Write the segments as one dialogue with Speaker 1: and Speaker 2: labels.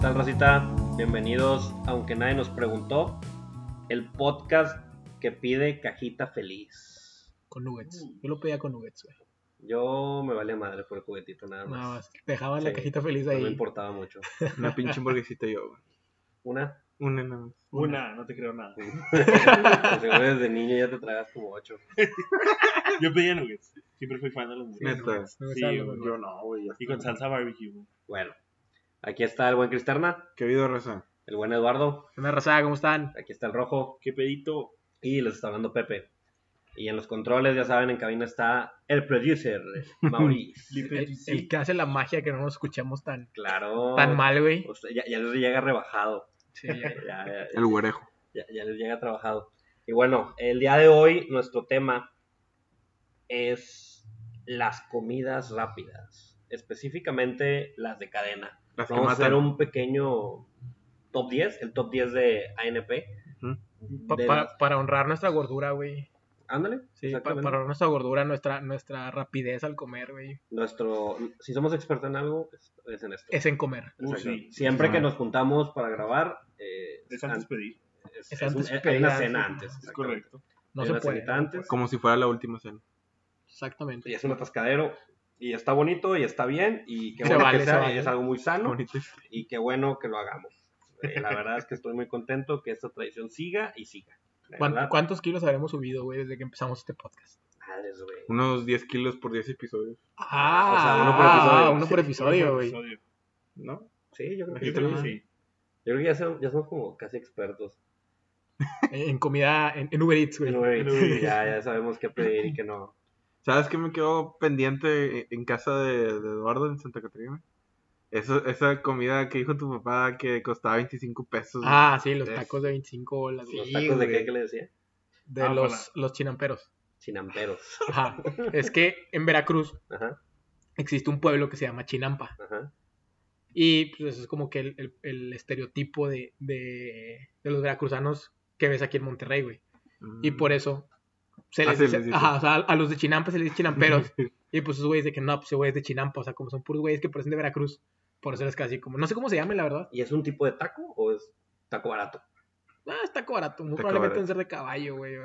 Speaker 1: tal, Racita? Bienvenidos, aunque nadie nos preguntó, el podcast que pide cajita feliz.
Speaker 2: Con nuggets.
Speaker 1: Mm.
Speaker 2: Yo lo pedía con nuggets, güey.
Speaker 1: Yo me valía madre por el juguetito, nada más.
Speaker 2: Nada más. Dejaba la
Speaker 1: Sí,
Speaker 2: cajita feliz
Speaker 1: No me
Speaker 2: ahí.
Speaker 1: importaba mucho.
Speaker 3: Una pinche hamburguesita yo, güey.
Speaker 1: ¿Una?
Speaker 3: Una nada más.
Speaker 4: Una, no te creo nada.
Speaker 1: Pues, seguro desde niño ya te tragas como ocho.
Speaker 4: Yo pedía nuggets. Siempre fui fan de los nuggets.
Speaker 3: Neta.
Speaker 2: Me
Speaker 4: Sí,
Speaker 2: gustaban los
Speaker 4: güey.
Speaker 2: nuggets.
Speaker 3: Yo no, güey. ya
Speaker 4: Y con
Speaker 3: está.
Speaker 4: salsa barbecue. güey.
Speaker 1: Bueno, aquí está el buen Cristerna,
Speaker 3: ¿Qué video, raza?
Speaker 1: el buen Eduardo,
Speaker 2: ¿Qué onda, raza? ¿Cómo están?
Speaker 1: aquí está el Rojo
Speaker 4: Qué pedito.
Speaker 1: y les está hablando Pepe. Y en los controles, ya saben, en cabina está el producer, Maurice.
Speaker 2: El, el que hace la magia que no nos escuchamos tan,
Speaker 1: Claro.
Speaker 2: tan mal, güey.
Speaker 1: O sea, ya, ya les llega rebajado.
Speaker 2: Sí, ya-
Speaker 1: Ya, ya-
Speaker 3: El güerejo.
Speaker 1: ya- ya les llega trabajado. Y bueno, el día de hoy nuestro tema es las comidas rápidas, específicamente las de cadena.
Speaker 3: Las que
Speaker 1: Vamos a hacer
Speaker 3: matan.
Speaker 1: un pequeño top 10, el top 10 de ANP.
Speaker 3: Ujú.
Speaker 2: pa-
Speaker 1: De
Speaker 2: pa-
Speaker 1: las-
Speaker 2: para honrar nuestra gordura, güey.
Speaker 1: ándale,
Speaker 2: Sí, pa-
Speaker 1: exactamente.
Speaker 2: para honrar nuestra gordura, nuestra, nuestra rapidez al comer, güey.
Speaker 1: Nuestro, si somos expertos en algo, es, es en esto.
Speaker 2: Es en comer.
Speaker 4: Uh,
Speaker 1: Exacto.
Speaker 4: sí.
Speaker 1: Siempre que
Speaker 3: Ajá.
Speaker 1: nos juntamos para grabar, eh,
Speaker 4: Es antes pedir.
Speaker 1: es-
Speaker 2: es
Speaker 1: es un-
Speaker 2: antes
Speaker 1: eh, hay una
Speaker 2: pedir,
Speaker 1: cena
Speaker 2: sí.
Speaker 1: antes.
Speaker 4: Es
Speaker 1: exactamente.
Speaker 4: correcto.
Speaker 2: No
Speaker 1: Hay
Speaker 2: se
Speaker 1: una
Speaker 2: puede.
Speaker 1: cenita antes.
Speaker 3: Como si fuera la última cena.
Speaker 2: Exactamente.
Speaker 1: y es un atascadero y está bonito y está bien y qué
Speaker 2: Se
Speaker 1: bueno
Speaker 2: vale,
Speaker 1: que
Speaker 2: se
Speaker 1: sea,
Speaker 2: vale.
Speaker 1: es algo muy sano
Speaker 3: Bonito.
Speaker 1: y qué bueno que lo hagamos. Eh, la verdad es que estoy muy contento que esta tradición siga y siga. La
Speaker 2: ¿Cuán-
Speaker 1: verdad,
Speaker 2: ¿Cuántos kilos habremos subido, güey, desde que empezamos este podcast?
Speaker 1: madres, güey.
Speaker 3: Unos 10 kilos por 10 episodios.
Speaker 2: Ah,
Speaker 1: O sea, uno por episodio.
Speaker 2: uno por episodio, güey.
Speaker 4: Episodio.
Speaker 3: ¿No?
Speaker 1: Sí, yo creo que,
Speaker 4: Yo
Speaker 1: sí.
Speaker 4: creo que sí.
Speaker 1: Yo creo que ya, son- ya somos como casi expertos.
Speaker 2: En en comida, en, en Uber Eats, güey.
Speaker 1: En Uber Eats,
Speaker 4: en Uber Eats.
Speaker 1: ya, ya sabemos qué pedir y qué no.
Speaker 3: ¿Sabes qué me quedó pendiente en casa de, de Eduardo en Santa Catarina? Eso, esa comida que dijo tu papá que costaba 25 pesos. güey.
Speaker 2: Ah, sí, los
Speaker 3: Es-
Speaker 2: tacos de 25 bolas,
Speaker 1: Los
Speaker 2: güey.
Speaker 1: tacos de qué
Speaker 3: güey.
Speaker 1: que le decía?
Speaker 2: De
Speaker 4: Ah,
Speaker 2: los,
Speaker 4: para-
Speaker 2: los chinamperos.
Speaker 1: Chinamperos.
Speaker 2: Ajá. Es que en Veracruz
Speaker 1: Ajá,
Speaker 2: existe un pueblo que se llama Chinampa.
Speaker 1: ajá.
Speaker 2: Y pues eso es como que el, el- el estereotipo de, de, de los veracruzanos que ves aquí en Monterrey, güey.
Speaker 3: Mm,
Speaker 2: Y por eso se
Speaker 3: Ah,
Speaker 2: les
Speaker 3: se
Speaker 2: dice,
Speaker 3: les dice.
Speaker 2: ajá, o sea, a, a los de Chinampa se les dice chinamperos. y pues esos güeyes de que no, pues ese güey es de Chinampa. O sea, como son puros güeyes que parecen de Veracruz. Por eso es casi como, no sé cómo se llaman, la verdad.
Speaker 1: ¿Y es un tipo de taco o es taco barato?
Speaker 2: Ah, es taco barato. Muy
Speaker 3: Taco
Speaker 2: probablemente
Speaker 3: barato.
Speaker 2: deben ser de caballo, güey.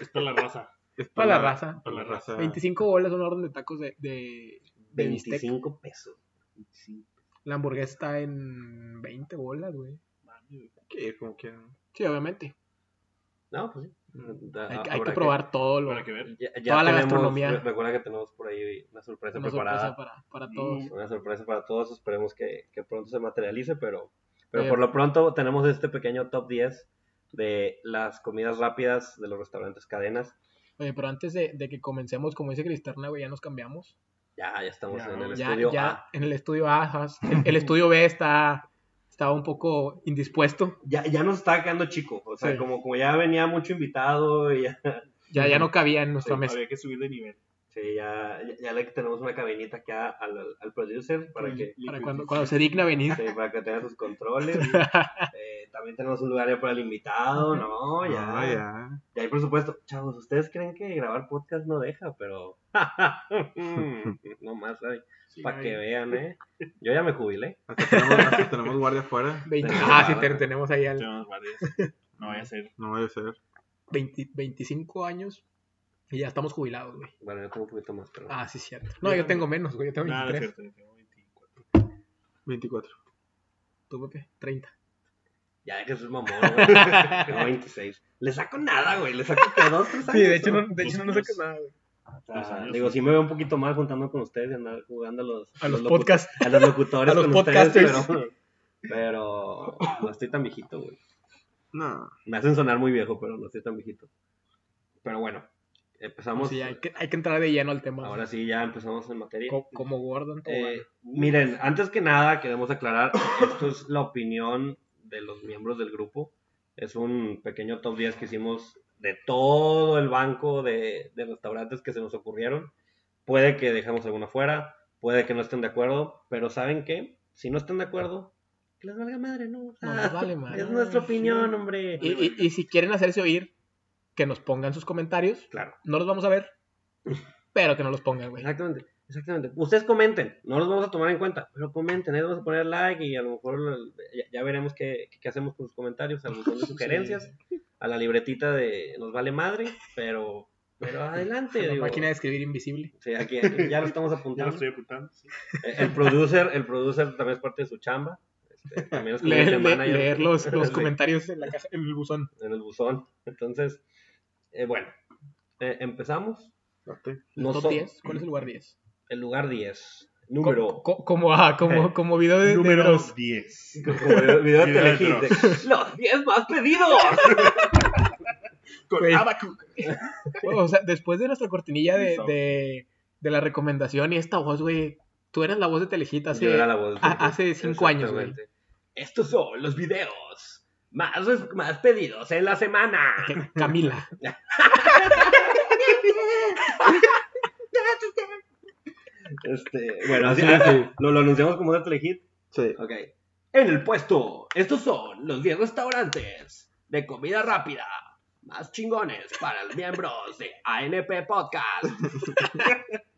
Speaker 4: Es para la raza.
Speaker 3: Es
Speaker 2: Para la raza.
Speaker 3: Para la raza.
Speaker 2: 25 bolas, una orden de tacos de, de, de bistec.
Speaker 1: 25 pesos.
Speaker 2: La hamburguesa está en 20 bolas, güey.
Speaker 3: ¿Qué? Como que-
Speaker 2: Sí, obviamente.
Speaker 1: No, pues sí. Da-
Speaker 2: Hay, que- hay
Speaker 1: habrá
Speaker 2: que probar todo lo
Speaker 4: Para que ver.
Speaker 1: Ya,
Speaker 2: Toda la
Speaker 1: tenemos-
Speaker 2: gastronomía.
Speaker 1: re- Recuerda que tenemos por ahí una sorpresa
Speaker 2: una sorpresa
Speaker 1: preparada.
Speaker 2: para, para todos.
Speaker 1: Una sorpresa para todos. Esperemos que, que pronto se materialice, pero, pero
Speaker 2: Pero-
Speaker 1: por lo pronto tenemos este pequeño top 10 de las comidas rápidas de los restaurantes cadenas.
Speaker 2: Oye, pero antes de, de que comencemos, como dice Cristerna, güey, ya nos cambiamos.
Speaker 1: Ya, ya estamos
Speaker 4: Ya,
Speaker 1: en el
Speaker 2: ya,
Speaker 1: estudio.
Speaker 2: ya
Speaker 1: A.
Speaker 2: en el estudio A, ajá, el, el estudio B está, estaba un poco indispuesto.
Speaker 1: Ya, ya nos está quedando chico. O sea,
Speaker 2: Sí.
Speaker 1: como, como ya venía mucho invitado, y ya,
Speaker 2: Ya, ya no cabía en nuestra mesa.
Speaker 4: Había que subir de
Speaker 2: Eh.
Speaker 4: nivel.
Speaker 1: sí, ya, ya, ya le tenemos una cabinita aquí a- al, al producer para que
Speaker 2: Para cuando, cuando se digna venir.
Speaker 1: Sí, para que tenga sus controles. Eh, también tenemos un lugar ya para el invitado, ¿no? Ya,
Speaker 3: Ah, ya.
Speaker 1: ya hay presupuesto. Chavos, ustedes creen que grabar podcast no deja, pero... no más,
Speaker 4: Sí,
Speaker 1: para que
Speaker 4: ay,
Speaker 1: vean, ¿eh? Yo ya me jubilé.
Speaker 3: Hasta tenemos, hasta tenemos guardia afuera.
Speaker 2: 20
Speaker 1: Sí,
Speaker 2: ah, sí,
Speaker 1: claro.
Speaker 2: te- tenemos ahí al
Speaker 4: tenemos varias. No vaya a ser.
Speaker 3: No vaya a ser.
Speaker 2: 20 25 años y ya estamos jubilados, güey.
Speaker 1: Bueno, yo tengo un poquito más, pero...
Speaker 2: Ah, sí, cierto. No, yo tengo menos, güey. Yo tengo
Speaker 4: Nada, no es
Speaker 2: 23.
Speaker 4: cierto. yo tengo 24.
Speaker 3: 24.
Speaker 2: Tú, Pepe, 30.
Speaker 1: Ya, que es mamón, güey. Tengo 26. Le saco nada, güey. Le saco que dos, tres
Speaker 2: Sí, de
Speaker 1: años,
Speaker 2: hecho
Speaker 1: ¿no?
Speaker 2: no, de hecho, no nos saca
Speaker 1: pues
Speaker 2: nada, güey.
Speaker 1: O sea,
Speaker 4: Dos años.
Speaker 1: digo, sí me veo un poquito mal juntando con ustedes y andar jugando a los...
Speaker 2: A los
Speaker 1: locu-
Speaker 2: podcasts.
Speaker 1: a los locutores
Speaker 2: A los
Speaker 1: con
Speaker 2: podcasters.
Speaker 1: ustedes, pero... Pero no estoy tan viejito, güey.
Speaker 3: No.
Speaker 1: Me hacen sonar muy viejo, pero no estoy tan viejito. Pero bueno, empezamos.
Speaker 2: Sí, hay que, hay que entrar de lleno al tema.
Speaker 1: Ahora sí, ya empezamos en materia.
Speaker 2: Co- Como Gordon. todo,
Speaker 1: Eh,
Speaker 2: güey.
Speaker 1: miren, antes que nada queremos aclarar, esto es la opinión de los miembros del grupo. Es un pequeño top 10 que hicimos de todo el banco de, de restaurantes que se nos ocurrieron. Puede que dejamos alguna fuera, puede que no estén de acuerdo, pero ¿saben qué? Si no están de acuerdo, que les valga madre, ¿no? O sea,
Speaker 2: No, nos vale madre.
Speaker 1: Es nuestra opinión, hombre.
Speaker 2: Y, y- y si quieren hacerse oír, que nos pongan sus comentarios.
Speaker 1: Claro,
Speaker 2: No los vamos a ver, pero que no los pongan, güey.
Speaker 1: exactamente. Exactamente. Ustedes comenten, no los vamos a tomar en cuenta, pero comenten, ahí les vamos a poner like y a lo mejor lo- ya, ya veremos qué, qué hacemos con sus comentarios, al botón de sugerencias, a la libretita de nos vale madre, pero, pero adelante.
Speaker 2: La
Speaker 1: digo.
Speaker 2: máquina de escribir invisible.
Speaker 1: Sí, aquí, aquí ya lo estamos
Speaker 4: Ya lo
Speaker 1: apuntando.
Speaker 4: estoy apuntando. sí.
Speaker 1: Eh, El producer, el producer también es parte de su chamba. Este, también es
Speaker 2: Leer,
Speaker 1: community
Speaker 2: le-
Speaker 1: manager.
Speaker 2: leer los, los
Speaker 1: Sí,
Speaker 2: comentarios en, la caja- en el buzón.
Speaker 1: en el buzón. Entonces, eh, bueno, eh, empezamos.
Speaker 3: Date.
Speaker 1: No
Speaker 2: Top
Speaker 1: so-
Speaker 2: 10. ¿Cuál es el lugar 10?
Speaker 1: El lugar 10. Número. Eh,
Speaker 2: Co- co- como, ah, como, como video de, de
Speaker 4: Número
Speaker 2: los-
Speaker 4: 10.
Speaker 1: como video, video de
Speaker 4: Video de
Speaker 1: Telehit, de, Los 10 más pedidos.
Speaker 2: Güey. O sea, después de nuestra cortinilla de, de, de la recomendación y esta voz, güey, tú eras la voz de Telejita hace...
Speaker 1: Yo era la voz de
Speaker 2: ha-
Speaker 1: Telehit.
Speaker 2: hace cinco años, güey.
Speaker 1: Exactamente. Estos son los videos más, más pedidos en la semana.
Speaker 2: que- Camila.
Speaker 1: Este, bueno, así, Lo, lo anunciamos como de Telehit.
Speaker 3: Sí.
Speaker 1: Ok. En el puesto, estos son los 10 restaurantes de comida rápida más chingones para los miembros de ANP Podcast.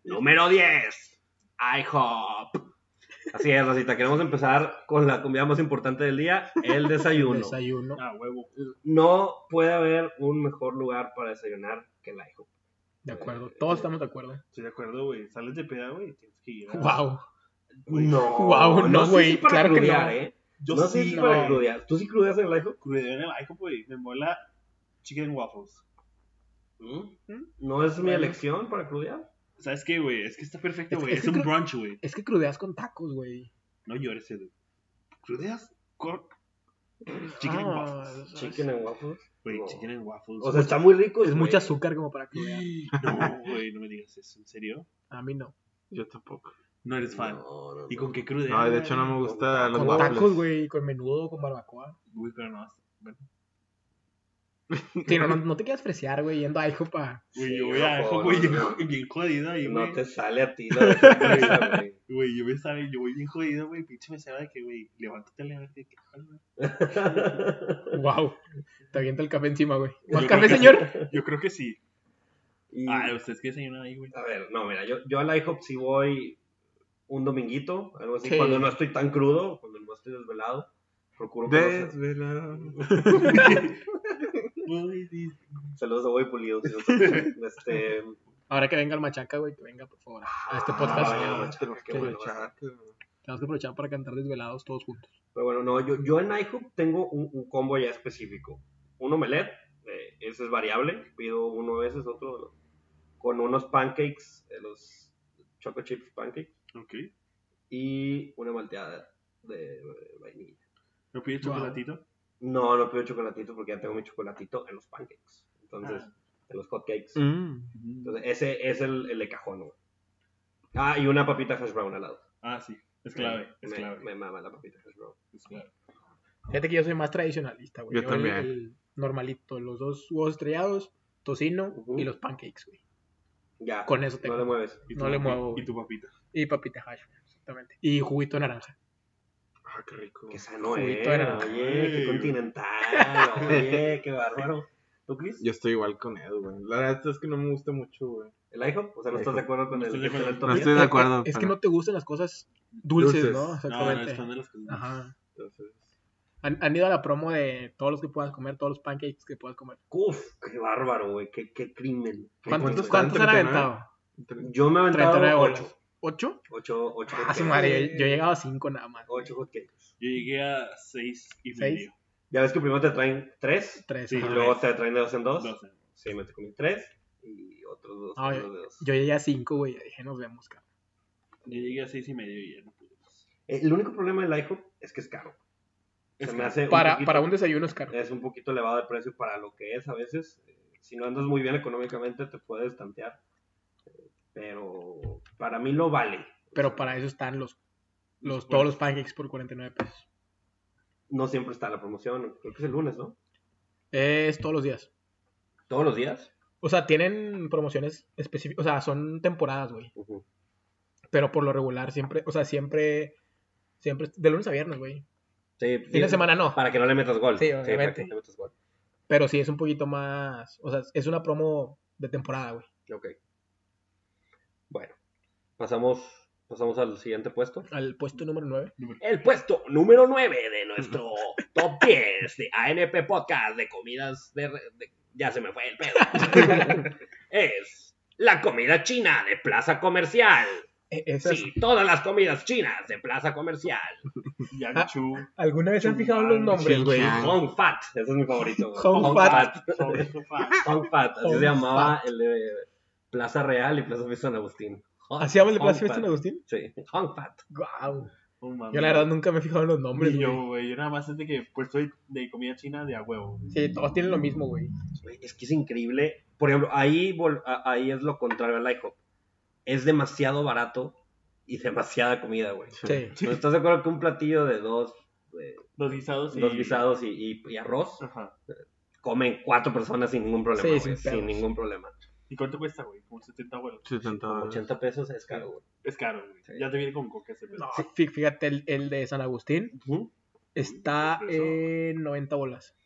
Speaker 1: Número 10, IHOP. Así es, Rosita. Queremos empezar con la comida más importante del día, el desayuno.
Speaker 2: Desayuno.
Speaker 4: Ah, huevo.
Speaker 1: No puede haber un mejor lugar para desayunar que el IHOP.
Speaker 2: De acuerdo. Todos estamos de acuerdo.
Speaker 4: Estoy de acuerdo, güey. Sales de peda, güey. Tienes que ir. a-
Speaker 2: Wow.
Speaker 1: No.
Speaker 2: Guau, no,
Speaker 1: sé
Speaker 2: güey,
Speaker 1: si para
Speaker 2: claro que
Speaker 1: crudear,
Speaker 2: no.
Speaker 1: ¿eh?
Speaker 4: Yo
Speaker 1: no sé
Speaker 4: sí,
Speaker 1: si para
Speaker 4: güey.
Speaker 1: crudear. ¿Tú sí crudeas en el IHOP?
Speaker 4: Crudeo en el IHOP, güey. Me mola chicken waffles.
Speaker 1: ¿Mm? ¿No es mi
Speaker 2: Bueno.
Speaker 1: elección para crudear?
Speaker 4: ¿Sabes qué, güey? Es que está perfecto,
Speaker 2: Es-
Speaker 4: güey.
Speaker 2: es
Speaker 4: Es,
Speaker 2: que
Speaker 4: un
Speaker 2: creo-
Speaker 4: brunch, güey.
Speaker 2: Es que crudeas con tacos, güey.
Speaker 4: No llores, Edu. Crudeas con chicken and
Speaker 2: Ah,
Speaker 4: waffles.
Speaker 1: Chicken and waffles.
Speaker 4: Güey,
Speaker 1: no.
Speaker 4: chicken and waffles.
Speaker 1: O sea, está muy rico.
Speaker 2: Es
Speaker 1: Pues, güey.
Speaker 2: mucho azúcar como para crudear.
Speaker 4: No, güey, no me digas eso. ¿En serio?
Speaker 2: A mí no.
Speaker 3: Yo tampoco.
Speaker 4: No eres fan.
Speaker 1: No, no,
Speaker 4: ¿Y
Speaker 1: no.
Speaker 4: con qué crudeas?
Speaker 3: No, de hecho no me gusta los
Speaker 2: Con
Speaker 3: waffles.
Speaker 2: tacos, güey, con menudo, con barbacoa.
Speaker 4: Güey, pero no. Bueno.
Speaker 2: Sí, no, no, no te quieras freciar, güey, yendo a IHOP a...
Speaker 4: Güey,
Speaker 1: Sí,
Speaker 4: yo voy a
Speaker 1: no,
Speaker 4: IHOP,
Speaker 1: no,
Speaker 4: güey,
Speaker 1: no.
Speaker 4: yo- bien jodido ahí, güey.
Speaker 1: No te sale a ti lo de comida, güey.
Speaker 4: Güey, yo me sabe, yo voy bien jodido, güey. Pinche me sabe de que, güey, levántate a la verga. que-
Speaker 2: Wow. Te avienta el café encima, güey. ¿Más
Speaker 4: Yo
Speaker 2: café,
Speaker 4: creo que-
Speaker 2: señor?
Speaker 4: Yo creo que sí.
Speaker 1: Y-
Speaker 4: Ah, ustedes que desayunan ahí, güey.
Speaker 1: A ver, no, mira, yo, yo al IHOP sí voy un dominguito, algo así,
Speaker 2: Sí.
Speaker 1: cuando no estoy tan crudo, cuando no estoy desvelado. Procuro conocer-
Speaker 3: Desvelado.
Speaker 4: Uy, sí.
Speaker 1: Saludos a Boy Pulido. si nos escuchan. este...
Speaker 2: Ahora que venga el machaca, güey, que venga, por favor, a este podcast.
Speaker 1: Ah,
Speaker 3: Ah,
Speaker 1: machaca,
Speaker 3: qué
Speaker 1: qué
Speaker 3: bueno,
Speaker 1: bueno.
Speaker 3: machaca.
Speaker 2: Tenemos que aprovechar para cantar desvelados todos juntos.
Speaker 1: Pero bueno, no, yo, yo en IHOP tengo un, un combo ya específico. Un omelette, eh, ese es variable, pido uno a veces, otro no. con unos pancakes, eh, los choco chips pancakes,
Speaker 4: Ok.
Speaker 1: y una malteada de eh, vainilla.
Speaker 4: ¿No pides
Speaker 2: Wow.
Speaker 4: chocolatito?
Speaker 1: No, no pido chocolatito porque ya tengo mi chocolatito en los pancakes, entonces,
Speaker 4: Ah.
Speaker 1: en los hotcakes.
Speaker 2: Mm.
Speaker 1: Entonces, ese es el, el de cajón, güey. Ah, y una papita hash brown al lado.
Speaker 4: Ah, sí. Es clave, es
Speaker 1: me,
Speaker 4: clave.
Speaker 1: me mama la papita hash brown.
Speaker 4: Es clave.
Speaker 2: Fíjate que yo soy más tradicionalista, güey.
Speaker 3: Yo
Speaker 2: el-
Speaker 3: también.
Speaker 2: El, normalito, los dos huevos estrellados, tocino
Speaker 1: Ujú.
Speaker 2: y los pancakes, güey.
Speaker 1: Ya,
Speaker 2: Con eso
Speaker 1: no
Speaker 2: tengo.
Speaker 1: le mueves.
Speaker 4: ¿Y
Speaker 2: No
Speaker 4: tu
Speaker 2: le
Speaker 4: papi-
Speaker 2: muevo, güey.
Speaker 4: ¿Y tu papita?
Speaker 2: Y papita hash, güey, exactamente. Y juguito de naranja.
Speaker 3: Ah, qué rico.
Speaker 1: Qué sano
Speaker 2: Juguito
Speaker 1: es,
Speaker 2: de naranja.
Speaker 1: oye, qué
Speaker 4: Ey,
Speaker 1: continental, oye, qué bárbaro. ¿Tú, Chris?
Speaker 3: Yo estoy igual con Edu, güey. La verdad es que no me gusta mucho, güey.
Speaker 1: ¿El IHOP? O sea, ¿no estás
Speaker 3: IHOP.
Speaker 1: de acuerdo con
Speaker 4: No
Speaker 1: el
Speaker 4: estoy de acuerdo.
Speaker 1: con el top
Speaker 3: No
Speaker 1: 10?
Speaker 3: estoy de acuerdo.
Speaker 2: eh, Es que
Speaker 3: pero-
Speaker 2: no te gustan las cosas dulces,
Speaker 3: Dulces.
Speaker 2: ¿no?
Speaker 3: No,
Speaker 4: No, no,
Speaker 2: Exactamente.
Speaker 4: es fan de las cosas.
Speaker 2: Ajá.
Speaker 3: Entonces,
Speaker 2: Han, han ido a la promo de todos los que puedas comer, todos los pancakes que puedas comer.
Speaker 1: Uf, qué bárbaro, güey, qué, qué crimen. Qué
Speaker 2: ¿Cuántos,
Speaker 1: crimen.
Speaker 2: cuántos han
Speaker 3: 39?
Speaker 2: aventado?
Speaker 3: entre-
Speaker 1: Yo me he aventado
Speaker 2: 39
Speaker 1: 8.
Speaker 2: bolas. ¿Ocho?
Speaker 1: 8, 8
Speaker 2: Ah, su madre, yo, yo he llegado a cinco nada más.
Speaker 1: 8 hotcakes.
Speaker 4: Yo llegué a seis y
Speaker 2: ¿Seis?
Speaker 4: medio.
Speaker 1: Ya ves que primero te traen 3
Speaker 2: Tres.
Speaker 4: Sí,
Speaker 1: y
Speaker 2: ajá.
Speaker 1: luego te traen de 2 en 2.
Speaker 4: Doce.
Speaker 1: Sí, me te comí 3 y otros 2.
Speaker 2: Ah,
Speaker 1: otros de dos.
Speaker 2: Yo llegué a cinco, güey. y Dije, nos vemos, cabrón.
Speaker 4: Yo llegué a seis y medio y ya no pude más.
Speaker 1: Eh, El único problema del IHOP es que es caro.
Speaker 4: Es
Speaker 1: Se me
Speaker 4: caro.
Speaker 1: hace Eh, un
Speaker 2: Para,
Speaker 1: poquito-
Speaker 2: para un desayuno es caro.
Speaker 1: es un poquito elevado de precio para lo que es a veces. Eh, Si no andas muy bien económicamente, te puedes tantear. Eh, Pero para mí lo vale.
Speaker 2: Pero para eso están los, los
Speaker 4: Bueno.
Speaker 2: todos los pancakes por 49 pesos.
Speaker 1: No siempre está la promoción. Creo que es el lunes, ¿no?
Speaker 2: Es todos los días.
Speaker 1: Todos los días.
Speaker 2: O sea, tienen promociones específicas. O sea, son temporadas, güey. Pero por lo regular, siempre. O sea, siempre. Siempre. De lunes a viernes, güey.
Speaker 1: Sí,
Speaker 2: Fin de semana no.
Speaker 1: Para que no le metas gol.
Speaker 2: Sí,
Speaker 1: para
Speaker 2: obviamente.
Speaker 1: que no le metas gol.
Speaker 2: Pero sí es un poquito más. O sea, es una promo de temporada, güey.
Speaker 1: Ok. Bueno. Pasamos, pasamos al siguiente puesto.
Speaker 2: Al puesto número 9.
Speaker 1: El puesto número 9 de nuestro top 10 de ANP Podcast de comidas de... re- de- ya se me fue el pedo. es la comida china de plaza comercial.
Speaker 2: Esas,
Speaker 1: Sí, todas las comidas chinas de plaza comercial.
Speaker 4: Yanchu.
Speaker 2: ¿Alguna vez se han fijado en los nombres, güey?
Speaker 3: Chin-chan.
Speaker 1: Hong Fat, ese es mi favorito. güey.
Speaker 2: Ah. Hong Fat.
Speaker 4: sobre su fan.
Speaker 1: Hong Fat, así
Speaker 2: Hong
Speaker 1: se llamaba el de Plaza Real y Plaza Fiesta San Agustín. Hong-
Speaker 2: ¿Así habla el
Speaker 1: Hong
Speaker 2: Plaza Fiesta
Speaker 1: Fat.
Speaker 2: San Agustín?
Speaker 1: Sí, Hong Fat.
Speaker 2: Guau.
Speaker 4: No mames.
Speaker 2: Yo la verdad nunca me he fijado en los
Speaker 4: Ni
Speaker 2: nombres, güey.
Speaker 4: Oh, yo, güey. Yo nada más sé de que puesto de- de comida china de a huevo.
Speaker 2: Sí, todos tienen lo mismo, güey.
Speaker 1: Güey, Es que es increíble. Por ejemplo, ahí, vol- a- ahí es lo contrario al IHOP. Es demasiado barato y demasiada comida, güey.
Speaker 2: Sí.
Speaker 1: Entonces, ¿Estás de acuerdo que un platillo de dos, eh,
Speaker 4: Los guisados y.
Speaker 1: dos guisados y, y- y arroz
Speaker 4: Ajá.
Speaker 1: comen cuatro personas sin ningún problema?
Speaker 2: Sí,
Speaker 1: güey,
Speaker 2: sin
Speaker 1: sin,
Speaker 2: pedos.
Speaker 1: ningún problema.
Speaker 4: ¿Y cuánto cuesta, güey? Como 70 huevos.
Speaker 3: 70
Speaker 1: Como
Speaker 3: dólares.
Speaker 1: 80 pesos es caro, güey.
Speaker 4: Es caro, güey.
Speaker 1: Sí.
Speaker 4: Ya te viene con coca ese pedo.
Speaker 2: No, fí- fíjate, el, el de San Agustín
Speaker 1: Ujú.
Speaker 2: está
Speaker 4: Eso.
Speaker 2: en 90 bolas.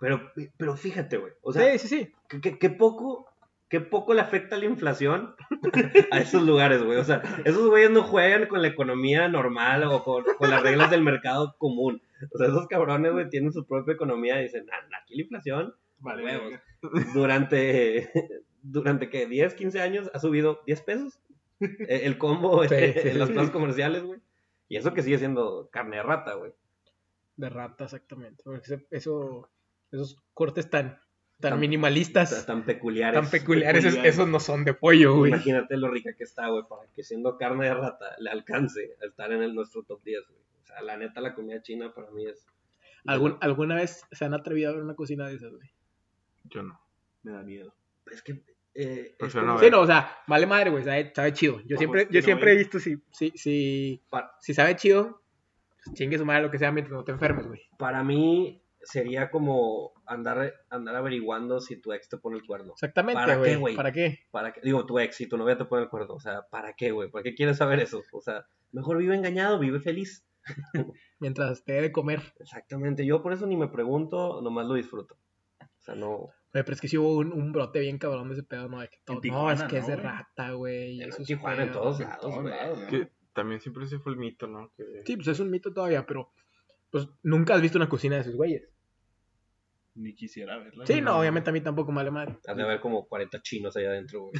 Speaker 1: Pero, pero fíjate, güey. O sea,
Speaker 2: sí, sí, sí.
Speaker 1: qué, qué- qué poco, qué poco le afecta la inflación a esos lugares, güey. O sea, esos güeyes no juegan con la economía normal o con, con las reglas del mercado común. O sea, esos cabrones, güey, tienen su propia economía y dicen, "Ah, aquí la inflación
Speaker 4: Vale,
Speaker 1: Huevos.
Speaker 4: verga.
Speaker 1: durante, durante que 10, 15 años ha subido 10 pesos eh, el combo
Speaker 2: Sí,
Speaker 1: eh,
Speaker 2: sí,
Speaker 1: en las
Speaker 2: sí.
Speaker 1: plazas comerciales, güey. Y eso que sigue siendo carne de rata, güey.
Speaker 2: De rata, exactamente. Porque ese- eso, esos cortes tan, tan,
Speaker 1: Tan-
Speaker 2: minimalistas,
Speaker 1: Tan, tan peculiares.
Speaker 2: tan peculiares, esos,
Speaker 4: peculiares.
Speaker 2: esos no son de pollo, güey.
Speaker 1: Imagínate lo rica que está, güey, para que siendo carne de rata le alcance a estar en el, nuestro top 10, güey. O sea, la neta, la comida china para mí es...
Speaker 2: ¿Algún- ¿Alguna vez se han atrevido a ver una cocina de esas, güey?
Speaker 3: Yo no.
Speaker 4: Me da miedo.
Speaker 1: Es que... eh, es
Speaker 3: Prefiero no
Speaker 1: como-
Speaker 2: Sí,
Speaker 3: ver.
Speaker 2: no, o sea, vale madre, güey, sabe, sabe chido. Yo
Speaker 4: Ah,
Speaker 2: siempre,
Speaker 4: pues,
Speaker 2: yo
Speaker 4: no,
Speaker 2: siempre he
Speaker 4: güey.
Speaker 2: visto si, si, si,
Speaker 1: Pa-
Speaker 2: si sabe chido, pues chingue su madre lo que sea mientras no te enfermes, güey.
Speaker 1: para mí sería como andar, andar averiguando si tu ex te pone el cuerno.
Speaker 2: Exactamente,
Speaker 1: ¿Para qué,
Speaker 2: güey.
Speaker 1: güey?
Speaker 2: ¿Para qué?
Speaker 1: ¿Para qué? Digo, tu ex, si tu novia te pone el cuerno. O sea, ¿para qué, güey? ¿Para qué quieres saber eso? O sea, mejor vive engañado, vive feliz.
Speaker 2: Mientras te dé de comer.
Speaker 1: Exactamente. Yo por eso ni me pregunto, nomás lo disfruto. O sea, no...
Speaker 2: Güey, pero es que sí hubo un, un brote bien cabrón de ese pedo, ¿no? De que todo- no,
Speaker 4: Tijuana,
Speaker 2: es que
Speaker 4: ¿no,
Speaker 2: es de
Speaker 4: güey?
Speaker 2: rata, güey.
Speaker 1: En
Speaker 2: eso es
Speaker 1: Tijuana, en
Speaker 2: pedo.
Speaker 1: todos lados,
Speaker 4: todos
Speaker 1: güey.
Speaker 4: lados, ¿no?
Speaker 3: Que también siempre se fue el mito, ¿no? Que-
Speaker 2: Sí, pues es un mito todavía, pero pues nunca has visto una cocina de esos güeyes.
Speaker 4: Ni quisiera verla.
Speaker 2: Sí, no,
Speaker 3: no.
Speaker 2: obviamente a mí tampoco me vale madre.
Speaker 1: Has de haber como 40 chinos allá adentro, güey.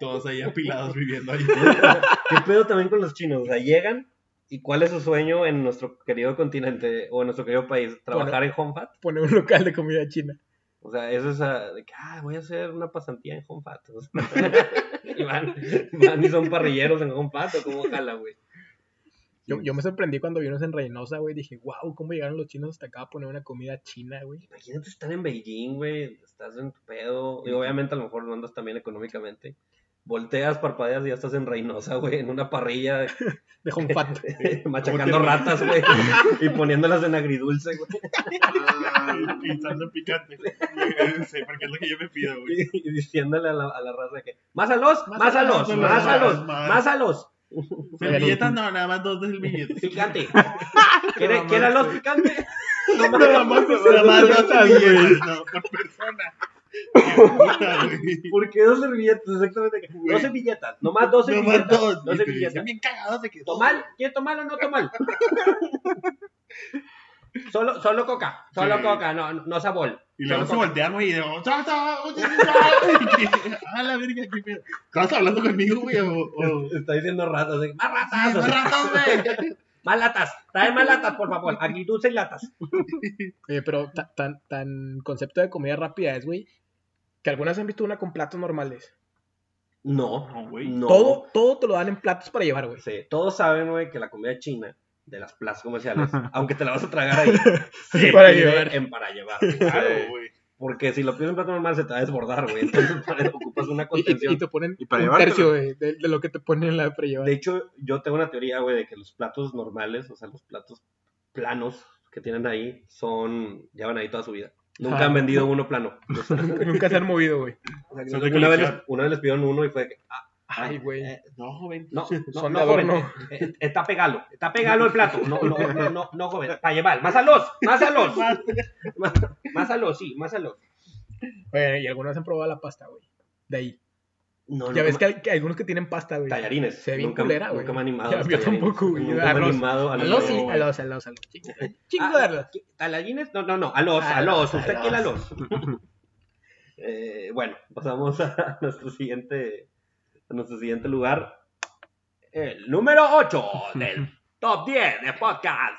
Speaker 4: Todos ahí apilados viviendo ahí.
Speaker 1: ¿Qué pedo también con los chinos? O sea, llegan y cuál es su sueño en nuestro querido continente o en nuestro querido país, trabajar en Home Fat.
Speaker 2: Poner un local de comida china.
Speaker 1: O sea, eso es esa de que, ah, voy a hacer una pasantía en Home Fat. O sea, y van, van y son parrilleros en Home Fat o cómo jala, güey.
Speaker 2: Yo, yo me sorprendí cuando vi unos en Reynosa, güey. Dije, wow, ¿cómo llegaron los chinos hasta acá a poner una comida china, güey?
Speaker 1: Imagínate estar en Beijing, güey, estás en tu pedo, y obviamente a lo mejor no andas también económicamente. Volteas, parpadeas y ya estás en Reynosa, güey, en una parrilla
Speaker 2: De Home Fat.
Speaker 1: machacando
Speaker 4: ¿Cómo te-
Speaker 1: ratas, güey, y poniéndolas en agridulce, güey.
Speaker 3: Ah,
Speaker 4: Pintando en picante. Sí, porque es lo que yo me pido, güey.
Speaker 1: y diciéndole a la, a la raza de que más a los,
Speaker 2: Más
Speaker 1: más
Speaker 2: a
Speaker 1: a
Speaker 2: los,
Speaker 1: los,
Speaker 2: más
Speaker 1: más
Speaker 2: a
Speaker 1: a
Speaker 4: los,
Speaker 1: los,
Speaker 4: más.
Speaker 1: más a los.
Speaker 4: Servilletas, no, nada más dos del billete.
Speaker 1: Picante. ¿Quiere, quiere a los picante? No
Speaker 4: Nada
Speaker 1: mames,
Speaker 4: más dos servilletas, no, por persona. Qué puta, güey.
Speaker 1: ¿Por qué dos servilletas? Exactamente. Dos servilletas, nomás dos
Speaker 4: No más
Speaker 1: servilletas.
Speaker 4: dos.
Speaker 1: dos
Speaker 4: güey, pero
Speaker 1: servilletas.
Speaker 4: Están bien cagados de que.
Speaker 1: ¿Tomal? ¿Quiere tomar o no tomar? Solo, solo coca, solo
Speaker 4: Sí.
Speaker 1: coca, no, no sabor.
Speaker 4: Y luego se
Speaker 1: Solo
Speaker 4: voltean, güey, y de. "Oh, ¡Ah, la verga, qué pedo! ¿Estabas hablando conmigo, güey? O. o...
Speaker 1: coca. Está diciendo ratas, de que, más ratas,
Speaker 4: ¡Más ratos, güey!
Speaker 1: más latas, trae más latas, por favor, aquí dulce y latas.
Speaker 2: Oye, pero ta- tan, tan concepto de comida rápida es, güey, que algunas han visto una con platos normales.
Speaker 1: No,
Speaker 4: No, güey.
Speaker 1: no.
Speaker 2: Todo, todo te lo dan en platos para llevar, güey.
Speaker 1: Sí, todos saben, güey, que la comida china de las plazas comerciales, aunque te la vas a tragar ahí, se
Speaker 2: Para
Speaker 1: para
Speaker 2: llevar.
Speaker 1: llevar. en para llevar.
Speaker 4: Claro, güey.
Speaker 1: Porque si lo pides en plato normal se te va a desbordar, güey. Entonces para eso ocupas una
Speaker 2: Y, y-
Speaker 1: contención.
Speaker 2: y te ponen
Speaker 3: Y para
Speaker 2: un
Speaker 3: llevártelo.
Speaker 2: tercio güey, de, de lo que te ponen en la para llevar.
Speaker 1: De hecho, yo tengo una teoría, güey, de que los platos normales, o sea, los platos planos que tienen ahí, son, llevan ahí toda su vida. Nunca
Speaker 2: Ah.
Speaker 1: han vendido uno plano. O sea,
Speaker 2: Nunca se han movido, güey.
Speaker 4: Son de
Speaker 1: una, vez les,
Speaker 4: colección.
Speaker 1: una vez les pidieron uno y fue de que, ah,
Speaker 2: Ay, güey.
Speaker 1: eh,
Speaker 4: No, joven.
Speaker 1: no, no,
Speaker 2: Son
Speaker 1: no,
Speaker 2: de
Speaker 1: joven,
Speaker 2: adorno.
Speaker 1: eh, está pegalo, está pegalo el plato, no, no, no, no, no, joven, para llevar, más a los, más a los. Más, más a los, sí, más a los.
Speaker 2: Oye, y algunas han probado la pasta, güey. De ahí.
Speaker 1: No,
Speaker 2: Ya
Speaker 1: nunca
Speaker 2: ves
Speaker 1: me-
Speaker 2: que hay, que hay algunos que tienen pasta, güey.
Speaker 1: Tallarines.
Speaker 2: Se ve bien
Speaker 1: nunca,
Speaker 2: culera, güey.
Speaker 1: Nunca me ha animado.
Speaker 2: Ya,
Speaker 1: a los
Speaker 2: yo
Speaker 1: tallarines.
Speaker 2: tampoco, güey.
Speaker 1: Nunca me he
Speaker 2: Arroz.
Speaker 1: animado a
Speaker 2: A
Speaker 1: los
Speaker 2: los, sí,
Speaker 1: tallarines. Ah,
Speaker 2: a los, a los, a los. Chingo, chingo de arroz.
Speaker 1: ¿Tallarines? No, no, no. A los, a los. ¿Usted quiere a los? Eh, bueno, pasamos a nuestro siguiente, a nuestro siguiente lugar. El número 8 del top 10 de podcast.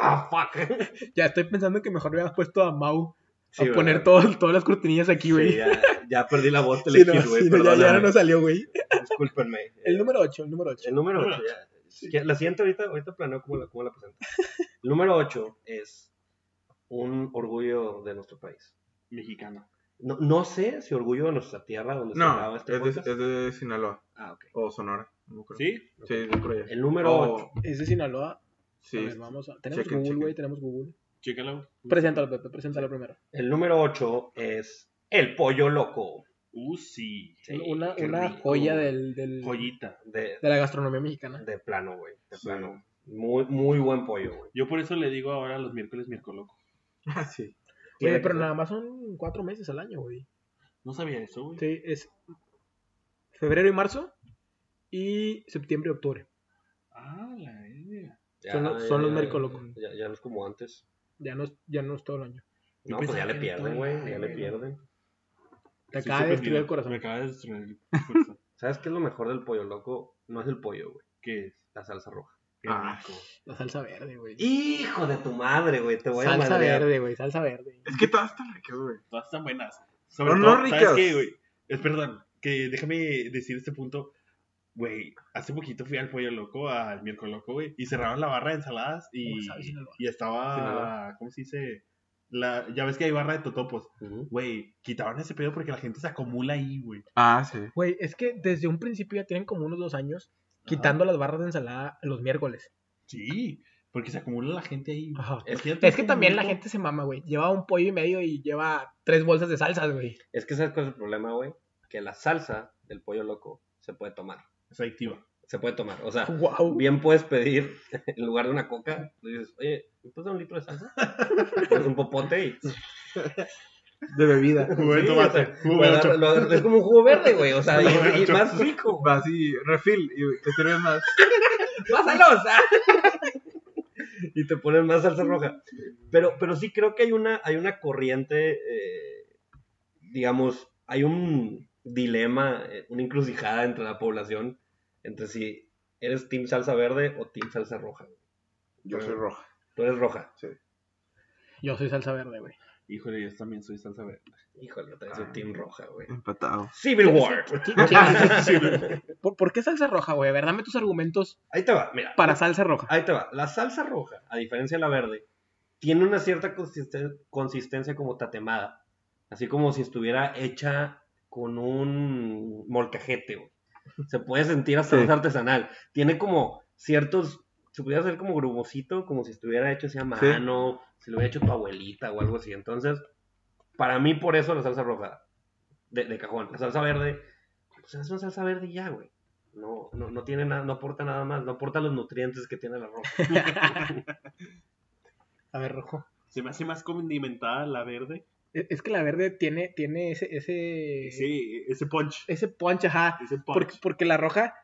Speaker 1: Ah, fuck.
Speaker 2: Ya estoy pensando que mejor hubieras puesto a Mau
Speaker 1: Sí,
Speaker 2: a poner
Speaker 1: ¿verdad?
Speaker 2: todo- todas las cortinillas aquí,
Speaker 1: Sí,
Speaker 2: güey.
Speaker 1: ya, ya perdí la voz
Speaker 2: Sí, no,
Speaker 1: elegir, güey.
Speaker 2: sí, no, ya, ya no
Speaker 1: perdóname.
Speaker 2: nos salió, güey.
Speaker 1: Discúlpenme. Eh,
Speaker 2: El número 8, el número 8.
Speaker 1: El número
Speaker 4: Número
Speaker 1: 8. La siguiente ahorita, ahorita planeo cómo la, cómo la presento. El número 8 es un orgullo de nuestro país.
Speaker 4: Mexicano.
Speaker 1: No, no sé si orgullo de nuestra tierra donde se
Speaker 3: No,
Speaker 1: graba
Speaker 3: es
Speaker 1: este
Speaker 3: de,
Speaker 1: podcast.
Speaker 3: es de Sinaloa
Speaker 1: Ah, ok.
Speaker 3: o Sonora. No me acuerdo.
Speaker 4: ¿Sí?
Speaker 3: Sí, yo creo ya.
Speaker 1: El número
Speaker 3: O-
Speaker 1: 8.
Speaker 2: Es de Sinaloa.
Speaker 3: Sí,
Speaker 2: A ver, vamos a... Tenemos
Speaker 3: Chequen,
Speaker 2: Google,
Speaker 3: chequen.
Speaker 2: güey, tenemos Google.
Speaker 4: Chécalo.
Speaker 2: Preséntalo, Pepe, preséntalo primero.
Speaker 1: El número 8 es el pollo loco.
Speaker 4: Uh, sí.
Speaker 2: una
Speaker 1: qué
Speaker 2: una
Speaker 1: rico,
Speaker 2: joya
Speaker 1: güey.
Speaker 2: del, del-
Speaker 4: Joyita.
Speaker 1: De,
Speaker 2: de la gastronomía mexicana.
Speaker 1: de plano, güey. De
Speaker 4: Sí.
Speaker 1: plano. Muy, muy buen pollo, güey.
Speaker 4: Yo por eso le digo ahora los miércoles miércoloco.
Speaker 3: Ah, sí.
Speaker 2: Oye,
Speaker 1: Tiene
Speaker 2: pero
Speaker 1: que-
Speaker 2: nada más son cuatro meses al año, güey.
Speaker 4: No sabía eso, güey.
Speaker 2: Sí, es febrero y marzo y septiembre y octubre.
Speaker 4: Ah, la verga.
Speaker 1: ya,
Speaker 2: son los-
Speaker 1: ya,
Speaker 2: son los
Speaker 1: ya,
Speaker 2: mercolocos.
Speaker 1: Ya, ya no es como antes.
Speaker 2: Ya no es, ya no es todo el año.
Speaker 1: No,
Speaker 4: Yo
Speaker 1: pues ya
Speaker 4: pensaba
Speaker 1: le
Speaker 4: que
Speaker 1: pierden,
Speaker 4: todo-
Speaker 1: güey. Ya
Speaker 4: Ay,
Speaker 1: le
Speaker 4: güey.
Speaker 1: pierden.
Speaker 2: Te
Speaker 4: Estoy
Speaker 2: acaba de destruir
Speaker 4: sorprendido.
Speaker 2: el corazón.
Speaker 4: Me acaba de destruir el corazón.
Speaker 1: ¿Sabes qué es lo mejor del pollo loco? No es el pollo, güey.
Speaker 4: ¿Qué es?
Speaker 1: La salsa roja.
Speaker 4: Qué
Speaker 3: Ah.
Speaker 4: rico.
Speaker 2: La salsa verde, güey.
Speaker 1: Hijo de tu madre, güey. Te voy a
Speaker 2: Salsa
Speaker 1: madrear.
Speaker 2: verde, güey, salsa verde.
Speaker 3: Es que todas están ricas, güey.
Speaker 4: Todas están buenas. Sobre
Speaker 3: Pero
Speaker 4: todo,
Speaker 3: no
Speaker 4: ¿Sabes
Speaker 3: ricas.
Speaker 4: qué, güey? Es perdón, que déjame decir este punto. Güey, hace poquito fui al Pollo Loco, al Miércoles Loco, güey, y cerraron la barra de ensaladas y,
Speaker 2: ¿Cómo sabes, Sinaloa?
Speaker 4: y estaba,
Speaker 1: Sinaloa.
Speaker 4: ¿cómo se dice? La, ya ves que hay barra de totopos.
Speaker 1: Ujú.
Speaker 4: Güey, quitaron ese pedo porque la gente se acumula ahí, güey.
Speaker 3: Ah, sí.
Speaker 2: Güey, es que desde un principio ya tienen como unos dos años quitando las barras de ensalada los miércoles.
Speaker 4: Sí, porque se acumula la gente ahí.
Speaker 2: Ajá.
Speaker 4: Imagínate
Speaker 2: Ah. Es que
Speaker 4: un
Speaker 2: también la
Speaker 4: grupo-
Speaker 2: gente se mama, güey. Lleva un pollo y medio y lleva tres bolsas de salsas, güey.
Speaker 1: Es que sabes cuál es el problema, güey. Que la salsa del pollo loco se puede tomar.
Speaker 4: Es adictiva.
Speaker 1: Se puede tomar. O sea,
Speaker 2: Wow.
Speaker 1: bien puedes pedir en lugar de una coca. le dices, oye, ¿me puedes dar un litro de salsa? Pues un popote y.
Speaker 3: De bebida.
Speaker 4: Jugo de
Speaker 1: Sí,
Speaker 4: tomate,
Speaker 1: o sea,
Speaker 4: jugo de
Speaker 1: lo agarra-
Speaker 4: ocho.
Speaker 1: lo agarra- es como un jugo verde, güey. O sea,
Speaker 4: Jugo de
Speaker 1: y, y
Speaker 4: ocho.
Speaker 1: más rico. güey.
Speaker 3: Vas y refill y te sirves más.
Speaker 1: ¡Pásalos! ah! y te ponen más salsa roja. Pero, pero sí creo que hay una, hay una corriente, eh, digamos, hay un dilema, eh, una encrucijada entre la población, entre si eres team salsa verde o team salsa roja.
Speaker 3: Yo soy roja.
Speaker 1: Tú eres roja.
Speaker 2: Yo soy salsa verde, güey.
Speaker 4: Híjole, yo también soy salsa verde.
Speaker 1: Híjole, yo también soy team roja, güey.
Speaker 3: Empatado.
Speaker 1: Civil War.
Speaker 2: Sí, sí. ¿Por, por qué salsa roja, güey? A ver, dame tus argumentos
Speaker 1: Ahí te va, mira.
Speaker 2: para salsa roja.
Speaker 1: Ahí te va. La salsa roja, a diferencia de la verde, tiene una cierta consisten- consistencia como tatemada. Así como si estuviera hecha con un molcajete. güey. Se puede sentir hasta
Speaker 3: Sí.
Speaker 1: más artesanal. Tiene como ciertos. Se pudiera hacer como grumosito, como si estuviera hecho así a mano, si lo hubiera hecho tu abuelita o algo así. Entonces, para mí, por eso la salsa roja, de, de cajón. La salsa verde, pues es una salsa verde y ya, güey. No, no, no tiene nada, no aporta nada más, no aporta los nutrientes que tiene la roja.
Speaker 2: A ver, rojo.
Speaker 4: Se me hace más condimentada la verde.
Speaker 2: Es E, es que la verde tiene, tiene ese, ese,
Speaker 4: Ese, ese punch.
Speaker 2: ese punch, ajá.
Speaker 4: Ese punch.
Speaker 2: Porque, porque la roja,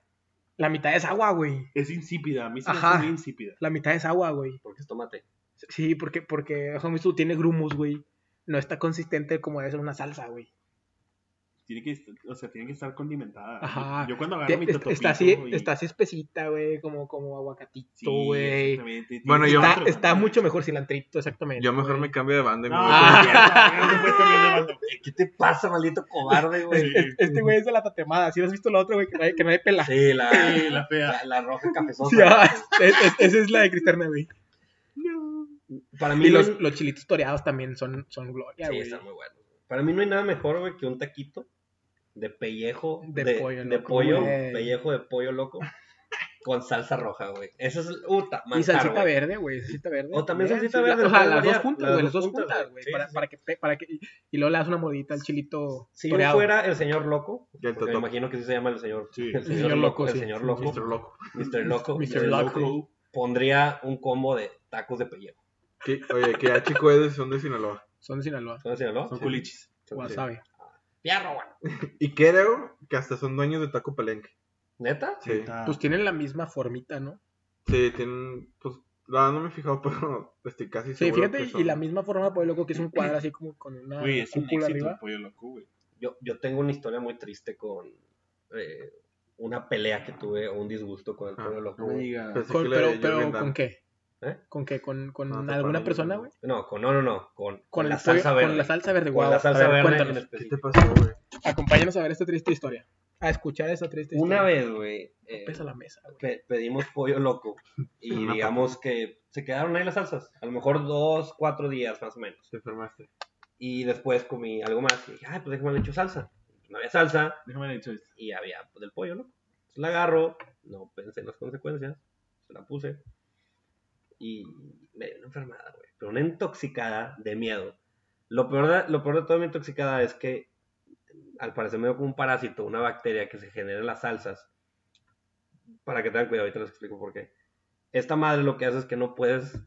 Speaker 2: la mitad es agua, güey.
Speaker 4: Es insípida, a mí se me
Speaker 2: Ajá.
Speaker 4: hace muy insípida.
Speaker 2: La mitad es agua, güey.
Speaker 1: Porque es tomate.
Speaker 2: Sí, porque, porque, o sea, tú tiene grumos, güey. No está consistente como debe ser una salsa, güey.
Speaker 4: Tiene que, est- o sea, tiene que estar condimentada.
Speaker 2: Ajá.
Speaker 4: Yo cuando agarro mi
Speaker 2: Está,
Speaker 4: totopito
Speaker 2: está así,
Speaker 4: y-
Speaker 2: está así espesita, güey, como, como
Speaker 4: Sí,
Speaker 2: aguacatito, güey.
Speaker 4: exactamente.
Speaker 3: Bueno,
Speaker 4: Tiene
Speaker 3: yo-
Speaker 4: que
Speaker 2: está,
Speaker 4: estar-
Speaker 2: está mucho mejor cilantrito, exactamente.
Speaker 3: Yo mejor me cambio de banda y
Speaker 4: No,
Speaker 3: me
Speaker 4: no,
Speaker 3: voy
Speaker 2: Ah.
Speaker 4: no, no, no, no, no, no, no, no, no, no, no, no, no, no, no, no,
Speaker 1: ¿Qué te pasa, maldito cobarde, güey?
Speaker 2: Este- Este güey es de la tatemada. Si has visto la otra, güey, que no hay, que no hay pela.
Speaker 1: Sí, la,
Speaker 4: Sí, la
Speaker 1: la,
Speaker 4: fea.
Speaker 1: la roja cafezosa.
Speaker 2: Sí, ah, es- es- esa es la de Cristerna, güey.
Speaker 1: Para mí
Speaker 2: Y
Speaker 1: no-
Speaker 2: los, los chilitos toreados también son, son gloria,
Speaker 1: Sí,
Speaker 2: güey.
Speaker 1: está muy bueno. Para mí no hay nada mejor, güey, que un taquito de pellejo
Speaker 2: De
Speaker 1: de,
Speaker 2: pollo
Speaker 1: de
Speaker 2: loco,
Speaker 1: pollo,
Speaker 2: güey.
Speaker 1: pellejo de pollo loco con salsa roja, güey. Eso es uta,
Speaker 2: y salsita
Speaker 1: güey.
Speaker 2: verde, güey, salsita verde.
Speaker 1: O también salsita
Speaker 2: sí,
Speaker 1: verde,
Speaker 2: la- o sea,
Speaker 1: puede
Speaker 2: las dos
Speaker 1: variar,
Speaker 2: juntas,
Speaker 1: las
Speaker 2: güey, las
Speaker 1: dos
Speaker 2: dos
Speaker 1: juntas,
Speaker 2: juntas,
Speaker 1: güey.
Speaker 2: güey.
Speaker 1: Sí,
Speaker 2: para,
Speaker 1: sí.
Speaker 2: para que, pe- para que, y, y luego le das una mordita al chilito
Speaker 1: Si yo
Speaker 2: toreado.
Speaker 1: fuera el señor loco,
Speaker 3: Y el
Speaker 1: porque me
Speaker 3: Totó.
Speaker 1: imagino que sí se llama el señor,
Speaker 4: Sí.
Speaker 1: el señor
Speaker 2: Señor
Speaker 1: loco,
Speaker 2: Loco,
Speaker 1: el
Speaker 2: sí.
Speaker 1: señor loco,
Speaker 3: Mr. Loco.
Speaker 1: Mr. pues, Loco,
Speaker 2: Mr. Loco.
Speaker 1: pondría un combo de tacos de pellejo.
Speaker 3: Que- Oye, que HQED son de Sinaloa.
Speaker 2: Son de Sinaloa,
Speaker 1: ¿Son de Sinaloa?
Speaker 4: Son
Speaker 1: Sí.
Speaker 4: culichis.
Speaker 1: Son-
Speaker 2: wasabi.
Speaker 1: Fierro, güey.
Speaker 3: Y creo que hasta son dueños de Taco Palenque.
Speaker 1: ¿Neta?
Speaker 3: Sí.
Speaker 4: Neta.
Speaker 2: Pues tienen la misma formita, ¿no?
Speaker 3: Sí, tienen, pues, la verdad no me he fijado, pero estoy casi
Speaker 2: Sí,
Speaker 3: seguro
Speaker 2: fíjate,
Speaker 3: que
Speaker 2: y
Speaker 3: son.
Speaker 2: la misma forma Pollo Loco, que es un cuadro así como con una
Speaker 4: Güey, es un
Speaker 2: cúpula
Speaker 4: éxito el
Speaker 2: arriba.
Speaker 4: pollo loco, güey.
Speaker 1: Yo, yo tengo una historia muy triste con eh, una pelea que tuve o un disgusto con el
Speaker 3: Ah,
Speaker 1: pueblo loco.
Speaker 4: No me
Speaker 1: güey.
Speaker 4: digas.
Speaker 3: Pensé
Speaker 2: Con-
Speaker 3: que le-
Speaker 2: pero,
Speaker 3: yo
Speaker 2: pero
Speaker 3: inventaba.
Speaker 2: ¿con qué?
Speaker 1: ¿Eh?
Speaker 2: ¿Con qué? ¿Con, con
Speaker 3: No, te
Speaker 2: alguna
Speaker 3: ponen-
Speaker 2: persona, güey?
Speaker 1: No, con, no, no, no. Con, con
Speaker 2: Con,
Speaker 1: la
Speaker 2: el pollo-
Speaker 1: salsa verde.
Speaker 2: Con la salsa verde,
Speaker 1: Con
Speaker 2: guau.
Speaker 1: la
Speaker 2: A
Speaker 1: salsa
Speaker 2: ver,
Speaker 1: verde en
Speaker 2: cuéntanos.
Speaker 3: ¿Qué
Speaker 1: específico.
Speaker 3: te pasó, güey?
Speaker 2: Acompáñanos a ver esta triste historia. A escuchar esta triste historia.
Speaker 1: Una vez, güey, eh,
Speaker 2: Pesa la mesa, güey.
Speaker 1: pe- pedimos pollo loco y
Speaker 3: Una
Speaker 1: digamos que se quedaron ahí las salsas, a lo mejor dos, cuatro días más o menos.
Speaker 3: Te enfermaste.
Speaker 1: Y después comí algo más y dije, ay, pues déjame le echo salsa. No había salsa
Speaker 4: Déjame dicho esto.
Speaker 1: y había pues, del pollo loco. Entonces la agarro, no pensé en las consecuencias, se la puse y me dio una enfermada, güey, pero una intoxicada de miedo. Lo peor de, lo peor de toda mi intoxicada es que al parecer me dio como un parásito, una bacteria que se genera en las salsas. Para que tengan cuidado, ahorita les explico por qué. Esta madre lo que hace es que no puedes,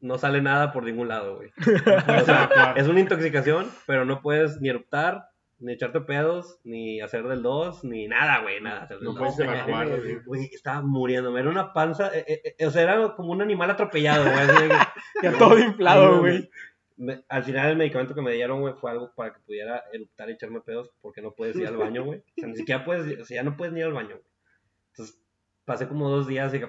Speaker 1: no sale nada por ningún lado, güey. O sea, es una intoxicación, pero no puedes ni eruptar, ni echarte pedos, ni hacer del 2, ni nada, güey, nada. hacer del
Speaker 4: No
Speaker 1: dos.
Speaker 4: puedes
Speaker 2: güey,
Speaker 4: evacuar,
Speaker 2: güey.
Speaker 4: güey.
Speaker 1: Güey, estaba muriéndome, era una panza, eh, eh, eh, o sea, era como un animal atropellado, güey. así de que-
Speaker 2: Ya todo
Speaker 1: Ay,
Speaker 2: inflado,
Speaker 1: no,
Speaker 2: güey.
Speaker 1: me- al final el medicamento que me dieron, güey, fue algo para que pudiera eructar y echarme pedos porque no puedes ir al baño, güey. O sea, ni siquiera puedes, o sea, ya no puedes ni ir al baño, güey. Entonces, pasé como dos días y...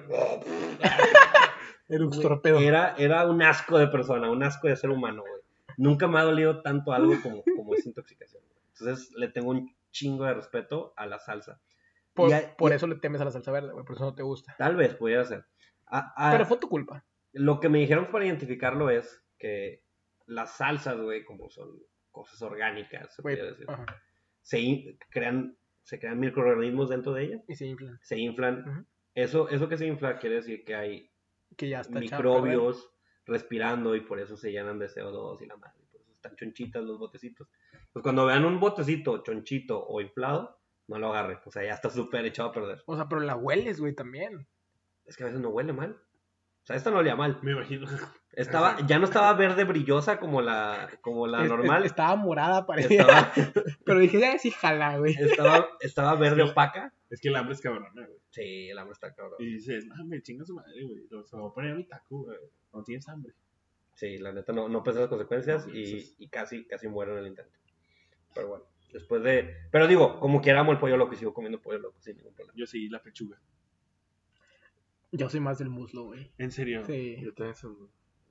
Speaker 2: Eruxtorpedo.
Speaker 1: Era, era un asco de persona, un asco de ser humano, güey. Nunca me ha dolido tanto algo como, como esa intoxicación. güey. Entonces, le tengo un chingo de respeto a la salsa.
Speaker 2: Por,
Speaker 1: y hay-
Speaker 2: por eso le temes a la salsa verde, güey. Por eso no te gusta.
Speaker 1: Tal vez pudiera ser. A- a-
Speaker 2: Pero fue tu culpa.
Speaker 1: Lo que me dijeron para identificarlo es que las salsas, güey, como son cosas orgánicas, se
Speaker 2: Güey, ah.
Speaker 1: podría decir,
Speaker 2: ajá,
Speaker 1: se in- crean, se crean microorganismos dentro de ellas,
Speaker 2: Y se inflan.
Speaker 1: se inflan.
Speaker 2: Ujú.
Speaker 1: Eso, eso que se infla quiere decir que hay
Speaker 2: Que ya está echado a perder.
Speaker 1: microbios respirando y por eso se llenan de CO2 y la madre. Por eso están chonchitas los botecitos. Pues cuando vean un botecito chonchito o inflado, no lo agarren. O sea, ya está súper echado a perder.
Speaker 2: O sea, pero la hueles, güey, también.
Speaker 1: Es que a veces no huele mal. O sea, esta no olía mal.
Speaker 4: Me imagino.
Speaker 1: Estaba, ya no estaba verde brillosa como la, como la
Speaker 2: Es- es-
Speaker 1: normal.
Speaker 2: Estaba morada, parecía.
Speaker 1: Estaba,
Speaker 2: Pero dije, ya sí, jala, güey.
Speaker 1: estaba, estaba verde opaca.
Speaker 4: Es que el hambre es cabrona, güey.
Speaker 1: Sí, el hambre está cabrón.
Speaker 4: Y dices, no, me chinga su madre, güey. Lo- Se lo voy a poner a mi taco, güey. No tienes hambre.
Speaker 1: Sí, la neta no, no pensé las consecuencias
Speaker 4: No
Speaker 1: y,
Speaker 4: piensas.
Speaker 1: y casi, casi muero en el intento. Pero bueno, después de. Pero digo, como quiera amo el pollo loco y sigo comiendo pollo loco sin ningún problema.
Speaker 4: Yo seguí la pechuga.
Speaker 2: Yo soy más del muslo, güey.
Speaker 4: En serio.
Speaker 2: Sí.
Speaker 3: Yo también soy-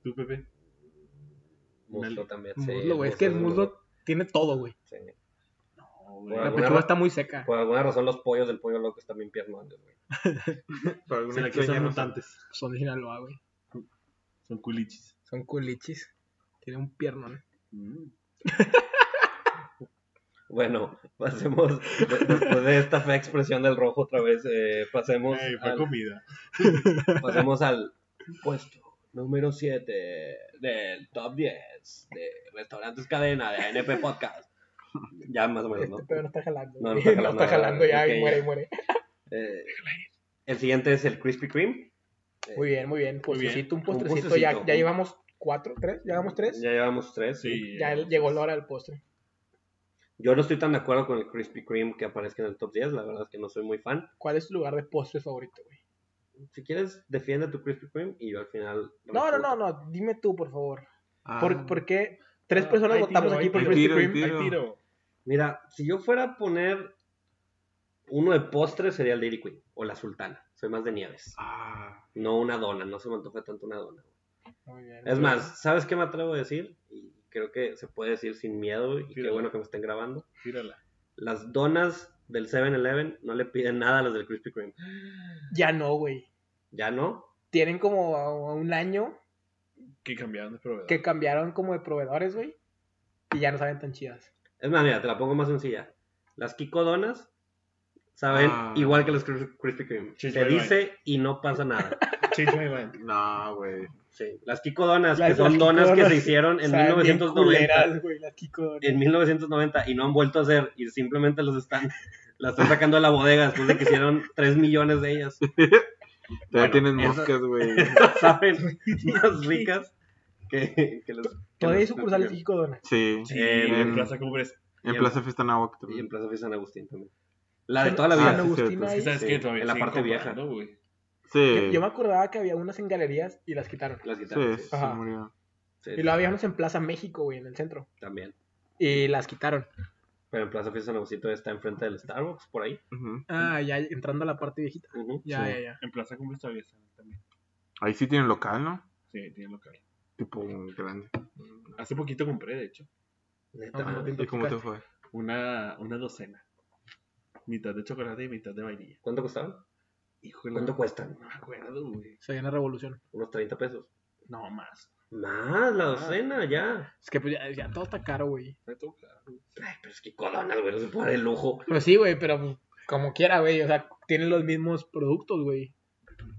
Speaker 4: ¿Tú, Pepe?
Speaker 1: Muslo
Speaker 4: Dale.
Speaker 1: también. sí,
Speaker 2: Muslo, güey. Es que el
Speaker 1: es
Speaker 2: muslo tiene todo, güey.
Speaker 1: sí.
Speaker 4: No, güey.
Speaker 1: Por alguna
Speaker 2: La
Speaker 1: pues
Speaker 2: pechuga
Speaker 1: ra-
Speaker 2: está muy seca.
Speaker 1: Por alguna razón, los pollos del pollo loco están bien piernones, güey.
Speaker 3: Por alguna
Speaker 4: Se la que
Speaker 3: extraña
Speaker 4: son
Speaker 3: razón.
Speaker 4: mutantes.
Speaker 2: Son de Sinaloa, güey.
Speaker 4: Son culichis.
Speaker 2: Son culichis. Tiene un piernón.
Speaker 1: Mm. Bueno, pasemos. de- después de esta fea expresión del rojo, otra vez, eh, pasemos,
Speaker 4: Pues, Ey, fue
Speaker 1: al,
Speaker 4: comida.
Speaker 1: pasemos al puesto número 7 del top 10 de Restaurantes Cadena de ANP Podcast. Ya más o menos, ¿no?
Speaker 2: Este pedo no está jalando.
Speaker 1: No, no
Speaker 2: güey.
Speaker 1: está
Speaker 2: No
Speaker 1: jalando,
Speaker 2: está jalando ya.
Speaker 1: ok.
Speaker 2: Y muere, y muere.
Speaker 1: Eh, el siguiente es el Krispy Kreme. Eh,
Speaker 2: Muy bien, muy bien. Postrecito, un
Speaker 1: Un
Speaker 2: postrecito.
Speaker 1: postrecito,
Speaker 2: Ya, ya
Speaker 1: un-
Speaker 2: llevamos cuatro, tres. ¿Ya llevamos tres?
Speaker 1: Ya llevamos tres.
Speaker 4: Sí.
Speaker 2: Ya
Speaker 4: eh,
Speaker 2: llegó la hora del postre.
Speaker 1: Yo no estoy tan de acuerdo con el Krispy Kreme que aparezca en el top 10. La verdad es que no soy muy fan.
Speaker 2: ¿Cuál es tu lugar de postre favorito, güey?
Speaker 1: Si quieres, defiende tu Krispy Kreme y yo al final.
Speaker 2: No, no, no, no. Dime tú, por favor.
Speaker 3: Ah,
Speaker 2: ¿Por, por qué tres
Speaker 4: Ah,
Speaker 2: personas
Speaker 4: hay
Speaker 2: votamos
Speaker 4: tiro,
Speaker 2: aquí
Speaker 4: hay
Speaker 2: por
Speaker 4: tiro,
Speaker 2: Krispy
Speaker 3: tiro,
Speaker 2: Kreme?
Speaker 3: tiro.
Speaker 4: Hay tiro.
Speaker 1: Mira, si yo fuera a poner uno de postre, sería el Dairy Queen o la Sultana. Soy más de nieves.
Speaker 3: Ah,
Speaker 1: No una dona, no se me antoja tanto una dona.
Speaker 2: Muy bien.
Speaker 1: Es más, ¿sabes qué me atrevo a decir? Y creo que se puede decir sin miedo y qué
Speaker 4: Tírala.
Speaker 1: bueno que me estén grabando.
Speaker 4: Tírala.
Speaker 1: Las donas del 7-Eleven no le piden nada a las del Krispy Kreme.
Speaker 2: Ya no, güey.
Speaker 1: Ya no.
Speaker 2: Tienen como a- a un año
Speaker 4: Que cambiaron de proveedor.
Speaker 2: que cambiaron como de proveedores, güey. Y ya no saben tan chidas.
Speaker 1: Es más, mira, te la pongo más sencilla. Las Kiko Donas saben
Speaker 3: Ah.
Speaker 1: igual que las Kris- Krispy Kreme.
Speaker 4: Sí,
Speaker 1: Se
Speaker 4: bye, bye.
Speaker 1: dice y no pasa nada.
Speaker 4: Change my mind.
Speaker 3: no, güey.
Speaker 1: Sí. Las Kiko Donas,
Speaker 2: Las-
Speaker 1: que
Speaker 2: las
Speaker 1: son
Speaker 2: Kiko
Speaker 1: donas que
Speaker 2: Donas
Speaker 1: se hicieron en
Speaker 2: Saben bien
Speaker 1: 1990.
Speaker 2: culeras, güey, las Kiko Donas.
Speaker 1: En 1990 y no han vuelto a hacer y simplemente los están, las están sacando de la bodega después de que hicieron 3 millones de ellas.
Speaker 3: Todavía
Speaker 1: Bueno,
Speaker 3: tienen
Speaker 1: esa-
Speaker 3: moscas, güey.
Speaker 1: saben más ricas que, que los. que
Speaker 2: Todavía hay
Speaker 1: los-
Speaker 2: sucursales de Kiko Donas.
Speaker 3: Sí.
Speaker 4: Sí,
Speaker 1: Eh,
Speaker 4: en
Speaker 3: mm.
Speaker 4: Plaza Cumbres.
Speaker 3: En
Speaker 1: Y en-
Speaker 3: Plaza Fiesta Nahuac
Speaker 1: Y
Speaker 3: también.
Speaker 1: en Plaza de San Agustín también. La de toda la
Speaker 3: Ah,
Speaker 1: vida.
Speaker 2: San
Speaker 3: sí,
Speaker 2: Agustín
Speaker 3: cierto.
Speaker 4: Es
Speaker 2: ahí.
Speaker 4: que sabes
Speaker 1: Sí,
Speaker 4: que todavía
Speaker 1: en la
Speaker 4: siguen
Speaker 1: parte vieja.
Speaker 4: comprando, güey.
Speaker 2: Yo,
Speaker 3: Sí,
Speaker 2: yo me acordaba que había unas en galerías y las quitaron.
Speaker 1: Las
Speaker 3: sí,
Speaker 1: guitarras.
Speaker 3: sí,
Speaker 1: Sí,
Speaker 3: se
Speaker 2: Ajá.
Speaker 3: murió.
Speaker 1: sí,
Speaker 2: Y luego había unas en Plaza México, güey, en el centro.
Speaker 1: También.
Speaker 2: Y las quitaron.
Speaker 1: Pero en Plaza Fiesta San Agustín todavía está enfrente del Starbucks, por ahí.
Speaker 3: Ujú.
Speaker 2: Ah, ya entrando a la parte viejita.
Speaker 1: Ujú.
Speaker 2: Ya,
Speaker 3: Sí.
Speaker 2: ya, ya.
Speaker 4: En Plaza Cumbres todavía están también.
Speaker 3: Ahí sí tienen local, ¿no?
Speaker 4: Sí, tiene local.
Speaker 3: Tipo grande.
Speaker 4: Hace poquito compré, de hecho,
Speaker 1: Neta.
Speaker 2: Ajá.
Speaker 3: ¿Y cómo te fue?
Speaker 4: una, una docena. Mitad de chocolate y mitad de vainilla.
Speaker 1: ¿Cuánto costaban?
Speaker 4: Híjole.
Speaker 1: ¿Cuánto cuestan?
Speaker 4: No me acuerdo, güey.
Speaker 2: Se viene revolución.
Speaker 1: Unos 30 pesos.
Speaker 4: No, más.
Speaker 1: Más la docena, ya.
Speaker 2: Es que pues, ya, ya todo está caro, güey.
Speaker 4: Me toca.
Speaker 1: Ay, pero es que colonas, güey, no se puede dar el lujo.
Speaker 2: Pero sí, güey, pero pues, como quiera, güey. O sea, tienen los mismos productos, güey.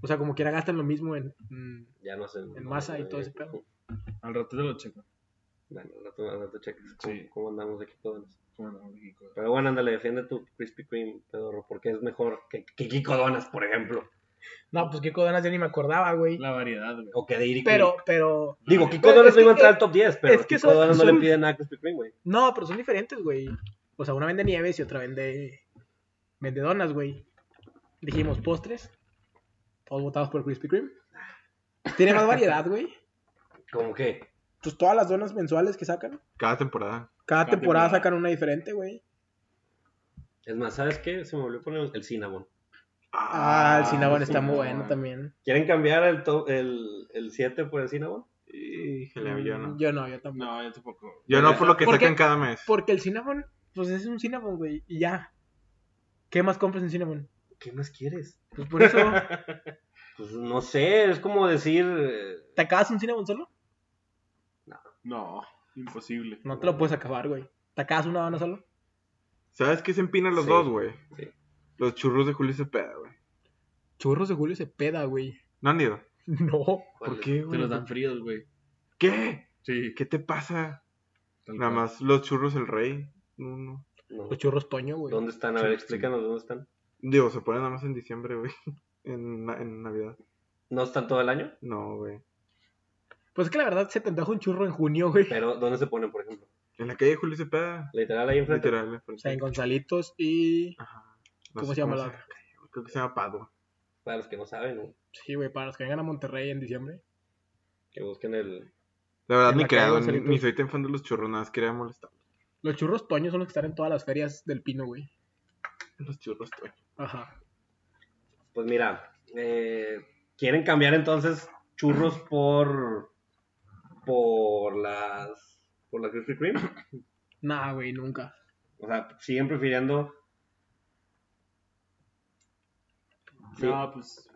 Speaker 2: O sea, como quiera gastan lo mismo en... mm, en-
Speaker 1: Ya no hacen.
Speaker 2: En masa y todo ese pedo.
Speaker 4: Al rato te lo checo.
Speaker 1: Bueno, al rato, al rato checas cómo,
Speaker 4: Sí.
Speaker 1: cómo andamos de aquí colonas.
Speaker 4: Bueno, México.
Speaker 1: Pero bueno, ándale, defiende tu Krispy Kreme, pedorro, porque es mejor que que Kiko Donas, por ejemplo.
Speaker 2: No, pues qué codonas yo ni me acordaba, güey.
Speaker 4: La variedad, güey.
Speaker 1: O que de Iri
Speaker 2: Pero, pero...
Speaker 1: Digo,
Speaker 4: Pero
Speaker 1: Kiko Donas
Speaker 2: es
Speaker 1: no iba a
Speaker 2: que-
Speaker 1: entrar al top 10, pero
Speaker 2: es que
Speaker 1: Kiko
Speaker 2: son-
Speaker 1: Donas no
Speaker 2: son-
Speaker 1: le pide nada a Krispy Kreme, güey.
Speaker 2: No, pero son diferentes, güey. O sea, una vende nieves y otra vende. Vende donas, güey. Dijimos postres. Todos votados por Krispy Kreme. Tiene más variedad, güey.
Speaker 1: ¿Cómo qué?
Speaker 2: Pues todas las donas mensuales que sacan.
Speaker 3: Cada temporada.
Speaker 2: Cada,
Speaker 4: Cada
Speaker 2: temporada
Speaker 4: temporada.
Speaker 2: sacan una diferente, güey.
Speaker 1: Es más, ¿sabes qué? Se me volvió a poner el cinnamon.
Speaker 2: Ah, el cinnamon
Speaker 3: sí,
Speaker 2: está muy
Speaker 3: no.
Speaker 2: bueno también.
Speaker 1: ¿Quieren cambiar el top, el, el 7 por el cinnamon?
Speaker 3: Híjole, yo no.
Speaker 2: Mm, Yo no, yo tampoco.
Speaker 4: No, yo tampoco.
Speaker 3: Yo no por lo que
Speaker 2: ¿Por qué?
Speaker 3: sacan cada mes.
Speaker 2: Porque el cinnamon, pues es un cinnamon, güey. Y ya. ¿Qué más compras en cinnamon?
Speaker 1: ¿Qué más quieres?
Speaker 2: Pues por eso.
Speaker 1: Pues no sé, es como decir... eh,
Speaker 2: ¿Te acabas un cinnamon solo?
Speaker 4: No, imposible.
Speaker 2: No te lo puedes acabar, güey. ¿Te acabas una dona solo?
Speaker 3: ¿Sabes qué se empinan los
Speaker 1: Sí.
Speaker 3: dos, güey?
Speaker 1: Sí.
Speaker 3: Los churros de Julio Cepeda, güey.
Speaker 2: Churros de Julio se peda, güey.
Speaker 3: ¿No han ido?
Speaker 2: No.
Speaker 1: ¿cuál
Speaker 3: ¿Por
Speaker 1: es?
Speaker 3: qué,
Speaker 4: Te
Speaker 3: güey?
Speaker 4: los dan fríos, güey.
Speaker 3: ¿Qué?
Speaker 4: Sí.
Speaker 3: ¿Qué te pasa?
Speaker 4: tal
Speaker 3: Nada
Speaker 4: cual.
Speaker 3: más los churros el rey. No, no.
Speaker 1: No.
Speaker 2: Los churros Toño, güey.
Speaker 1: ¿Dónde están? A ver, explícanos dónde están.
Speaker 3: Digo, se ponen nada más en diciembre, güey. En, na- en Navidad.
Speaker 1: ¿No están todo el año?
Speaker 3: No, güey.
Speaker 2: Pues es que la verdad se te antoja un churro en junio, güey.
Speaker 1: Pero ¿dónde se ponen, por ejemplo?
Speaker 3: En la calle de Julio Cepeda.
Speaker 1: Literal ahí enfrente.
Speaker 3: Literal.
Speaker 2: O
Speaker 3: enfrente.
Speaker 2: sea, en Gonzalitos y...
Speaker 3: Ajá. No
Speaker 2: ¿Cómo
Speaker 3: sé
Speaker 2: se llama la
Speaker 3: se- Creo que se llama Padua.
Speaker 1: Para los que no saben, ¿no?
Speaker 2: Sí, güey, para los que vengan a Monterrey en diciembre.
Speaker 1: que busquen el...
Speaker 3: La verdad,
Speaker 2: En
Speaker 3: ni
Speaker 2: la calle de
Speaker 3: creado, ni,
Speaker 2: Gonzalitos.
Speaker 3: ni soy tan fan de los churros, nada más quería molestar.
Speaker 2: Los churros Toño son los que están en todas las ferias del Pino, güey.
Speaker 3: Los churros, güey.
Speaker 2: Ajá.
Speaker 1: Pues mira, eh, quieren cambiar entonces churros por... por las... por la Krispy Kreme.
Speaker 2: Nah, güey, nunca.
Speaker 1: O sea, siguen prefiriendo... Sí.
Speaker 4: No, pues.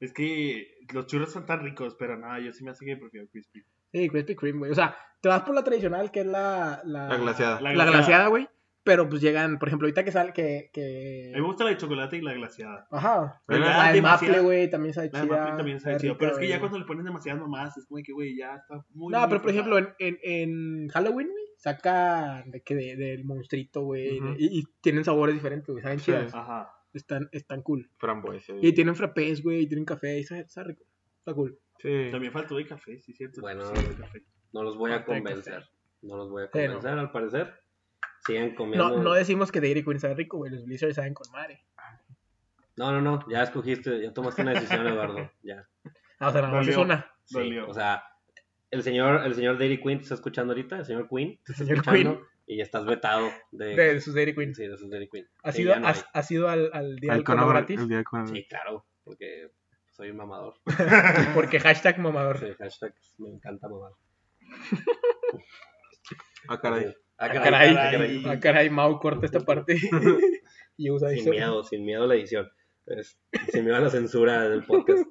Speaker 4: Es que los churros son tan ricos, pero no, yo sí me hace que prefiero crispy.
Speaker 2: Sí, Krispy Kreme, güey. O sea, te vas por la tradicional, que es la... La,
Speaker 3: La glaseada.
Speaker 2: La glaseada, güey. Pero pues llegan, por ejemplo, ahorita que sale que... que...
Speaker 4: A mí me gusta la de chocolate y la glaseada.
Speaker 2: Ajá.
Speaker 3: La
Speaker 2: La de
Speaker 4: demasiada-
Speaker 2: maple, güey, también sabe
Speaker 4: La
Speaker 2: chida.
Speaker 4: de maple también sabe
Speaker 2: está
Speaker 4: chido, pero es
Speaker 2: rica,
Speaker 4: que ya
Speaker 2: güey.
Speaker 4: cuando le ponen demasiadas mamás, es como que, güey, ya está muy.
Speaker 2: No,
Speaker 4: muy
Speaker 2: pero por ejemplo,
Speaker 4: forzada.
Speaker 2: en, en, en Halloween, güey, sacan de que de- del monstruito, güey,
Speaker 3: Ujú.
Speaker 2: de- y, y tienen sabores diferentes, güey, saben
Speaker 3: Sí.
Speaker 2: chidas.
Speaker 4: Ajá.
Speaker 2: Están, están cool.
Speaker 3: Frambuesa.
Speaker 2: Y tienen frappés, güey, y tienen café, y sabe- está rico. Está cool.
Speaker 3: Sí.
Speaker 4: También faltó de café, sí, cierto.
Speaker 1: Bueno.
Speaker 4: Sí, de café.
Speaker 1: No los voy a
Speaker 2: Falta de
Speaker 1: convencer. No los voy a
Speaker 2: Sí, no.
Speaker 1: convencer, al parecer. Siguen comiendo.
Speaker 2: No, no decimos que Dairy Queen sabe rico, güey, los Blizzards saben con madre.
Speaker 1: no, no, no, Ya escogiste, ya tomaste una decisión, Eduardo. Ya.
Speaker 2: Ah, o sea, nada más
Speaker 4: Dolió.
Speaker 2: es una.
Speaker 1: Sí,
Speaker 4: Dolió.
Speaker 1: O sea, el señor, el señor Dairy Queen te está escuchando ahorita, el señor Queen te está
Speaker 2: Señor
Speaker 1: escuchando y ya estás vetado de,
Speaker 2: De sus Dairy Queen.
Speaker 1: sí, de sus Dairy Queen.
Speaker 2: ¿Has
Speaker 1: Sí,
Speaker 2: ido,
Speaker 1: ya no
Speaker 2: has, has ido al, al día del
Speaker 3: El cono
Speaker 2: cono
Speaker 3: gratis.
Speaker 2: gratis?
Speaker 3: El día con
Speaker 1: hay. Sí, claro, porque soy un mamador.
Speaker 2: Porque hashtag mamador.
Speaker 1: Sí, hashtag me encanta mamar.
Speaker 3: Ah, caray.
Speaker 1: Ah,
Speaker 2: Ah,
Speaker 1: caray,
Speaker 2: caray,
Speaker 1: ah,
Speaker 4: caray.
Speaker 2: ah, caray, Mau corta esta parte. y usa este.
Speaker 1: Sin
Speaker 2: eso.
Speaker 1: miedo, sin miedo a la edición. Es- sin miedo a la censura del podcast.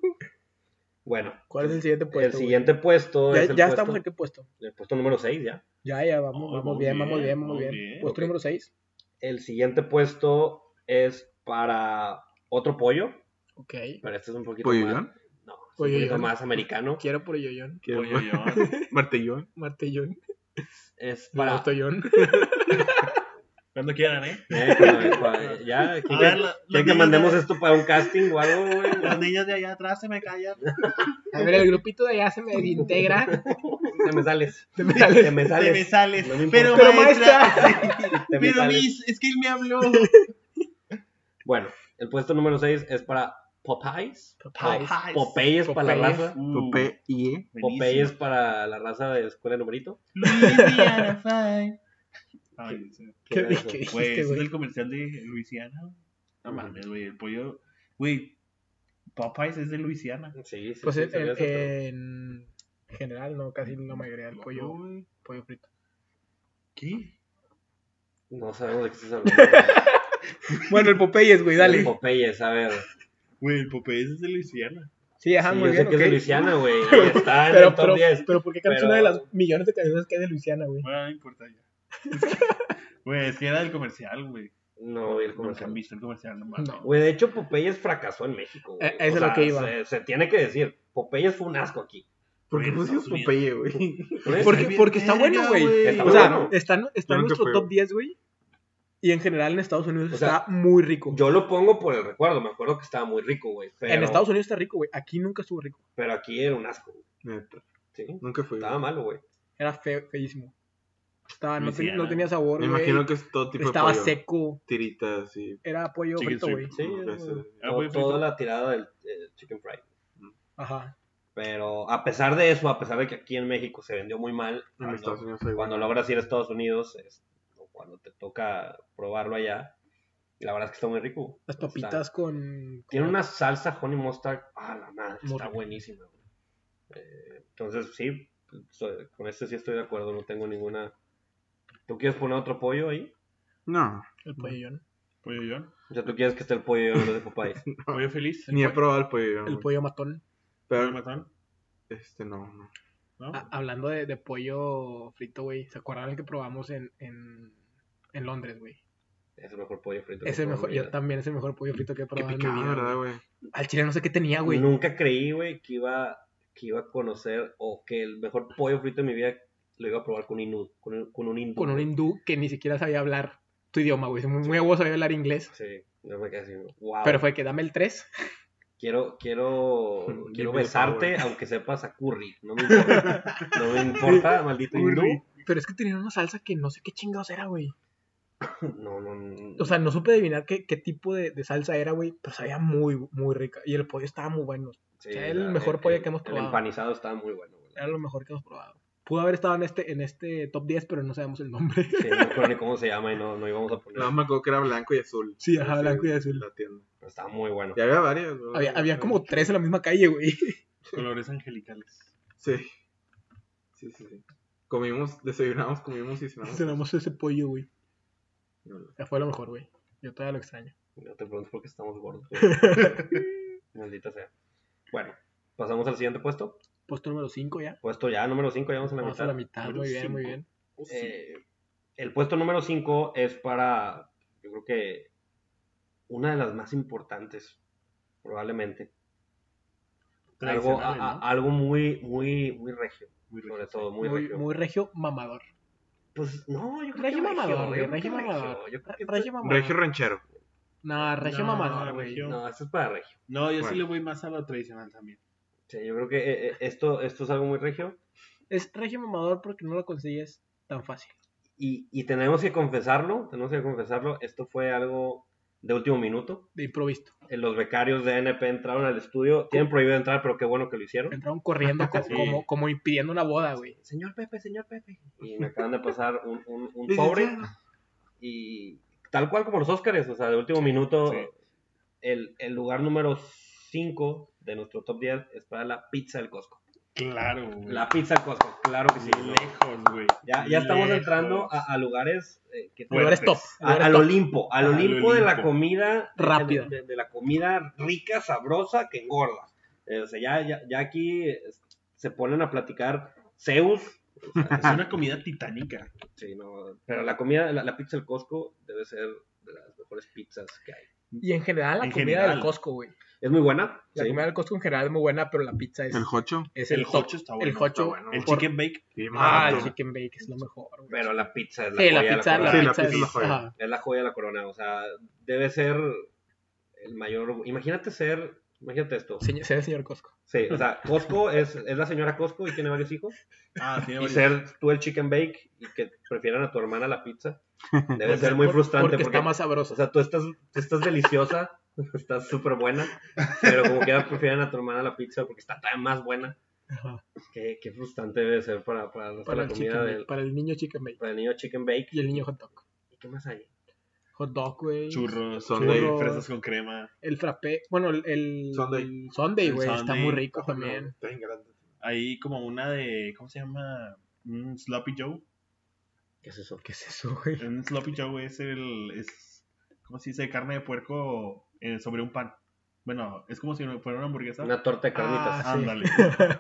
Speaker 1: Bueno,
Speaker 2: ¿Cuál es el siguiente puesto?
Speaker 1: el
Speaker 2: güey?
Speaker 1: siguiente puesto
Speaker 2: Ya,
Speaker 1: es el
Speaker 2: ya
Speaker 1: puesto,
Speaker 2: estamos en qué puesto.
Speaker 1: el puesto número 6 ya.
Speaker 2: Ya, ya, vamos,
Speaker 4: Oh,
Speaker 2: vamos
Speaker 4: muy
Speaker 2: bien, vamos
Speaker 4: bien,
Speaker 2: bien, vamos
Speaker 4: muy
Speaker 2: bien.
Speaker 4: bien,
Speaker 2: Puesto
Speaker 1: ok.
Speaker 2: número 6.
Speaker 1: El siguiente puesto es para otro pollo,
Speaker 2: Ok.
Speaker 1: pero este es un poquito más,
Speaker 3: ¿Pollollón?
Speaker 1: no, es un
Speaker 2: Pollo
Speaker 1: poquito
Speaker 2: John.
Speaker 1: más americano.
Speaker 2: Quiero por yoyón,
Speaker 3: ¿Qué?
Speaker 4: Pollo yo. ¿eh?
Speaker 3: ¿Martellón?
Speaker 2: martellón,
Speaker 1: Es para
Speaker 2: bastollón.
Speaker 4: Cuando quieran, ¿eh?
Speaker 1: Eh, cuando- cuando- ya,
Speaker 4: A
Speaker 1: ¿quién
Speaker 4: ver,
Speaker 1: que-
Speaker 4: la-
Speaker 1: ya
Speaker 4: los
Speaker 1: que
Speaker 4: niños
Speaker 1: mandemos
Speaker 4: de-
Speaker 1: esto para un casting o algo, güey.
Speaker 4: Los niños de allá atrás se me callan.
Speaker 2: A ver, el grupito de allá se me desintegra.
Speaker 1: Te me sales.
Speaker 2: Se me
Speaker 1: Te
Speaker 2: sale.
Speaker 1: me
Speaker 4: Se me
Speaker 1: sales.
Speaker 4: sales.
Speaker 1: No me importa.
Speaker 4: pero,
Speaker 2: Pero
Speaker 4: maestra.
Speaker 1: Te me
Speaker 4: Pero
Speaker 1: sales.
Speaker 4: Miss, es que él me habló.
Speaker 1: Bueno, el puesto número 6 es para Popeyes.
Speaker 2: Popeyes.
Speaker 1: Popeyes, Popeyes para la
Speaker 2: Popeyes.
Speaker 1: raza.
Speaker 3: Tope y E.
Speaker 4: Uh, Buenísimo.
Speaker 1: Popeyes para la raza de escuela de numerito.
Speaker 4: Louisiana Fine. Ay, sí.
Speaker 2: ¿Qué,
Speaker 1: Era eso. Pues,
Speaker 2: qué
Speaker 4: Güey,
Speaker 2: dijiste,
Speaker 4: ¿es
Speaker 2: güey?
Speaker 4: el comercial de Luisiana? No
Speaker 1: Ujú.
Speaker 4: mames, güey, el pollo. Güey, Popeyes es de Luisiana.
Speaker 1: Sí, sí,
Speaker 2: Pues
Speaker 1: sí,
Speaker 2: en,
Speaker 1: sabía eso, pero-
Speaker 2: en- en general, no, casi la mayoría del
Speaker 3: No,
Speaker 2: pollo,
Speaker 3: güey.
Speaker 2: pollo frito.
Speaker 4: ¿Qué?
Speaker 1: No sabemos de qué estás hablando.
Speaker 2: Bueno, el Popeyes, güey, dale.
Speaker 1: Popeyes, a ver.
Speaker 4: Güey, el Popeyes es de Luisiana.
Speaker 2: Sí, ajá,
Speaker 1: Sí,
Speaker 2: muy
Speaker 1: yo sé
Speaker 2: bien,
Speaker 1: que es de
Speaker 2: ok.
Speaker 1: Luisiana, güey. y Está en
Speaker 2: Pero,
Speaker 1: el top
Speaker 2: pero,
Speaker 1: 10.
Speaker 2: pero ¿por qué cantas
Speaker 1: Pero-
Speaker 2: una de las millones de canciones que hay de Luisiana, güey?
Speaker 4: Bueno, no importa ya. Es que- Güey, es que era del comercial, güey.
Speaker 1: No, güey, el
Speaker 4: Nunca han
Speaker 1: comercial.
Speaker 4: visto el comercial, no mames.
Speaker 2: No.
Speaker 1: Güey, de hecho, Popeyes fracasó en México. güey.
Speaker 2: Eh, eso
Speaker 1: O
Speaker 2: es lo
Speaker 1: sea,
Speaker 2: que iba.
Speaker 1: Se, se tiene que decir. Popeyes fue un asco aquí.
Speaker 3: ¿Por qué
Speaker 4: Güey,
Speaker 3: pusieron
Speaker 4: Estados Unidos.
Speaker 3: Popeye, güey?
Speaker 1: Por eso-
Speaker 2: Porque,
Speaker 4: bien
Speaker 2: porque está bueno,
Speaker 4: verga,
Speaker 2: güey.
Speaker 4: güey.
Speaker 1: Está
Speaker 2: O sea,
Speaker 1: bueno.
Speaker 2: está, en- está
Speaker 3: Yo
Speaker 2: en
Speaker 3: nunca
Speaker 2: nuestro
Speaker 3: fui.
Speaker 2: top 10, güey. Y en general en Estados Unidos
Speaker 1: O sea,
Speaker 2: está muy rico.
Speaker 1: Yo lo pongo por el recuerdo. Me acuerdo que estaba muy rico, güey. Pero,
Speaker 2: En Estados Unidos está rico, güey. Aquí nunca estuvo rico.
Speaker 1: pero aquí era un asco. güey.
Speaker 3: Neta,
Speaker 1: Sí.
Speaker 3: nunca fui.
Speaker 1: Estaba
Speaker 3: güey.
Speaker 1: malo, güey.
Speaker 2: Era feo, feísimo. Estaba, no, te-
Speaker 4: Luisiana.
Speaker 2: no tenía sabor,
Speaker 3: Me
Speaker 2: güey.
Speaker 3: imagino que es todo tipo
Speaker 2: Estaba
Speaker 3: de pollo.
Speaker 2: seco.
Speaker 3: Tiritas y...
Speaker 2: Era pollo
Speaker 4: Chicken
Speaker 2: frito,
Speaker 4: strip.
Speaker 2: güey.
Speaker 1: Sí.
Speaker 3: como que
Speaker 1: güey.
Speaker 3: ese-
Speaker 4: Ah,
Speaker 1: O
Speaker 4: güey,
Speaker 1: toda
Speaker 4: frito.
Speaker 1: la tirada del eh, chicken fry.
Speaker 2: Ajá.
Speaker 1: Pero a pesar de eso, a pesar de que aquí en México se vendió muy mal,
Speaker 2: Ah,
Speaker 3: En
Speaker 1: cuando-
Speaker 3: Estados Unidos hay
Speaker 1: cuando logras ir a Estados Unidos, es- o cuando te toca probarlo allá, la verdad es que está muy rico.
Speaker 2: Las
Speaker 1: Está-
Speaker 2: papitas con...
Speaker 1: tiene una salsa honey mustard, a la madre,
Speaker 2: Muy
Speaker 1: está
Speaker 2: rico.
Speaker 1: buenísima. güey. Eh, entonces, sí, so- con este sí estoy de acuerdo, no tengo ninguna... ¿Tú quieres poner otro pollo ahí?
Speaker 3: No,
Speaker 2: El pollillón.
Speaker 4: Pollo John.
Speaker 1: O sea, ¿tú quieres que esté el pollo y yo de Popeyes?
Speaker 4: Pollo feliz.
Speaker 3: ni he probado el pollo.
Speaker 2: El
Speaker 3: güey.
Speaker 2: pollo matón.
Speaker 4: Pollo
Speaker 3: Pero,
Speaker 4: matón.
Speaker 3: este, no, no.
Speaker 4: ¿No?
Speaker 2: Ah, hablando de, de pollo frito, güey. ¿Se acuerdan el que probamos en, en, en Londres, güey?
Speaker 1: Es el mejor pollo frito. que
Speaker 2: Es el
Speaker 1: he probado
Speaker 2: mejor,
Speaker 1: en mi
Speaker 2: yo
Speaker 1: vida.
Speaker 2: también es el mejor pollo frito que he
Speaker 3: Qué
Speaker 2: probado en mi
Speaker 3: picado,
Speaker 2: vida.
Speaker 3: ¿verdad,
Speaker 2: güey.
Speaker 3: güey?
Speaker 2: Al chile no sé qué tenía, güey.
Speaker 1: Nunca creí, güey, que iba, que iba a conocer o que el mejor pollo frito de mi vida lo iba a probar con, hindú, con, un- con un hindú.
Speaker 2: Con un
Speaker 1: güey.
Speaker 2: hindú que ni siquiera sabía hablar tu idioma, güey. Muy muy a huevo sabía hablar inglés.
Speaker 1: Sí, yo me quedé así, wow.
Speaker 2: Pero fue que dame el 3.
Speaker 1: Quiero, quiero,
Speaker 3: Give
Speaker 1: quiero
Speaker 3: me the
Speaker 1: besarte, aunque sepas a curry. No me importa, no me importa maldito hindú.
Speaker 4: Curry.
Speaker 2: Pero es que tenía una salsa que no sé qué chingados era, güey.
Speaker 1: No, no, no.
Speaker 2: O sea, no supe adivinar qué, qué tipo de, de salsa era, güey. Pero sabía muy, muy rica. Y el pollo estaba muy bueno.
Speaker 1: sí,
Speaker 2: era el mejor pollo que hemos probado.
Speaker 1: El empanizado estaba muy bueno, güey.
Speaker 2: Era lo mejor que hemos probado. Pudo haber estado en este, en este top 10, pero no sabemos el nombre.
Speaker 1: Sí, no me acuerdo ni cómo se llama y no, no íbamos a poner.
Speaker 3: No, me acuerdo que era blanco y azul.
Speaker 2: Sí, ajá, blanco y azul.
Speaker 3: La tienda.
Speaker 1: pero estaba muy bueno.
Speaker 3: Y había varias, ¿no?
Speaker 2: Había, había como tres en la misma calle, güey.
Speaker 4: Colores angelicales.
Speaker 3: Sí. Sí, sí, sí. Comimos, desayunamos, comimos y cenamos.
Speaker 2: Cenamos ese pollo, güey. Ya fue lo mejor, güey. Yo todavía lo extraño.
Speaker 1: No te preguntes por qué estamos gordos. güey. Maldita sea. Bueno, pasamos al siguiente puesto.
Speaker 2: Puesto número 5 ya.
Speaker 1: Puesto ya, número 5, ya vamos a la
Speaker 2: Vamos
Speaker 1: mitad.
Speaker 2: a la mitad.
Speaker 4: Número
Speaker 2: Muy bien,
Speaker 4: cinco.
Speaker 2: muy bien.
Speaker 1: Eh, el puesto número 5 es para, yo creo que una de las más importantes, probablemente. Algo,
Speaker 4: Tradicionales,
Speaker 1: a- a-
Speaker 4: ¿no?
Speaker 1: algo muy, muy, muy regio,
Speaker 4: Muy rico,
Speaker 1: sobre
Speaker 4: sí.
Speaker 1: todo, muy,
Speaker 2: Muy,
Speaker 1: regio.
Speaker 2: muy regio mamador.
Speaker 1: Pues no, yo creo
Speaker 2: Regio
Speaker 1: que
Speaker 2: mamador,
Speaker 1: regio,
Speaker 2: güey,
Speaker 1: yo creo
Speaker 2: regio
Speaker 1: que
Speaker 2: mamador.
Speaker 1: yo creo que-
Speaker 2: Regio mamador.
Speaker 3: Regio ranchero.
Speaker 2: No, regio
Speaker 4: No,
Speaker 2: mamador, güey.
Speaker 4: regio.
Speaker 1: No, esto es para regio.
Speaker 4: No, yo sí
Speaker 3: Bueno.
Speaker 4: le voy más a lo tradicional también.
Speaker 1: Sí, yo creo que eh, eh, esto, esto es algo muy regio.
Speaker 2: Es regio mamador porque no lo consigues tan fácil.
Speaker 1: Y, y tenemos que confesarlo, tenemos que confesarlo, esto fue algo de último minuto.
Speaker 2: De improviso.
Speaker 1: Eh, Los becarios de ANP entraron al estudio, tienen prohibido entrar, pero qué bueno que lo hicieron.
Speaker 2: Entraron corriendo co-
Speaker 4: Sí.
Speaker 2: como, como impidiendo una boda, güey.
Speaker 1: Señor Pepe, señor Pepe. Y me acaban de pasar un, un, un sobre. Y tal cual como los Óscares, o sea, de último minuto,
Speaker 4: Sí.
Speaker 1: el, el lugar número 5 de nuestro top 10 es para la pizza del Costco.
Speaker 4: Claro, güey.
Speaker 1: La pizza del Costco, claro que sí. ¿no?
Speaker 4: Lejos, güey.
Speaker 1: Ya, ya estamos
Speaker 4: Lejos.
Speaker 1: entrando a, a lugares eh, que...
Speaker 2: Lugares
Speaker 4: Fuertes.
Speaker 2: top.
Speaker 1: a-
Speaker 2: lugares
Speaker 1: al
Speaker 2: top.
Speaker 1: Olimpo, al
Speaker 4: Al
Speaker 1: Olimpo de la
Speaker 4: Olimpo.
Speaker 1: comida de-
Speaker 2: Rápida.
Speaker 1: de, de la comida rica, sabrosa, que engorda. Eh, o sea, ya, ya, ya aquí eh, se ponen a platicar Zeus,
Speaker 4: Es una comida titánica.
Speaker 1: Sí, no, pero la comida, la, la pizza del Costco debe ser de las mejores pizzas que hay.
Speaker 2: Y en general, la
Speaker 4: En
Speaker 2: comida
Speaker 4: general.
Speaker 2: del Costco, güey.
Speaker 1: Es muy buena.
Speaker 2: La
Speaker 1: sí.
Speaker 2: comida del Costco en general es muy buena, pero la pizza es
Speaker 3: El Jocho.
Speaker 2: es
Speaker 4: El
Speaker 2: el top.
Speaker 4: hocho está
Speaker 2: El
Speaker 4: bueno.
Speaker 2: hocho.
Speaker 3: bueno.
Speaker 4: El
Speaker 2: por-
Speaker 4: chicken bake.
Speaker 2: Ah, el
Speaker 3: Mato.
Speaker 2: chicken bake es lo mejor. güey.
Speaker 1: Pero la pizza es la
Speaker 2: Sí,
Speaker 1: joya
Speaker 2: la
Speaker 1: de la
Speaker 2: pizza, la
Speaker 1: corona.
Speaker 3: Sí,
Speaker 2: pizza
Speaker 3: pizza es la
Speaker 2: es-
Speaker 3: joya.
Speaker 2: ajá.
Speaker 1: Es la joya de la corona. O sea, debe ser el mayor. Imagínate ser. Imagínate esto. Sí,
Speaker 2: Señor- Ser el señor Costco.
Speaker 1: o sea, Costco es, es la señora Costco y tiene varios hijos.
Speaker 4: Ah, tiene
Speaker 1: Y
Speaker 4: varios-
Speaker 1: ser tú el chicken bake y que prefieran a tu hermana la pizza. Debe
Speaker 2: Porque-
Speaker 1: ser muy
Speaker 2: por-
Speaker 1: frustrante
Speaker 2: Porque
Speaker 1: porque,
Speaker 2: está más
Speaker 1: o
Speaker 2: sabroso.
Speaker 1: sea, tú estás, tú estás deliciosa, estás súper buena, pero como quiera prefieren a tu hermana la pizza porque está tan más buena.
Speaker 2: Ajá.
Speaker 1: Qué, qué frustrante debe ser para, para, hasta
Speaker 2: Para
Speaker 1: la
Speaker 2: el,
Speaker 1: comida
Speaker 2: chicken
Speaker 1: del
Speaker 2: bake, para el niño chicken bake
Speaker 1: para el niño chicken bake.
Speaker 2: y el niño hot dog.
Speaker 1: ¿Y qué más hay?
Speaker 2: Hot dog, güey.
Speaker 4: Churros,
Speaker 3: Son
Speaker 4: churros,
Speaker 2: de-
Speaker 4: fresas con crema.
Speaker 2: El frappé. Bueno, el. el
Speaker 3: Sundae.
Speaker 2: el Sundae,
Speaker 4: El
Speaker 2: güey. Está
Speaker 4: Sundae.
Speaker 2: muy rico
Speaker 3: Ojo, no,
Speaker 2: también.
Speaker 3: está bien grande.
Speaker 4: Ahí como una de, ¿cómo se llama? Un sloppy joe.
Speaker 1: ¿Qué es eso?
Speaker 2: ¿Qué es eso, güey?
Speaker 4: Un sloppy joe es el, es, ¿cómo se dice? Carne de puerco eh, sobre un pan. Bueno, es como si fuera una hamburguesa.
Speaker 1: Una torta de carnitas.
Speaker 2: Ah, sí.
Speaker 4: Ándale.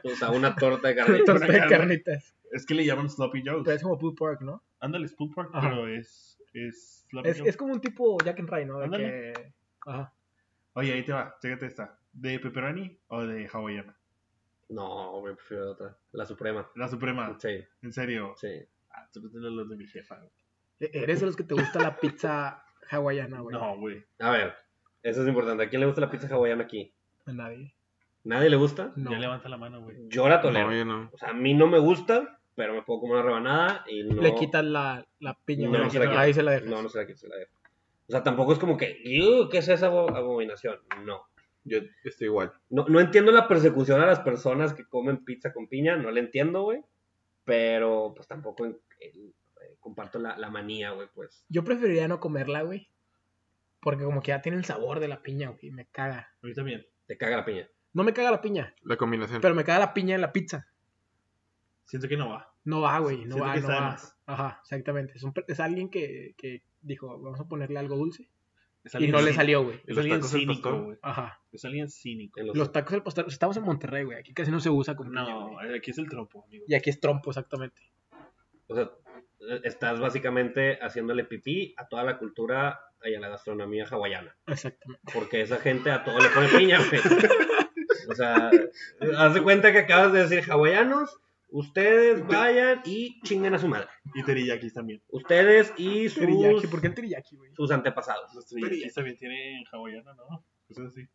Speaker 1: O sea, una torta de carnitas.
Speaker 2: Torta de
Speaker 4: carne.
Speaker 2: carnitas.
Speaker 4: Es que le llaman sloppy
Speaker 2: Pero
Speaker 4: joes.
Speaker 2: es como pulled pork, ¿no?
Speaker 4: Ándale, es pulled pork,
Speaker 2: Ajá.
Speaker 4: pero es, es sloppy
Speaker 2: Es,
Speaker 4: joe.
Speaker 2: es como un tipo Jack and Ray, ¿no? De
Speaker 4: Ándale.
Speaker 2: que... Ajá.
Speaker 4: Oye, ahí te va, chécate esta. ¿De pepperoni o de hawaiana?
Speaker 1: No, me prefiero otra. La suprema.
Speaker 4: La suprema,
Speaker 1: Sí,
Speaker 4: en serio.
Speaker 1: sí.
Speaker 4: Ah, tú no tienes los de mi jefa. güey.
Speaker 2: E- Eres de los que te gusta la pizza hawaiana, güey.
Speaker 4: No, güey.
Speaker 1: A ver, eso es importante. ¿A quién le gusta la pizza hawaiana aquí?
Speaker 2: A nadie.
Speaker 1: ¿Nadie le gusta?
Speaker 2: No.
Speaker 4: Ya levanta la mano, güey.
Speaker 1: Yo la tolero.
Speaker 3: No, yo no.
Speaker 1: O sea, a mí no me gusta, pero me puedo comer una rebanada y no.
Speaker 2: Le quitas la, la piña,
Speaker 1: No,
Speaker 2: güey.
Speaker 1: no se la quito.
Speaker 2: Ahí se la dejas.
Speaker 1: No, no se la quito, se la dejo. O sea, tampoco es como que, "Iu, ¿qué es esa abo- abominación? No.
Speaker 3: Yo estoy igual.
Speaker 1: no. No entiendo la persecución a las personas que comen pizza con piña, no la entiendo, güey. Pero, pues tampoco en- en- eh, comparto la, la manía, güey, pues.
Speaker 2: Yo preferiría no comerla, güey. Porque como que ya tiene el sabor de la piña, güey. Me caga.
Speaker 4: A mí también.
Speaker 1: Te caga la piña.
Speaker 2: No me caga la piña,
Speaker 3: La combinación.
Speaker 2: pero me caga la piña en la pizza.
Speaker 4: Siento que no va.
Speaker 2: No va, güey. No
Speaker 4: Siento
Speaker 2: va,
Speaker 4: que
Speaker 2: no
Speaker 4: sabe
Speaker 2: va.
Speaker 4: más.
Speaker 2: Ajá, exactamente. Es, un per- es alguien que, que dijo, vamos a ponerle algo dulce.
Speaker 4: Es
Speaker 2: Y
Speaker 4: alguien
Speaker 2: no le
Speaker 4: cínico.
Speaker 2: salió, güey.
Speaker 4: Es
Speaker 3: Los
Speaker 4: alguien
Speaker 3: tacos del
Speaker 4: cínico,
Speaker 3: pastor.
Speaker 4: güey.
Speaker 2: Ajá.
Speaker 4: Es alguien cínico.
Speaker 1: En los-
Speaker 2: Los tacos del pastor. Estamos en Monterrey, güey. Aquí casi no se usa con piña,
Speaker 4: No,
Speaker 2: güey.
Speaker 4: aquí es el tropo, amigo.
Speaker 2: Y aquí es trompo, exactamente.
Speaker 1: O sea, estás básicamente haciéndole pipí a toda la cultura y a la gastronomía hawaiana.
Speaker 2: Exactamente.
Speaker 1: Porque esa gente a todo le pone piña, güey. O sea, haz de cuenta que acabas de decir hawaianos, ustedes vayan y chinguen a su madre.
Speaker 4: Y teriyakis también.
Speaker 1: Ustedes y sus,
Speaker 2: Teriyaki. ¿Por qué el teriyaki, güey?
Speaker 1: sus antepasados.
Speaker 4: Los teriyakis también tienen hawaiana, ¿no? Pues Cosas así.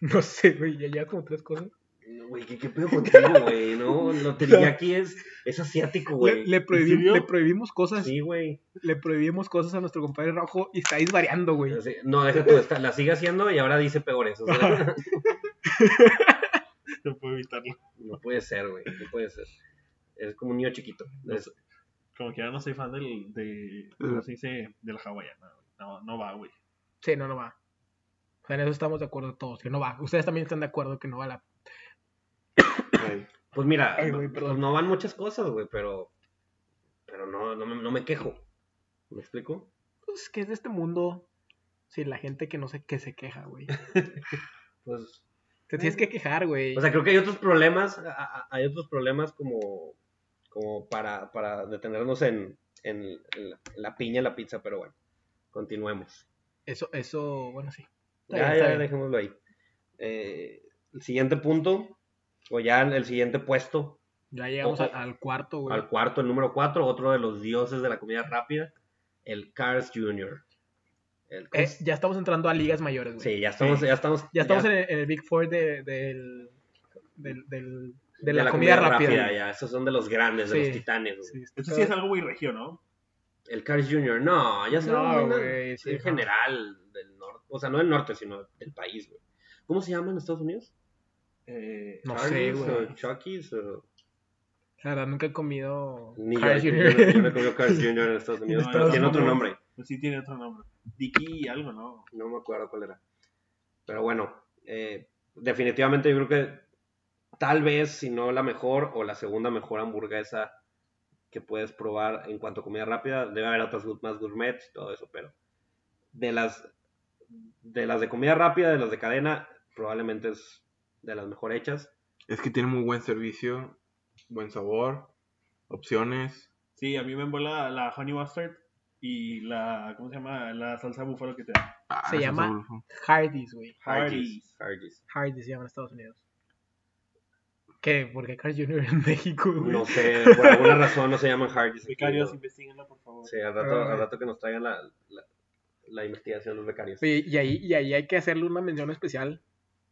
Speaker 2: No sé, güey. Ya lleva como tres cosas.
Speaker 1: No, Güey, ¿qué, qué pedo contigo, güey? No, lo teriyaki es, es asiático,
Speaker 2: Le,
Speaker 1: güey.
Speaker 2: le prohibi-
Speaker 4: ¿En serio?
Speaker 2: le prohibimos cosas.
Speaker 1: Sí, güey.
Speaker 2: Le prohibimos cosas a nuestro compadre rojo y estáis variando, güey.
Speaker 1: Así- No, deja tú, está- la sigue haciendo y ahora dice peores. o sea,
Speaker 4: No puedo evitarlo.
Speaker 1: no puede ser, güey. No puede ser. Es como un niño chiquito. Es-
Speaker 4: Como que ahora no soy fan del, de, ¿cómo se dice? De la hawaiana, güey. No, no va, güey.
Speaker 2: Sí, no, no va. O sea, en eso estamos de acuerdo todos, que no va. Ustedes también están de acuerdo que no va la...
Speaker 3: Ey.
Speaker 1: Pues mira,
Speaker 2: Ay,
Speaker 1: no-
Speaker 2: güey,
Speaker 1: pues
Speaker 2: perdón.
Speaker 1: no van muchas cosas, güey, pero. Pero no, no, me- no me quejo. ¿Me explico?
Speaker 2: Pues que es de este mundo sin la gente que no sé qué se queja, güey.
Speaker 1: Pues.
Speaker 2: Te tienes que quejar, güey.
Speaker 1: O sea, creo que hay otros problemas. a- a- Hay otros problemas como. Como para, para detenernos en, en, en la, en la piña, la pizza, pero bueno. Continuemos.
Speaker 2: eso, eso, bueno, sí. Está bien,
Speaker 1: Ya,
Speaker 2: está
Speaker 1: ya,
Speaker 2: bien.
Speaker 1: dejémoslo ahí. Eh, el siguiente punto, o ya el, el siguiente puesto,
Speaker 2: Ya llegamos
Speaker 1: Ojo.
Speaker 2: al, al cuarto, güey.
Speaker 1: al cuarto, el número cuatro, otro de los dioses de la comida rápida, el Cars Jr. El
Speaker 2: Eh, ya estamos entrando a ligas mayores, güey.
Speaker 1: Sí, ya estamos, ya estamos,
Speaker 2: Ya estamos En, el, en el Big Four de, del, del, del- de la, comida, rápida. güey.
Speaker 1: ya, esos son de los grandes, de
Speaker 2: Sí.
Speaker 1: los titanes. güey.
Speaker 2: Sí, está
Speaker 4: Esto Pues sí es algo muy regio, ¿no?
Speaker 1: El Cars Jr. No, ya se
Speaker 2: No,
Speaker 1: no,
Speaker 2: güey, sí,
Speaker 1: en
Speaker 2: no.
Speaker 1: general del norte, o sea, no del norte, sino del país, güey. ¿Cómo se llama en Estados Unidos?
Speaker 4: Eh,
Speaker 2: No sé,
Speaker 1: Charlies
Speaker 2: güey.
Speaker 1: o Chucky's o...
Speaker 2: La verdad, nunca he comido...
Speaker 1: Ni
Speaker 2: Carl's
Speaker 1: yo,
Speaker 2: Jr.
Speaker 1: yo no- yo no he comido Cars Jr. en Estados Unidos,
Speaker 4: No,
Speaker 1: pero
Speaker 4: no,
Speaker 1: tiene
Speaker 4: no,
Speaker 1: otro
Speaker 4: no.
Speaker 1: nombre.
Speaker 4: pues sí tiene otro nombre. Dicky algo, ¿no?
Speaker 1: No me acuerdo cuál era. Pero bueno, eh, definitivamente yo creo que tal vez, si no la mejor o la segunda mejor hamburguesa que puedes probar en cuanto a comida rápida, debe haber otras gu- más gourmets y todo eso, pero de las de las de comida rápida, de las de cadena, probablemente es de las mejor hechas.
Speaker 3: Es que tiene muy buen servicio, buen sabor, opciones.
Speaker 4: Sí, a mí me embola la honey mustard y la, ¿cómo se llama? La salsa búfalo que te dan.
Speaker 3: Ah,
Speaker 2: Se
Speaker 3: eso
Speaker 2: llama-
Speaker 3: seguro.
Speaker 2: Hardee's, güey.
Speaker 4: Hardee's.
Speaker 1: Hardee's.
Speaker 2: Hardee's se llama en Estados Unidos. ¿Qué? Porque Carl Jr. en México, güey.
Speaker 1: No sé, por alguna razón no se llaman Hardee's. aquí,
Speaker 4: Becarios,
Speaker 1: güey.
Speaker 4: investiguenla, por favor.
Speaker 1: Sí, al rato, al rato que nos traigan la, la, la investigación los becarios.
Speaker 2: Oye, y ahí, y ahí hay que hacerle una mención especial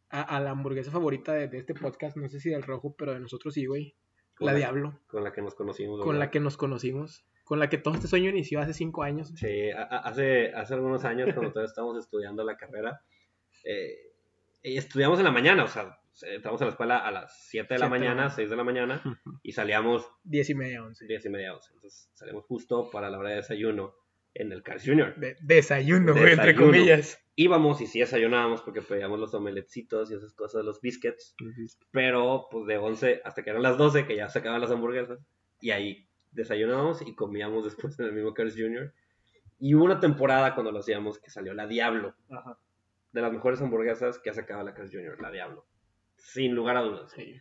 Speaker 2: a, a la hamburguesa favorita de, de este podcast. No sé si del rojo, pero de nosotros sí, güey.
Speaker 1: Con
Speaker 2: La Diablo,
Speaker 1: Con la que nos conocimos.
Speaker 2: con
Speaker 1: ¿verdad?
Speaker 2: la que nos conocimos. Con la que todo este sueño inició hace cinco años.
Speaker 1: Sí, a- a- hace, hace algunos años cuando todavía estábamos estudiando la carrera, eh, y estudiamos en la mañana, o sea, entramos a la escuela a las 7 de la
Speaker 2: Siete de la
Speaker 1: mañana,
Speaker 2: mañana.
Speaker 1: 6 de la mañana, y salíamos
Speaker 2: Diez y media, once.
Speaker 1: 10 y media, 11. Entonces salíamos justo para la hora de desayuno en el Carl Jr.
Speaker 2: De- desayuno, güey, entre
Speaker 1: Desayuno.
Speaker 2: comillas.
Speaker 1: Íbamos y sí desayunábamos porque pedíamos los omeletcitos y esas cosas, los biscuits, pero pues de 11 hasta que eran las 12, que ya se acababan las hamburguesas, y ahí desayunábamos y comíamos después en el mismo Carl Jr. Y hubo una temporada cuando lo hacíamos que salió la Diablo.
Speaker 4: Ajá.
Speaker 1: de las mejores hamburguesas que ha sacado la Carl Jr., la Diablo. Sin lugar a dudas.
Speaker 2: Sí.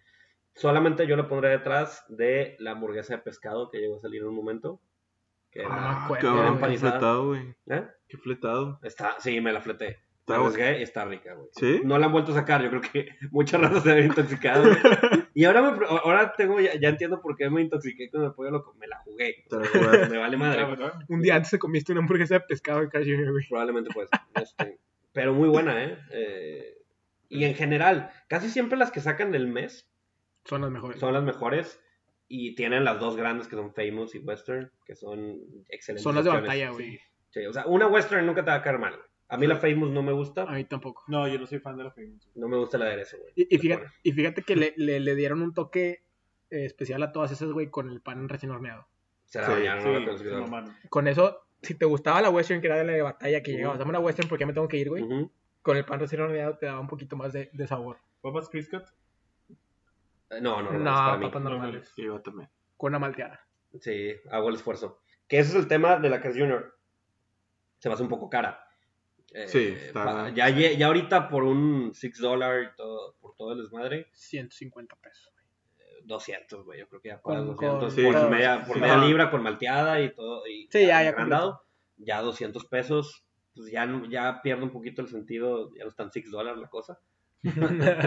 Speaker 1: Solamente yo lo pondré detrás de la hamburguesa de pescado que llegó a salir en un momento. Que era-
Speaker 3: Ah,
Speaker 2: acuerdo,
Speaker 3: cabrón,
Speaker 1: güey.
Speaker 3: qué fletado, güey.
Speaker 1: ¿eh?
Speaker 3: Qué fletado.
Speaker 1: Está, sí, me la fleté. La
Speaker 3: Está bueno.
Speaker 1: arriesgué y está rica, güey.
Speaker 3: ¿Sí?
Speaker 1: No la han vuelto a sacar, yo creo que muchas razas se han intoxicado. güey. Y ahora, me, pro- ahora tengo, ya, ya entiendo por qué me intoxiqué con el pollo loco. Me la jugué.
Speaker 3: Te la jugaste.
Speaker 1: Me vale madre.
Speaker 4: Ya, ¿verdad?
Speaker 2: Un día antes se comiste una hamburguesa de pescado de Carl Jr., güey.
Speaker 1: probablemente pues. este, pero muy buena, ¿eh? Eh, Y en general, casi siempre las que sacan del mes
Speaker 2: Son las mejores. Son,
Speaker 1: son las mejores y tienen las dos grandes que son Famous y Western, que son excelentes.
Speaker 2: las de
Speaker 1: opciones.
Speaker 2: batalla, güey.
Speaker 1: Sí, o sea, una Western nunca te va a caer mal. A mí la Famous no me
Speaker 2: A
Speaker 1: gusta,
Speaker 2: mí tampoco.
Speaker 4: No, yo no soy fan de la famous.
Speaker 1: no me gusta la de ese, güey.
Speaker 2: Y, y fíjate, y fíjate que le, le- le dieron un toque eh, especial a todas esas, güey, con el pan recién horneado.
Speaker 1: Se la
Speaker 3: Sí,
Speaker 1: bañaron, Ah, no la
Speaker 4: Sí,
Speaker 1: consiguieron.
Speaker 4: mamá.
Speaker 2: Con eso, si te gustaba la Western, que era de la de batalla, que
Speaker 1: Ujú.
Speaker 2: llegabas, dame una Western porque ya me tengo que ir, güey.
Speaker 1: Ujú.
Speaker 2: Con el pan recién horneado te daba un poquito más de, de sabor.
Speaker 4: ¿Papas Criscat?
Speaker 1: Eh, No, no, no,
Speaker 2: No,
Speaker 1: no, es para mí.
Speaker 2: papas normales.
Speaker 4: Normales.
Speaker 3: Sí, yo también.
Speaker 2: Con una malteada.
Speaker 1: Sí, hago el esfuerzo. Que ese es el tema de la Cars Junior. Se me hace un poco cara. Eh,
Speaker 3: Sí, está-
Speaker 1: pa- Ya, lle- ya ahorita por un 6 dólares por todo el desmadre,
Speaker 2: 150 pesos.
Speaker 1: 200, güey. Yo creo que ya pagas
Speaker 2: Con-
Speaker 1: 200
Speaker 3: con-
Speaker 1: por,
Speaker 3: Sí.
Speaker 1: media, por
Speaker 3: Sí.
Speaker 1: media
Speaker 3: Ajá.
Speaker 1: libra con malteada y todo. Y
Speaker 2: Sí, ya, ya
Speaker 1: agrandado, ya 200 pesos. Pues ya, no- ya pierde un poquito el sentido. Ya no están 6 dólares la cosa.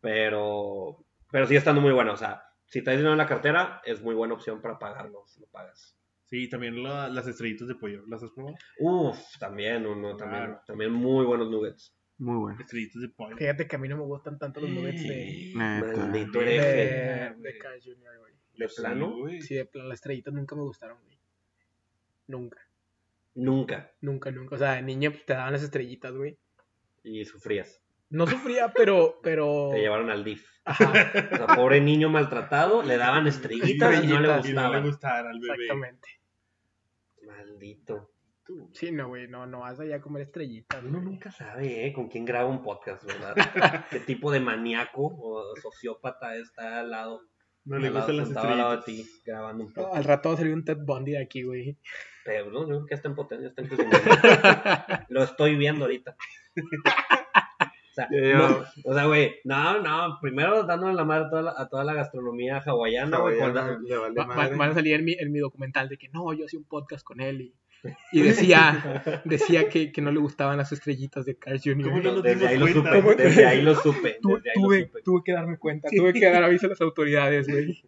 Speaker 1: Pero, pero sigue estando muy bueno. O sea, si traes dinero en la cartera, es muy buena opción para pagarlo si lo pagas.
Speaker 4: Sí, también la- las estrellitas de pollo. ¿Las has probado?
Speaker 1: Uf, también uno, también,
Speaker 4: Claro.
Speaker 1: también muy buenos nuggets.
Speaker 3: Muy bueno.
Speaker 4: Estrellitas de pollo.
Speaker 2: Fíjate que a mí no me gustan tanto los nuggets de,
Speaker 3: Neta.
Speaker 1: Maldito
Speaker 2: de,
Speaker 1: hereje.
Speaker 2: de Carl Jr., güey.
Speaker 1: ¿De
Speaker 4: Sí,
Speaker 1: plano?
Speaker 4: güey.
Speaker 2: Sí, de plan, las estrellitas nunca me gustaron, güey. Nunca,
Speaker 1: Nunca.
Speaker 2: nunca, nunca. O sea, de niño pues, te daban las estrellitas, güey.
Speaker 1: Y sufrías.
Speaker 2: No sufría, pero, pero...
Speaker 1: Te llevaron al DIF.
Speaker 2: Oh. Ajá,
Speaker 1: O sea, pobre niño maltratado, le daban estrellitas y no le
Speaker 2: Estrellitas.
Speaker 4: Y no le
Speaker 1: gustaban.
Speaker 4: gustaban al bebé.
Speaker 2: exactamente.
Speaker 1: Maldito.
Speaker 2: Sí, no, güey, no, no vas allá a comer estrellitas,
Speaker 1: Uno
Speaker 2: güey.
Speaker 1: nunca sabe, ¿eh? Con quién graba un podcast, ¿verdad? ¿Qué tipo de maníaco o sociópata está al lado?
Speaker 4: No le
Speaker 1: al lado-
Speaker 4: gustan las
Speaker 1: sentado al lado de
Speaker 4: estrellitas.
Speaker 1: ti, grabando un podcast.
Speaker 2: Al rato va a salir un Ted Bundy de aquí, güey.
Speaker 1: Pero no, yo creo que está en potencia, está en crecimiento. Lo estoy viendo ahorita. O sea,
Speaker 3: Ya,
Speaker 1: no, o sea, güey, no, no, primero dándole la madre a toda la, a toda la gastronomía hawaiana, güey, con la-
Speaker 3: Le vale
Speaker 2: Va- va-
Speaker 3: madre.
Speaker 2: van a salir en mi, en mi documental de que no, yo hacía un podcast con él y, y decía, decía que, que no le gustaban las estrellitas de Carl
Speaker 4: ¿Cómo no
Speaker 2: Jr.
Speaker 4: nos
Speaker 1: desde, ahí lo
Speaker 4: dimos
Speaker 1: supe,
Speaker 2: cuenta?
Speaker 1: desde ahí lo supe,
Speaker 2: Tu-
Speaker 1: desde ahí lo
Speaker 2: tuve,
Speaker 1: supe.
Speaker 2: tuve que darme cuenta, tuve que dar aviso a las autoridades, güey.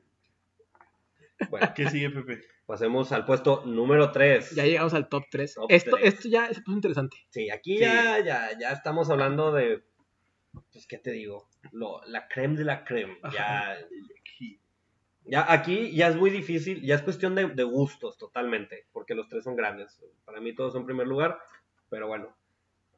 Speaker 1: Bueno,
Speaker 4: ¿Qué sigue, Pepe?
Speaker 1: pasemos al puesto número 3.
Speaker 2: Ya llegamos al top 3.
Speaker 1: Top
Speaker 2: esto,
Speaker 1: tres.
Speaker 2: esto ya es interesante.
Speaker 1: Sí, aquí
Speaker 4: Sí.
Speaker 1: Ya, ya, ya estamos hablando de, pues, ¿qué te digo? Lo- la creme de la creme. Ya, ya, aquí ya es muy difícil, ya es cuestión de, de gustos totalmente, porque los tres son grandes. Para mí todos son primer lugar, pero bueno.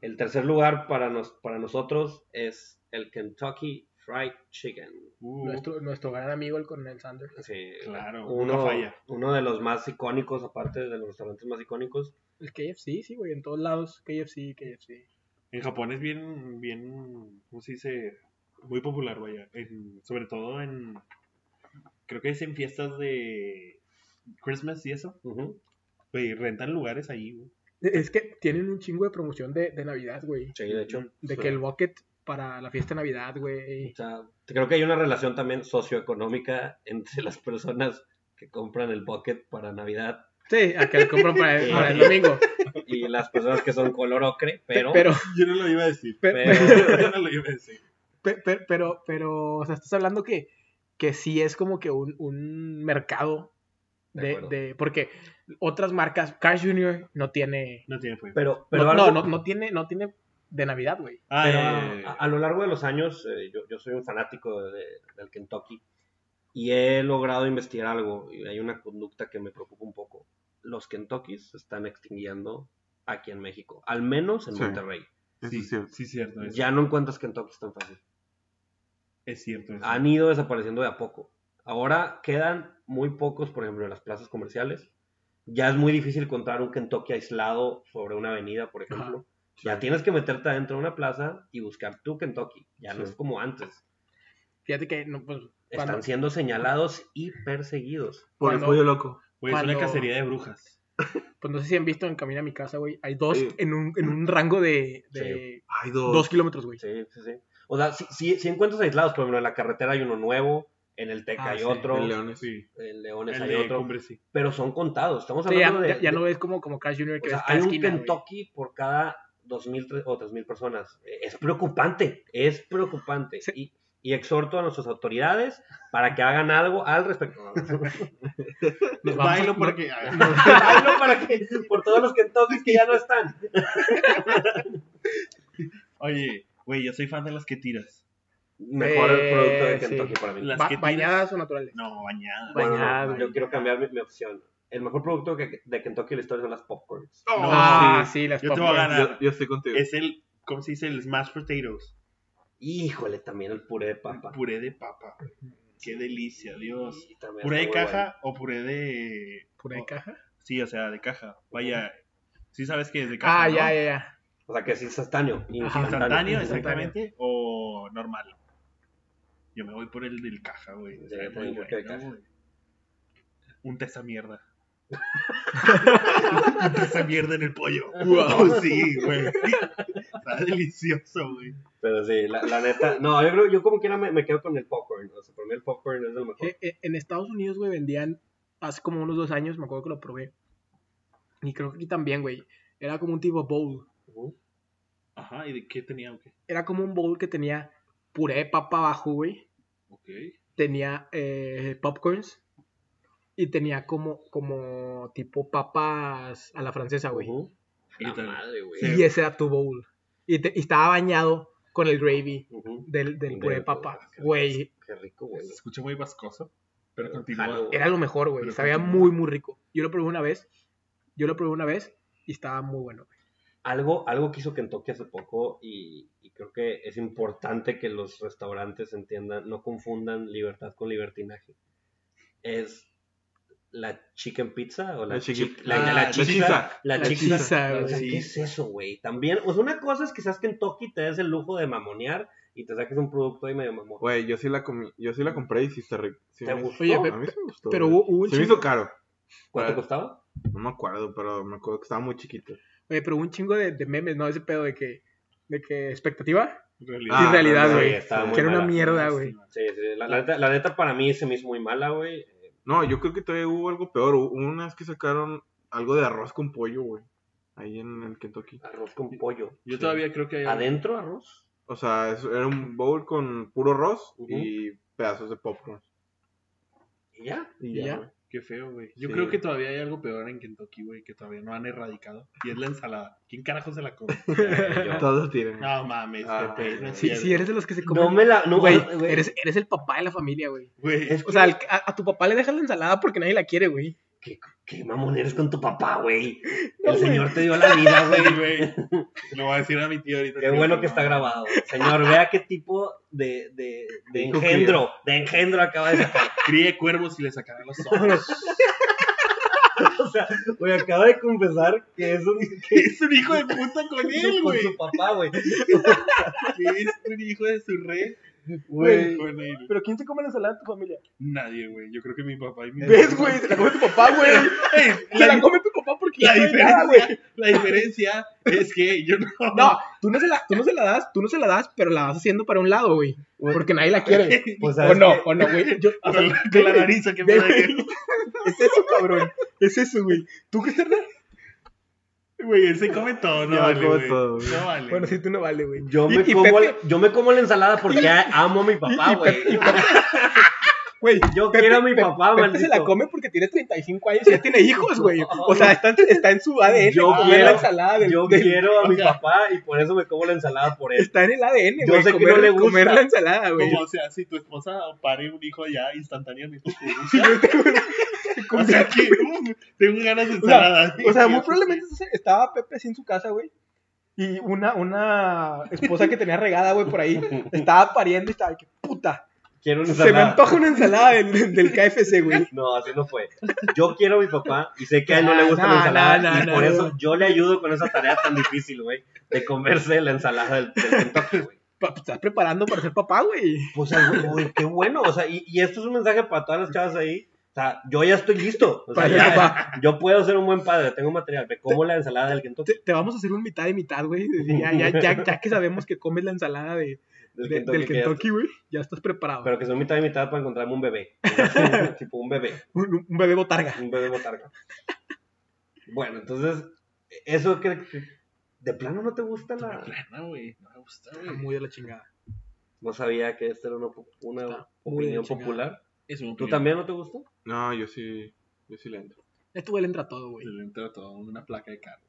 Speaker 1: El tercer lugar para, nos, para nosotros es el Kentucky Fried Chicken.
Speaker 4: Uh,
Speaker 2: Nuestro, nuestro gran amigo, el Coronel Sanders.
Speaker 1: Sí,
Speaker 4: Claro,
Speaker 1: uno,
Speaker 4: no falla.
Speaker 1: uno de los más icónicos, aparte de los restaurantes más icónicos.
Speaker 2: El KFC, sí, güey, en todos lados. KFC, KFC.
Speaker 4: En Japón es bien, bien, ¿cómo se dice? Muy popular, vaya. En- sobre todo en, creo que es en fiestas de Christmas y eso.
Speaker 1: Ujú,
Speaker 4: Güey, rentan lugares ahí, güey.
Speaker 2: Es que tienen un chingo de promoción de, de Navidad, güey.
Speaker 1: Sí, de hecho.
Speaker 2: De
Speaker 3: Sí.
Speaker 2: que el bucket para la fiesta de Navidad, güey.
Speaker 1: O sea, creo que hay una relación también socioeconómica entre las personas que compran el bucket para Navidad
Speaker 2: Sí, a que lo compran para el,
Speaker 1: Sí.
Speaker 2: para el domingo.
Speaker 1: Y las personas que son color ocre, pero.
Speaker 2: Pero,
Speaker 4: Yo no lo iba a decir.
Speaker 2: pe-
Speaker 1: Pero-
Speaker 4: Yo no lo iba a decir.
Speaker 2: pe- pe- pero, pero, o sea, estás hablando que, que sí es como que un, un mercado
Speaker 1: De
Speaker 2: de,
Speaker 1: acuerdo.
Speaker 2: de- Porque otras marcas, Cars Jr. no tiene.
Speaker 4: No tiene pollo.
Speaker 1: pero, pero
Speaker 2: no,
Speaker 1: algo-
Speaker 2: no, no, no tiene, no tiene de Navidad, güey.
Speaker 4: Ah,
Speaker 1: Pero
Speaker 4: ya, ya,
Speaker 1: a,
Speaker 4: ya.
Speaker 1: a lo largo de los años, eh, yo, yo soy un fanático de- de- del Kentucky y he logrado investigar algo. Y hay una conducta que me preocupa un poco. Los Kentuckys se están extinguiendo aquí en México, al menos en
Speaker 3: Sí.
Speaker 1: Monterrey.
Speaker 3: Eso
Speaker 4: sí,
Speaker 3: es cierto.
Speaker 4: sí, cierto. Es,
Speaker 1: Ya no encuentras Kentuckys tan fácil.
Speaker 4: es cierto. eso.
Speaker 1: Han ido desapareciendo de a poco. Ahora quedan muy pocos, por ejemplo, en las plazas comerciales. Ya es muy difícil encontrar un Kentucky aislado sobre una avenida, por ejemplo. Ya tienes que meterte adentro de una plaza y buscar tu Kentucky. Ya no
Speaker 3: Sí.
Speaker 1: es como antes.
Speaker 2: Fíjate que no, pues,
Speaker 1: están
Speaker 2: cuando-
Speaker 1: siendo señalados y perseguidos.
Speaker 3: Por
Speaker 2: Cuando-
Speaker 3: el pollo loco.
Speaker 4: Güey, es una
Speaker 2: cuando-
Speaker 4: cacería de brujas.
Speaker 2: pues no sé si han visto en Camino a mi casa, güey. Hay dos
Speaker 3: Sí.
Speaker 2: en, un, en un rango de, de
Speaker 3: Ay, dos.
Speaker 2: dos kilómetros, güey.
Speaker 1: Sí, sí, sí. O sea, si, si, si encuentras aislados, por ejemplo, en la carretera hay uno nuevo, en el Teca
Speaker 2: Ah,
Speaker 1: hay
Speaker 2: sí,
Speaker 1: otro,
Speaker 3: en Leones.
Speaker 4: Sí.
Speaker 1: en Leones
Speaker 4: El
Speaker 1: hay
Speaker 4: de
Speaker 1: otro,
Speaker 4: Cumbre, sí.
Speaker 1: pero son contados. Estamos
Speaker 2: Sí, ya,
Speaker 1: hablando de.
Speaker 2: ya- ya no
Speaker 1: de-
Speaker 2: ves como, como Cars Jr.
Speaker 1: o
Speaker 2: que
Speaker 1: sea,
Speaker 2: ves cada
Speaker 1: hay un
Speaker 2: esquina, güey.
Speaker 1: Kentucky por cada 2.000 tre- o 3.000 personas. Eh, Es preocupante, es preocupante.
Speaker 2: Sí.
Speaker 1: Y, y exhorto a nuestras autoridades para que hagan algo al respecto.
Speaker 2: Nos vamos-
Speaker 4: Bailo
Speaker 2: no-
Speaker 4: porque. Ah,
Speaker 1: Hazlo para que, por todos los Kentucky que ya no están.
Speaker 4: Oye, güey, yo soy fan de las que tiras.
Speaker 1: Mejor el producto de
Speaker 2: Eh, sí.
Speaker 1: Kentucky para mí.
Speaker 4: Las
Speaker 2: ba-
Speaker 4: que tiras-
Speaker 2: bañadas o naturales.
Speaker 4: No, bañada.
Speaker 1: Bueno,
Speaker 2: Bueno,
Speaker 1: no,
Speaker 2: Bañado,
Speaker 1: yo
Speaker 2: güey.
Speaker 1: quiero cambiar mi, mi opción. El mejor producto que- de Kentucky en la historia son las popcorns.
Speaker 3: Oh.
Speaker 4: No,
Speaker 2: ah, sí, las
Speaker 4: Yo te voy a
Speaker 2: popcorn.
Speaker 4: ganar.
Speaker 3: Yo, yo estoy contigo.
Speaker 4: Es el. ¿Cómo se dice? El smash potatoes.
Speaker 1: Híjole, también el puré de papa.
Speaker 4: Puré de papa. Qué delicia, Dios.
Speaker 1: Sí, también
Speaker 4: Puré de
Speaker 1: está muy bueno.
Speaker 4: caja o puré de.
Speaker 2: Puré de caja.
Speaker 4: Sí, o sea, de caja. Vaya. Sí sabes que es de caja.
Speaker 2: Ah,
Speaker 4: ¿no?
Speaker 2: ya, ya, ya.
Speaker 1: O sea, que es instantáneo.
Speaker 4: Instantáneo,
Speaker 2: Instantáneo.
Speaker 4: exactamente. O normal. Yo me voy por el del caja, güey.
Speaker 1: Sí,
Speaker 4: Sabe
Speaker 1: sí,
Speaker 4: muy
Speaker 1: yo creo que
Speaker 4: bueno,
Speaker 1: caja.
Speaker 4: güey. Un té esa mierda. Un té esa mierda en el pollo. Oh, sí, güey. Está delicioso, güey.
Speaker 1: Pero sí, la, la neta. No, yo creo, yo como quiera me, me quedo con el popcorn. O sea, para mí el popcorn es el mejor.
Speaker 2: Eh, eh, En Estados Unidos, güey, vendían hace como unos dos años, me acuerdo que lo probé. Y creo que aquí también, güey. Era como un tipo bowl.
Speaker 1: Ujú.
Speaker 4: Ajá, ¿y de qué tenía o qué?
Speaker 2: Era como un bowl que tenía puré de papa abajo, güey.
Speaker 4: Ok.
Speaker 2: Tenía eh, popcorns. Y tenía como, como tipo papas a la francesa, güey.
Speaker 1: Ujú.
Speaker 4: ¿Y
Speaker 1: La
Speaker 4: qué tal?
Speaker 1: madre, güey.
Speaker 4: Sí.
Speaker 2: Y ese era tu bowl. Y, te- y estaba bañado con el gravy
Speaker 1: Ujú.
Speaker 2: del, del puré de
Speaker 1: Del-
Speaker 2: papa.
Speaker 1: qué
Speaker 2: Güey,
Speaker 1: Qué rico, güey.
Speaker 4: Se escucha muy vascoso, pero
Speaker 1: Jalo,
Speaker 4: continúa.
Speaker 1: güey.
Speaker 2: era lo mejor, güey.
Speaker 4: Pero
Speaker 2: Sabía
Speaker 4: escucha,
Speaker 2: muy, muy rico. Yo lo probé una vez. Yo lo probé una vez y estaba muy bueno. güey.
Speaker 1: Algo, algo que hizo Kentucky hace poco y, y creo que es importante que los restaurantes entiendan, no confundan libertad con libertinaje. Es la chicken pizza o la,
Speaker 3: La chicken-
Speaker 1: chi- la, la
Speaker 4: Ah, la
Speaker 1: chiza,
Speaker 3: chiza.
Speaker 1: la
Speaker 2: La
Speaker 1: chiza.
Speaker 2: chiza,
Speaker 1: O sea,
Speaker 4: güey.
Speaker 1: ¿Qué es eso, güey? También, o sea, una cosa es que seas Kentucky, te des el lujo de mamonear y te saques un producto ahí medio mamón.
Speaker 3: Güey, yo sí la comí, yo sí la compré y sí está rico. Sí
Speaker 1: ¿Te
Speaker 3: me-
Speaker 1: gustó?
Speaker 2: Oye,
Speaker 3: A
Speaker 2: pe-
Speaker 3: mí sí me gustó.
Speaker 2: pero
Speaker 3: güey.
Speaker 2: hubo, hubo un
Speaker 3: se me
Speaker 2: chingo,
Speaker 3: hizo caro.
Speaker 1: ¿Cuánto
Speaker 3: Ah.
Speaker 1: costaba?
Speaker 3: No me acuerdo, pero me acuerdo que estaba muy chiquito.
Speaker 2: oye, pero hubo un chingo de, de memes, ¿no? Ese pedo de que, de que expectativa.
Speaker 4: En realidad.
Speaker 2: Ah, realidad,
Speaker 3: no, no,
Speaker 2: güey.
Speaker 3: sí, estaba muy
Speaker 2: que era una
Speaker 1: mala.
Speaker 2: mierda, güey.
Speaker 1: Sí, sí, la, la neta, la neta para mí se me hizo muy mala, güey. Eh,
Speaker 3: No, yo creo que todavía hubo algo peor. Hubo unas que sacaron algo de arroz con pollo, güey. Ahí en el Kentucky.
Speaker 1: Arroz con pollo.
Speaker 4: Yo todavía creo que hay
Speaker 1: ¿Adentro arroz?
Speaker 3: O sea, eso era un bowl con puro arroz
Speaker 1: Ujú.
Speaker 3: y pedazos de popcorn.
Speaker 1: ¿Y ya?
Speaker 3: Y
Speaker 2: ¿Y ya?
Speaker 3: ya, güey.
Speaker 4: Qué feo, güey. Yo
Speaker 3: Sí.
Speaker 4: creo que todavía hay algo peor en Kentucky, güey, que todavía no han erradicado. Y es la ensalada. ¿Quién carajo se la come?
Speaker 1: Eh, yo-
Speaker 3: Todos tienen.
Speaker 4: No mames,
Speaker 3: Ah,
Speaker 4: qué pedo,
Speaker 2: Sí,
Speaker 4: cierto.
Speaker 2: sí, eres de los que se
Speaker 1: No
Speaker 2: comen.
Speaker 1: me la. No,
Speaker 2: güey,
Speaker 1: güey.
Speaker 2: eres, eres el papá de la familia, güey.
Speaker 4: Güey,
Speaker 1: Es-
Speaker 2: O sea, al- a, a tu papá le dejas la ensalada porque nadie la quiere, güey.
Speaker 1: ¿Qué, qué mamón eres con tu papá, güey.
Speaker 2: No,
Speaker 1: El
Speaker 2: güey.
Speaker 1: señor te dio la vida, güey.
Speaker 4: sí, güey. Lo voy a decir a mi tío ahorita.
Speaker 1: Qué
Speaker 4: tío,
Speaker 1: bueno
Speaker 4: no,
Speaker 1: que está
Speaker 4: no.
Speaker 1: grabado. Señor, vea qué tipo de, de, de
Speaker 3: Hijo
Speaker 1: engendro, de engendro acaba de sacar.
Speaker 4: Críe cuervos y le sacarán los ojos.
Speaker 1: O sea, güey, acaba de confesar que es un,
Speaker 4: es un hijo de puta con
Speaker 1: que es
Speaker 4: él,
Speaker 1: con
Speaker 4: güey.
Speaker 1: su papá, güey.
Speaker 4: Que es un hijo de su rey.
Speaker 2: Güey.
Speaker 4: Con el-
Speaker 2: Pero ¿quién se come la ensalada de tu familia?
Speaker 4: Nadie, güey. Yo creo que mi papá y mi
Speaker 2: ¿Ves, güey? Se la come tu papá, güey. Se la come tu papá porque
Speaker 4: La
Speaker 2: ya no hay nada, güey.
Speaker 4: diferencia, la diferencia es que yo no.
Speaker 2: No, tú no, se la, tú no se la das, tú no se la das, pero la vas haciendo para un lado, güey. Porque nadie la quiere.
Speaker 1: Pues,
Speaker 2: O
Speaker 1: ¿sabes
Speaker 2: no,
Speaker 1: qué?
Speaker 2: o no, güey. Yo- o sea,
Speaker 4: Con la, con la
Speaker 2: güey,
Speaker 4: nariz que me
Speaker 2: ve,
Speaker 4: da que-
Speaker 2: Es eso, cabrón. Es eso, güey. ¿Tú qué estás
Speaker 4: Güey, él se come todo, no
Speaker 3: Ya,
Speaker 4: vale,
Speaker 3: come
Speaker 4: güey.
Speaker 3: todo, güey.
Speaker 4: No vale.
Speaker 2: Bueno,
Speaker 4: güey.
Speaker 2: sí, tú no vale, güey.
Speaker 1: Yo
Speaker 2: Y-
Speaker 1: me,
Speaker 2: y
Speaker 1: como
Speaker 2: Pepe-
Speaker 1: la- yo me como la ensalada porque amo a mi papá, güey.
Speaker 2: Güey,
Speaker 1: Yo quiero a mi
Speaker 2: Pe-
Speaker 1: papá,
Speaker 2: Pepe
Speaker 1: maldito.
Speaker 2: se la come porque tiene 35 años y ya tiene hijos, güey. O sea, está, en- está en su ADN.
Speaker 1: Yo
Speaker 2: comer
Speaker 1: quiero-
Speaker 2: la ensalada del-
Speaker 1: Yo
Speaker 2: del-
Speaker 1: quiero a mi
Speaker 4: o sea-
Speaker 1: papá y por eso me como la ensalada por él.
Speaker 2: Está en el ADN,
Speaker 1: Yo
Speaker 2: güey.
Speaker 1: sé que
Speaker 2: comer-
Speaker 1: no le gusta.
Speaker 2: Comer la ensalada, güey.
Speaker 4: Como, o sea, si tu esposa pare un hijo ya instantáneamente.
Speaker 2: Como-
Speaker 4: o sea, que uh, tengo ganas de
Speaker 2: O sea,
Speaker 4: ensalada.
Speaker 2: O sea, muy probablemente estaba Pepe así en su casa, güey. Y una, una esposa que tenía regada, güey, por ahí, estaba pariendo y estaba, que puta.
Speaker 1: Quiero una
Speaker 2: Se me
Speaker 1: ensalada.
Speaker 2: antoja una ensalada del, del KFC, güey.
Speaker 1: No, así no fue. Yo quiero a mi papá y sé que a él no le gusta
Speaker 2: No,
Speaker 1: la ensalada.
Speaker 2: no, no,
Speaker 1: y por
Speaker 2: no.
Speaker 1: eso yo le ayudo con esa tarea tan difícil, güey, de comerse la ensalada del, del Kentucky, güey.
Speaker 2: Pa- te Estás preparando para ser papá, güey.
Speaker 1: O sea, Pues, güey, güey, qué bueno. O sea, y, y esto es un mensaje para todas las chavas ahí. O sea, yo ya estoy listo. O sea,
Speaker 2: Para ser
Speaker 1: ya-
Speaker 2: papá.
Speaker 1: yo puedo ser un buen padre, tengo material. Me como la ensalada del Kentucky.
Speaker 2: Te, te vamos a hacer un mitad y mitad, güey. Ya, ya, ya, ya que sabemos que comes la ensalada de,
Speaker 1: Del
Speaker 2: de-
Speaker 1: Kentucky
Speaker 2: del
Speaker 1: que ya-
Speaker 2: Kentucky, güey, ya estás preparado.
Speaker 1: pero que son mitad y mitad para encontrarme un bebé. tipo un bebé.
Speaker 2: Un, un bebé botarga.
Speaker 1: Un bebé botarga. Bueno, entonces, eso que, que- de plano no te gusta la.
Speaker 4: No, güey, no me gusta,
Speaker 2: Está
Speaker 4: güey.
Speaker 2: muy de la chingada.
Speaker 1: No sabía que esta era una, po- una
Speaker 2: Está muy de
Speaker 1: opinión
Speaker 2: la chingada.
Speaker 1: popular.
Speaker 4: Es un
Speaker 1: ¿Tú también no te gusta?
Speaker 3: No, yo sí, yo sí le entro.
Speaker 2: Este güey le entra todo, güey.
Speaker 4: Le entra todo, una placa de carro.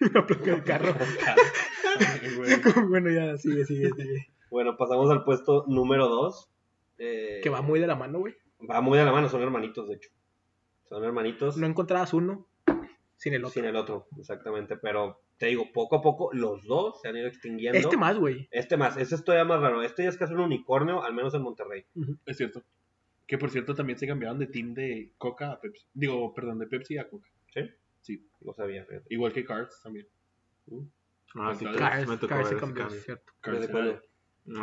Speaker 2: Una placa de carro.
Speaker 4: Ay, güey.
Speaker 2: bueno, ya, sigue, sigue, sigue.
Speaker 1: Bueno, pasamos al puesto número 2.
Speaker 2: Que va muy de la mano, güey.
Speaker 1: Va muy de la mano, son hermanitos, de hecho. Son hermanitos
Speaker 2: no encontrabas uno sin el otro.
Speaker 1: sin el otro, exactamente. Pero te digo, poco a poco los dos se han ido extinguiendo.
Speaker 2: este más, güey.
Speaker 1: Este más, este es todavía más raro. Este ya es casi un unicornio, al menos en Monterrey.
Speaker 4: Es cierto. Que por cierto también se cambiaron de team de Coca a Pepsi. Digo, perdón, de Pepsi a Coca.
Speaker 1: No sabía. fíjate.
Speaker 4: Igual que Cars también.
Speaker 3: No, Ah, sí,
Speaker 4: Entonces,
Speaker 3: Cars,
Speaker 2: Cars,
Speaker 3: me tocó
Speaker 2: Cars
Speaker 3: ver
Speaker 2: se
Speaker 3: ese
Speaker 2: cambió,
Speaker 3: cambio.
Speaker 2: cierto.
Speaker 4: Cars
Speaker 1: ¿Desde
Speaker 4: era-
Speaker 1: cuándo?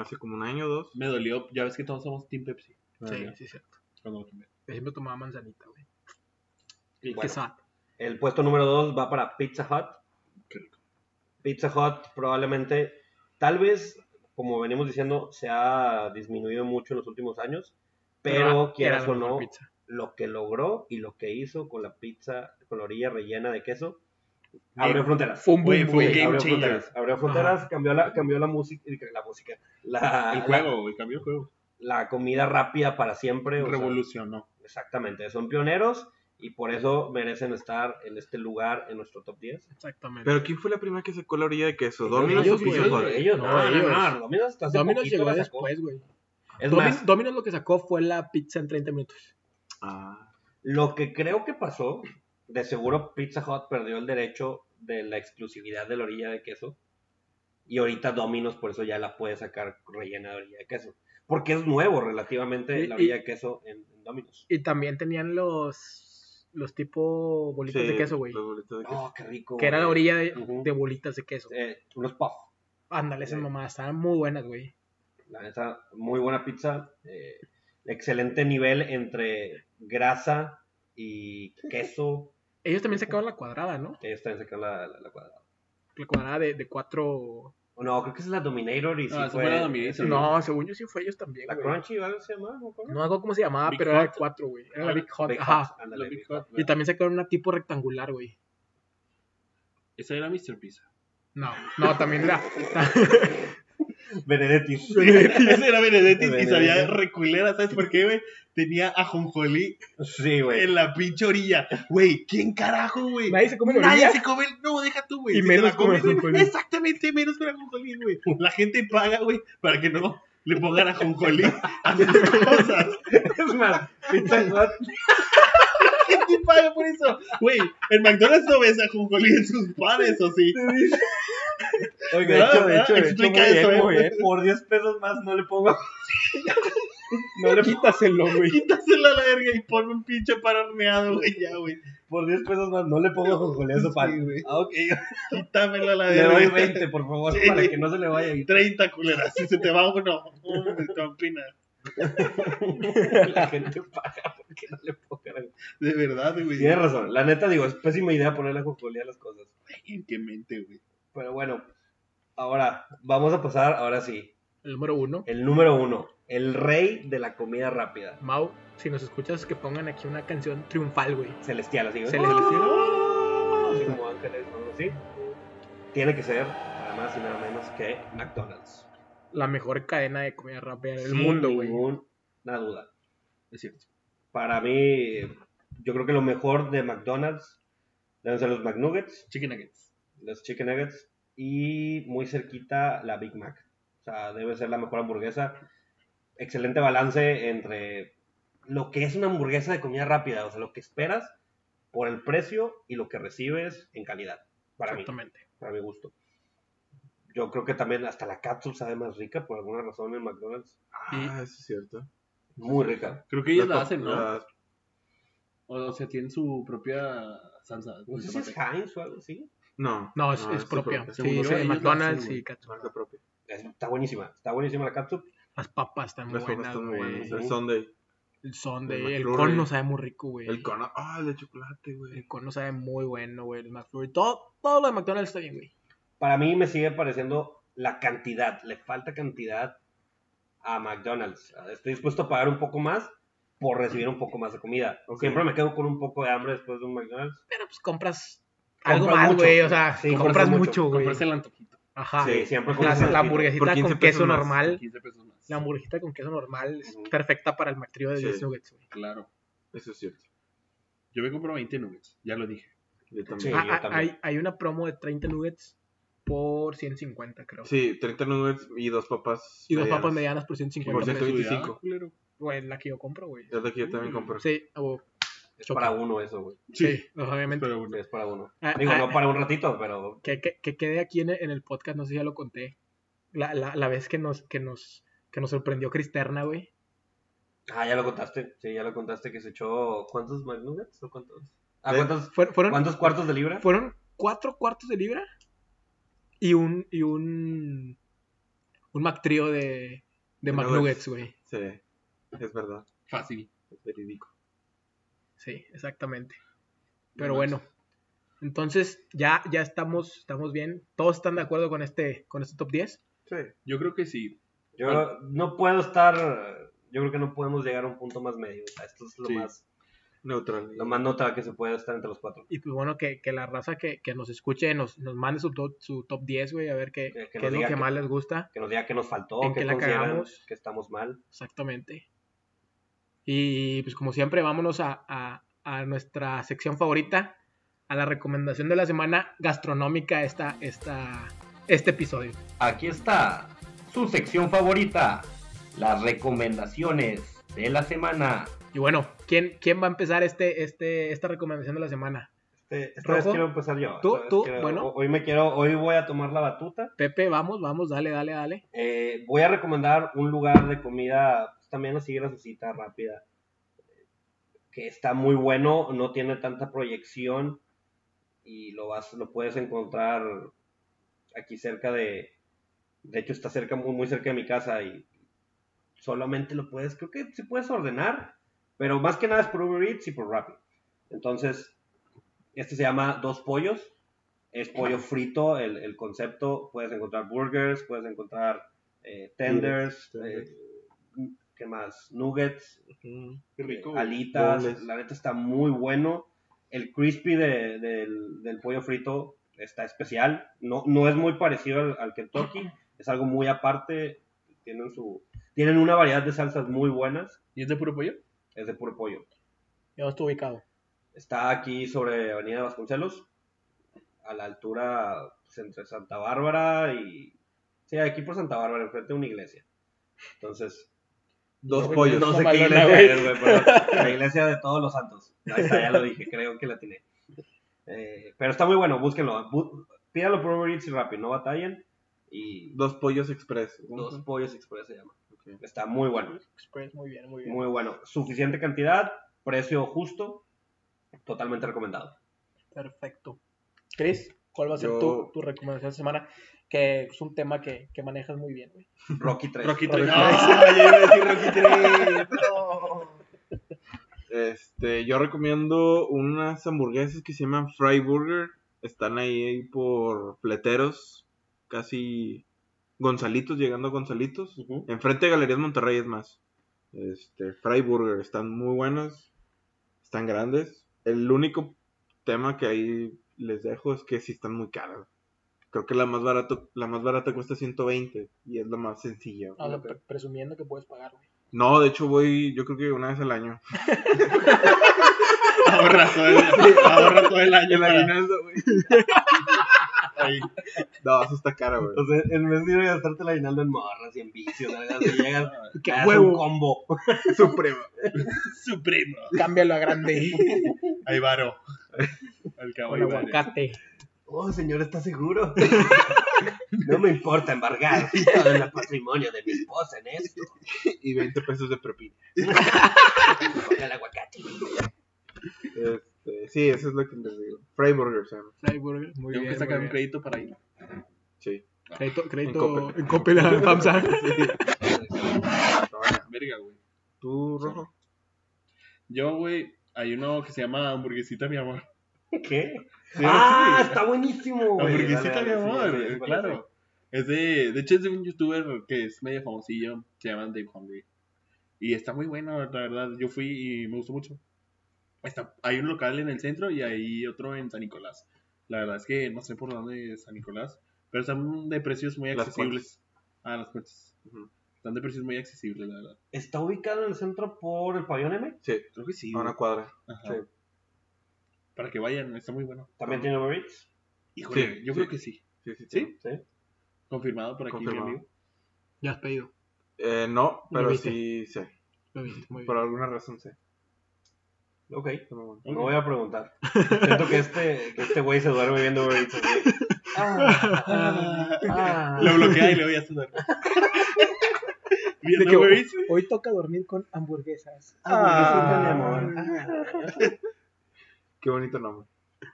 Speaker 3: Hace como un año o dos.
Speaker 4: Me dolió, ya ves que todos somos team Pepsi.
Speaker 2: Sí,
Speaker 4: Ah,
Speaker 2: sí, cierto.
Speaker 4: cuando lo cambiaron.
Speaker 2: Yo siempre tomaba manzanita, güey.
Speaker 4: Y
Speaker 1: Bueno.
Speaker 2: Qué sad.
Speaker 1: El puesto número 2 va para Pizza Hut.
Speaker 4: Qué rico.
Speaker 1: Pizza Hut probablemente, tal vez, como venimos diciendo, se ha disminuido mucho en los últimos años, pero
Speaker 2: era
Speaker 1: quieras
Speaker 2: la
Speaker 1: o
Speaker 2: mejor
Speaker 1: no,
Speaker 2: pizza.
Speaker 1: lo que logró y lo que hizo con la pizza con la orilla rellena de queso,
Speaker 4: Bien.
Speaker 1: abrió fronteras.
Speaker 2: Fue un
Speaker 4: Güey,
Speaker 2: boom,
Speaker 4: fue
Speaker 2: güey.
Speaker 4: game
Speaker 1: abrió
Speaker 4: changer.
Speaker 1: fronteras, abrió fronteras, cambió la, cambió la música, la música, Ah, la,
Speaker 4: El juego, güey, cambió el juego.
Speaker 1: la, la comida rápida para siempre. o sea,
Speaker 4: Revolucionó.
Speaker 1: exactamente, son pioneros y por eso merecen estar en este lugar en nuestro top 10.
Speaker 2: Exactamente.
Speaker 3: Pero ¿quién fue la primera que sacó la orilla de queso? ¿Domino's
Speaker 2: ellos,
Speaker 3: o Pizza
Speaker 2: güey,
Speaker 3: Hut?
Speaker 1: Ellos,
Speaker 2: No,
Speaker 1: no, no,
Speaker 2: ellos.
Speaker 1: no, no, Domino's hasta hace
Speaker 2: Domino's
Speaker 1: poquito
Speaker 2: llegó
Speaker 1: la sacó.
Speaker 2: después, güey.
Speaker 1: Es
Speaker 2: Domin-
Speaker 1: más,
Speaker 2: Domino's lo que sacó fue la pizza en 30 minutos.
Speaker 3: Ah,
Speaker 1: lo que creo que pasó, de seguro Pizza Hut perdió el derecho de la exclusividad de la orilla de queso. Y ahorita Domino's por eso ya la puede sacar rellena de orilla de queso. Porque es nuevo relativamente
Speaker 2: Y-
Speaker 1: la orilla de queso en, en Domino's.
Speaker 2: Y también tenían los los tipo bolitas
Speaker 3: sí,
Speaker 2: de queso, güey.
Speaker 3: Los bolitos de queso.
Speaker 1: Oh, qué rico.
Speaker 2: Que era la
Speaker 1: güey.
Speaker 2: orilla de,
Speaker 1: Ujú.
Speaker 2: de bolitas de queso.
Speaker 1: Eh, unos puff.
Speaker 2: Ándale, esas
Speaker 4: eh.
Speaker 1: Sí.
Speaker 2: mamadas. Estaban muy buenas, güey.
Speaker 1: La neta, muy buena pizza. eh, excelente nivel entre grasa y queso.
Speaker 2: Ellos también sacaban la cuadrada, ¿no?
Speaker 1: Ellos también sacaron la, la, la cuadrada.
Speaker 2: La cuadrada de, de cuatro...
Speaker 1: No, creo que esa es la Dominator y
Speaker 4: No,
Speaker 1: sí
Speaker 4: esa
Speaker 1: fue...
Speaker 4: fue la Dominator. Sí.
Speaker 2: No, según yo sí fue ellos también,
Speaker 1: La
Speaker 2: güey.
Speaker 1: Crunchy, ¿vale? Se llama, ¿no?
Speaker 2: No me acuerdo cómo se llamaba,
Speaker 4: Big
Speaker 2: pero era de
Speaker 4: Hot.
Speaker 2: cuatro, güey. Era la
Speaker 4: Ah,
Speaker 2: Big Hot.
Speaker 1: Big
Speaker 2: Ajá.
Speaker 1: Hot, ándale, ah,
Speaker 4: La Big Hot,
Speaker 2: Y
Speaker 4: ¿verdad?
Speaker 2: también sacaron una tipo rectangular, güey.
Speaker 4: Esa era Mr. Pizza.
Speaker 2: No, no, también era.
Speaker 1: Benedettis.
Speaker 4: Esa era Benedetti y
Speaker 1: Benedetti.
Speaker 4: sabía reculera, ¿sabes por qué, güey? Tenía a Jonjolí
Speaker 1: Sí, güey.
Speaker 4: en la pinche orilla. Güey, ¿quién carajo, güey?
Speaker 2: Nadie se come la
Speaker 4: Nadie
Speaker 2: orilla.
Speaker 4: se come, el- no, deja tú, güey.
Speaker 2: Y
Speaker 4: Si te
Speaker 2: menos
Speaker 4: la
Speaker 2: con
Speaker 4: comes, güey,
Speaker 2: ajonjolí.
Speaker 4: Exactamente, menos con ajonjolí, güey. La gente paga, güey, para que no le pongan ajonjolí a sus cosas.
Speaker 1: Es más, Pizza Hut,
Speaker 4: La gente paga por eso. Güey, en McDonald's no ves ajonjolí en sus panes, ¿o sí?
Speaker 1: oiga,
Speaker 4: ¿Verdad? Explica
Speaker 1: muy bien,
Speaker 4: eso,
Speaker 1: muy
Speaker 4: ¿eh?
Speaker 1: bien. Por 10 pesos más no le pongo.
Speaker 2: No le quítaselo, güey.
Speaker 4: Quítasela a la verga y ponme un pinche pan horneado, güey, ya, güey.
Speaker 1: Por 10 pesos más, no le pongo con eso para.
Speaker 4: Sí, güey.
Speaker 1: Ah, ok.
Speaker 4: Quítamela a la
Speaker 1: Le doy
Speaker 4: verga.
Speaker 1: 20, por favor,
Speaker 4: Sí.
Speaker 1: para que no se le vaya.
Speaker 4: 30 culeras, si se te va uno, uno te va a empinar.
Speaker 1: La gente paga porque no le pongan.
Speaker 4: De verdad, güey.
Speaker 1: Tienes razón. La neta, digo, es pésima idea ponerle ajonjolí a las cosas.
Speaker 4: En qué mente, güey.
Speaker 1: Pero bueno, ahora vamos a pasar, ahora sí,
Speaker 2: El número uno.
Speaker 1: el número uno, el rey de la comida rápida,
Speaker 2: Mau, si nos escuchas, que pongan aquí una canción triunfal, güey.
Speaker 1: celestial, así, ¿ves?
Speaker 2: Celestial.
Speaker 1: Así como ángeles, o algo así. Tiene que ser, nada más y nada menos que McDonald's.
Speaker 2: La mejor cadena de comida rápida del
Speaker 1: Sin
Speaker 2: mundo, güey.
Speaker 1: Ninguna duda.
Speaker 4: Es cierto.
Speaker 1: Para mí, yo creo que lo mejor de McDonald's deben ser los McNuggets,
Speaker 4: Chicken nuggets.
Speaker 1: los Chicken Nuggets y muy cerquita la Big Mac. O sea, debe ser la mejor hamburguesa. Excelente balance entre lo que es una hamburguesa de comida rápida, o sea, lo que esperas por el precio y lo que recibes en calidad. Para mí
Speaker 2: Exactamente.
Speaker 1: para mi gusto. Yo creo que también hasta la cápsula sabe más rica por alguna razón en McDonald's.
Speaker 3: Ah, eso es cierto.
Speaker 1: Muy rica.
Speaker 4: Creo que ellos la,
Speaker 3: Las
Speaker 4: hacen, ¿no?
Speaker 3: las-
Speaker 4: O, o sea, tienen su propia salsa.
Speaker 1: No
Speaker 4: con
Speaker 1: sé si Pues es
Speaker 4: tomate.
Speaker 1: Heinz o algo así.
Speaker 3: No.
Speaker 2: No,
Speaker 4: Ah,
Speaker 2: es, es
Speaker 3: su
Speaker 2: propia.
Speaker 4: Según
Speaker 2: Sí,
Speaker 4: yo,
Speaker 2: sí,
Speaker 4: ellos la
Speaker 2: McDonald's
Speaker 4: hacen,
Speaker 2: y
Speaker 4: güey.
Speaker 2: Katsu.
Speaker 3: Marca propia.
Speaker 1: Es- Está buenísima. Está buenísima la cápsula.
Speaker 2: Las papas están muy
Speaker 3: Las papas
Speaker 2: buenas,
Speaker 3: están muy
Speaker 2: güey.
Speaker 3: buenas. El Sunday.
Speaker 2: El son
Speaker 3: El
Speaker 2: de... El
Speaker 3: McFlurry.
Speaker 2: cono sabe muy rico, güey.
Speaker 3: El cono. Ah, el de chocolate, güey.
Speaker 2: El cono sabe muy bueno, güey. El McFlurry. Todo, todo lo de McDonald's está bien, güey.
Speaker 1: Para mí me sigue pareciendo la cantidad. Le falta cantidad a McDonald's. Estoy dispuesto a pagar un poco más por recibir un poco más de comida.
Speaker 3: Ok.
Speaker 1: Siempre me quedo con un poco de hambre después de un McDonald's.
Speaker 2: Pero pues compras algo
Speaker 1: Compras
Speaker 2: más,
Speaker 1: mucho.
Speaker 2: güey. O sea,
Speaker 1: Sí,
Speaker 2: compras,
Speaker 1: compras mucho,
Speaker 2: mucho, güey.
Speaker 4: Comprarse el antojito.
Speaker 2: Ajá.
Speaker 1: Sí, siempre
Speaker 2: Ah, la,
Speaker 1: compras
Speaker 2: la
Speaker 1: el-
Speaker 2: hamburguesita
Speaker 3: Por 15
Speaker 2: con queso
Speaker 3: pesos más.
Speaker 1: ¿Eh?
Speaker 2: normal.
Speaker 4: 15 pesos más.
Speaker 2: La hamburguesita con queso normal es
Speaker 1: Ujú.
Speaker 2: perfecta para el McTrio de
Speaker 3: Sí.
Speaker 2: 10 nuggets, güey.
Speaker 4: Claro.
Speaker 3: Eso es cierto.
Speaker 4: Yo me compro 20 nuggets, ya lo dije.
Speaker 3: Yo
Speaker 1: Sí,
Speaker 3: también.
Speaker 2: Ah,
Speaker 1: yo
Speaker 2: ah,
Speaker 1: también.
Speaker 2: hay, hay una promo de 30 nuggets por 150, creo.
Speaker 3: Sí, 30 nuggets y dos papas.
Speaker 2: y dos
Speaker 3: medianas.
Speaker 2: papas medianas por 150
Speaker 3: Por
Speaker 4: Compra
Speaker 2: pesos.
Speaker 3: 125.
Speaker 4: seguridad, culero.
Speaker 2: Güey, la que yo compro, güey.
Speaker 3: Es la que yo también compré.
Speaker 2: Mm. Sí, a huevo.
Speaker 1: Es
Speaker 2: Choca.
Speaker 1: para uno eso, güey.
Speaker 2: Sí, obviamente.
Speaker 4: Pero
Speaker 1: Sí,
Speaker 4: bueno.
Speaker 1: Es para uno.
Speaker 2: Ah,
Speaker 1: Digo,
Speaker 2: ah,
Speaker 1: no para un ratito, pero
Speaker 2: que, que- que quede aquí en el, en el podcast, no sé si ya lo conté. La, la, la vez que nos, que nos, que nos sorprendió Cristerna, güey.
Speaker 1: Ah, ya lo contaste. Sí, ya lo contaste que se echó. ¿Cuántos McNuggets? ¿O cuántos? Ah,
Speaker 3: Ve-
Speaker 1: ¿cuántos,
Speaker 2: Fuer- fueron,
Speaker 1: ¿Cuántos cuartos de libra?
Speaker 2: fueron cuatro cuartos de libra y un y un un McTrio de de
Speaker 3: De
Speaker 2: McNuggets, güey.
Speaker 3: Sí. Es verdad.
Speaker 4: Fácil.
Speaker 3: Es verídico.
Speaker 2: Sí, exactamente. Pero bueno, entonces ya ya estamos estamos bien. Todos están de acuerdo con este con este top 10.
Speaker 3: Sí.
Speaker 4: Yo creo que sí.
Speaker 1: Yo no puedo estar. Yo creo que no podemos llegar a un punto más medio. O sea, esto es lo,
Speaker 4: Sí.
Speaker 1: más,
Speaker 3: Neutral.
Speaker 1: lo más notable que se puede estar entre los cuatro.
Speaker 2: Y pues bueno, que, que la raza que, que nos escuche nos, nos mande su, top- su top 10, güey, a ver qué,
Speaker 1: Que- que
Speaker 2: qué
Speaker 1: nos
Speaker 2: es lo
Speaker 1: diga
Speaker 2: que
Speaker 1: que-
Speaker 2: más les gusta.
Speaker 1: Que nos diga que nos faltó,
Speaker 2: ¿En
Speaker 1: que
Speaker 2: qué la
Speaker 1: consideran
Speaker 2: cagamos?
Speaker 1: que estamos mal.
Speaker 2: Exactamente. Y pues como siempre, vámonos a, a- a nuestra sección favorita, a la recomendación de la semana gastronómica esta, esta, este episodio.
Speaker 5: Aquí está su sección favorita, las recomendaciones de la semana.
Speaker 2: Y bueno, ¿quién, quién va a empezar este, este, esta recomendación de la semana?
Speaker 1: Este, esta vez
Speaker 2: Rojo,
Speaker 1: quiero empezar yo.
Speaker 2: tú-
Speaker 1: esta vez
Speaker 2: tú,
Speaker 1: quiero-
Speaker 2: bueno.
Speaker 1: ho- Hoy me quiero. Hoy voy a tomar la batuta.
Speaker 2: Pepe, vamos, vamos, dale, dale, dale.
Speaker 1: Eh, voy a recomendar un lugar de comida, pues, también así grasosita, rápida, que está muy bueno, no tiene tanta proyección y lo vas, lo puedes encontrar aquí cerca de, de hecho está cerca, muy, muy cerca de mi casa y solamente lo puedes, creo que sí puedes ordenar, pero más que nada es por Uber Eats y por Rappi. Entonces, este se llama Dos Pollos, es pollo frito, el, el concepto, puedes encontrar burgers, puedes encontrar eh, tenders,
Speaker 3: Tenders.
Speaker 1: eh, ¿qué más? Nuggets,
Speaker 4: Qué rico. güey.
Speaker 1: alitas,
Speaker 3: Dobles.
Speaker 1: la neta está muy bueno. El crispy de- del, del pollo frito está especial. No, no es muy parecido al, al Kentucky, es algo muy aparte. Tienen, su, tienen una variedad de salsas muy buenas.
Speaker 4: ¿Y es de puro pollo?
Speaker 1: Es de puro pollo.
Speaker 2: Ya no estoy ubicado.
Speaker 1: Está aquí sobre Avenida Vasconcelos, a la altura pues, entre Santa Bárbara y. Sí, aquí por Santa Bárbara, enfrente de una iglesia. Entonces,
Speaker 3: Dos
Speaker 2: No,
Speaker 3: pollos.
Speaker 1: no sé qué
Speaker 2: Malona,
Speaker 1: iglesia
Speaker 2: güey.
Speaker 1: es, güey, pero la iglesia de todos los santos. Ahí está, ya lo dije, creo que la tiene. pero está muy bueno, búsquenlo. Bu- pídalo por Uber Eats y Rappi, no batallen. Y
Speaker 3: Dos pollos express.
Speaker 1: dos pollos express se llama.
Speaker 3: Ok. Sí.
Speaker 1: Está muy bueno.
Speaker 2: Express, Pues, muy bien, muy bien.
Speaker 1: Muy bueno. Suficiente cantidad, precio justo, totalmente recomendado.
Speaker 2: Perfecto. Chris, ¿cuál va a ser
Speaker 3: Yo-
Speaker 2: tu, tu recomendación esta semana? Que es un tema que, que manejas muy bien, güey.
Speaker 1: Rocky 3.
Speaker 4: Rocky
Speaker 2: Rocky
Speaker 4: tres.
Speaker 3: Ah, ya iba a decir Rocky tres.
Speaker 2: No.
Speaker 3: Este, yo recomiendo unas hamburguesas que se llaman Fry Burger. Están ahí por Pleteros, casi Gonzalitos, llegando a Gonzalitos.
Speaker 1: Ujú.
Speaker 3: Enfrente de Galerías Monterrey es más. Este, Fry Burger, están muy buenas, están grandes. El único tema que ahí les dejo es que sí están muy caras. Creo que la más barata, la más barata cuesta 120 y es la más sencilla.
Speaker 2: No, no, pre- presumiendo que puedes pagar, güey.
Speaker 3: No, de hecho voy, yo creo que una vez al año.
Speaker 4: Ahorra todo el, ahorra todo el año.
Speaker 3: El
Speaker 4: para-
Speaker 3: aguinaldo, güey.
Speaker 4: ahí.
Speaker 3: No, eso está cara, güey.
Speaker 1: Entonces, en vez de ir a gastarte el aguinaldo en morras y en vicios, ¿verdad? Si llegas, te
Speaker 2: ¡Qué
Speaker 1: das un
Speaker 2: huevo!
Speaker 1: combo.
Speaker 3: Supremo.
Speaker 4: Supremo.
Speaker 2: Cámbialo a grande.
Speaker 4: Ahí varo. Al cabo,
Speaker 2: Con
Speaker 4: ahí varo.
Speaker 2: aguacate.
Speaker 1: Oh, señor, ¿está seguro? No me importa embargar todo el patrimonio de mi esposa en esto.
Speaker 3: Y 20 pesos de propina.
Speaker 1: Con el aguacate.
Speaker 3: Este, sí, eso es lo que les digo. Fry Burger, Sam.
Speaker 2: Freiburg, Muy
Speaker 4: Tengo
Speaker 2: bien,
Speaker 4: que
Speaker 2: muy
Speaker 4: sacar un
Speaker 2: bien.
Speaker 4: crédito para ir.
Speaker 3: Sí.
Speaker 2: Crédito,
Speaker 3: En
Speaker 2: crédito
Speaker 3: Coppel.
Speaker 2: en Coppel, en FAMSA.
Speaker 3: Está buena.
Speaker 4: Verga, güey.
Speaker 3: ¿Tú, Rojo?
Speaker 4: Yo, güey, hay uno que se llama hamburguesita, mi amor.
Speaker 1: ¿Qué?
Speaker 4: Sí,
Speaker 1: ah,
Speaker 4: sí.
Speaker 1: está buenísimo, güey.
Speaker 4: Hamburguesita,
Speaker 1: Dale,
Speaker 4: mi
Speaker 1: dale, sí,
Speaker 4: amor,
Speaker 1: sí, sí, sí, sí.
Speaker 4: claro. Es de, de hecho es de un youtuber que es medio famosillo, se llama Dave Hungry. Y está muy bueno, la verdad, yo fui y me gustó mucho. Está, hay un local en el centro y hay otro en San Nicolás. La verdad es que no sé por dónde es San Nicolás, pero están de precios muy
Speaker 3: Las
Speaker 4: accesibles. ah, las puertas.
Speaker 3: Ujú.
Speaker 4: Están de precios muy accesibles, la verdad.
Speaker 1: Está ubicado en el centro por el pabellón M.
Speaker 3: Sí.
Speaker 4: Creo que sí.
Speaker 3: A una cuadra.
Speaker 4: Ajá.
Speaker 1: Sí.
Speaker 4: Para que vayan, está muy bueno.
Speaker 1: También tiene Uber Eats.
Speaker 4: Híjole,
Speaker 3: Sí,
Speaker 4: yo
Speaker 3: sí.
Speaker 4: creo que sí.
Speaker 3: Sí, sí,
Speaker 4: ¿Sí?
Speaker 1: Sí.
Speaker 4: Confirmado por aquí,
Speaker 3: Confirmado.
Speaker 4: mi amigo.
Speaker 2: Ya has pedido.
Speaker 3: Eh, no,
Speaker 2: ¿Lo
Speaker 3: pero
Speaker 2: viste?
Speaker 3: sí sé.
Speaker 2: Lo viste, muy bien.
Speaker 3: Por alguna razón sé.
Speaker 1: Ok.
Speaker 3: Pero
Speaker 1: No voy a preguntar. Siento que este que este güey se duerme viendo Uber Eats. así. Ah, ah, ah.
Speaker 4: Lo bloquea y le voy a sudar.
Speaker 2: De
Speaker 4: Viendo
Speaker 2: que
Speaker 4: Uber
Speaker 2: hoy,
Speaker 4: Eats,
Speaker 2: hoy toca dormir con hamburguesas.
Speaker 1: Hamburguesita,
Speaker 4: Ah.
Speaker 1: mi amor.
Speaker 3: Qué bonito nombre.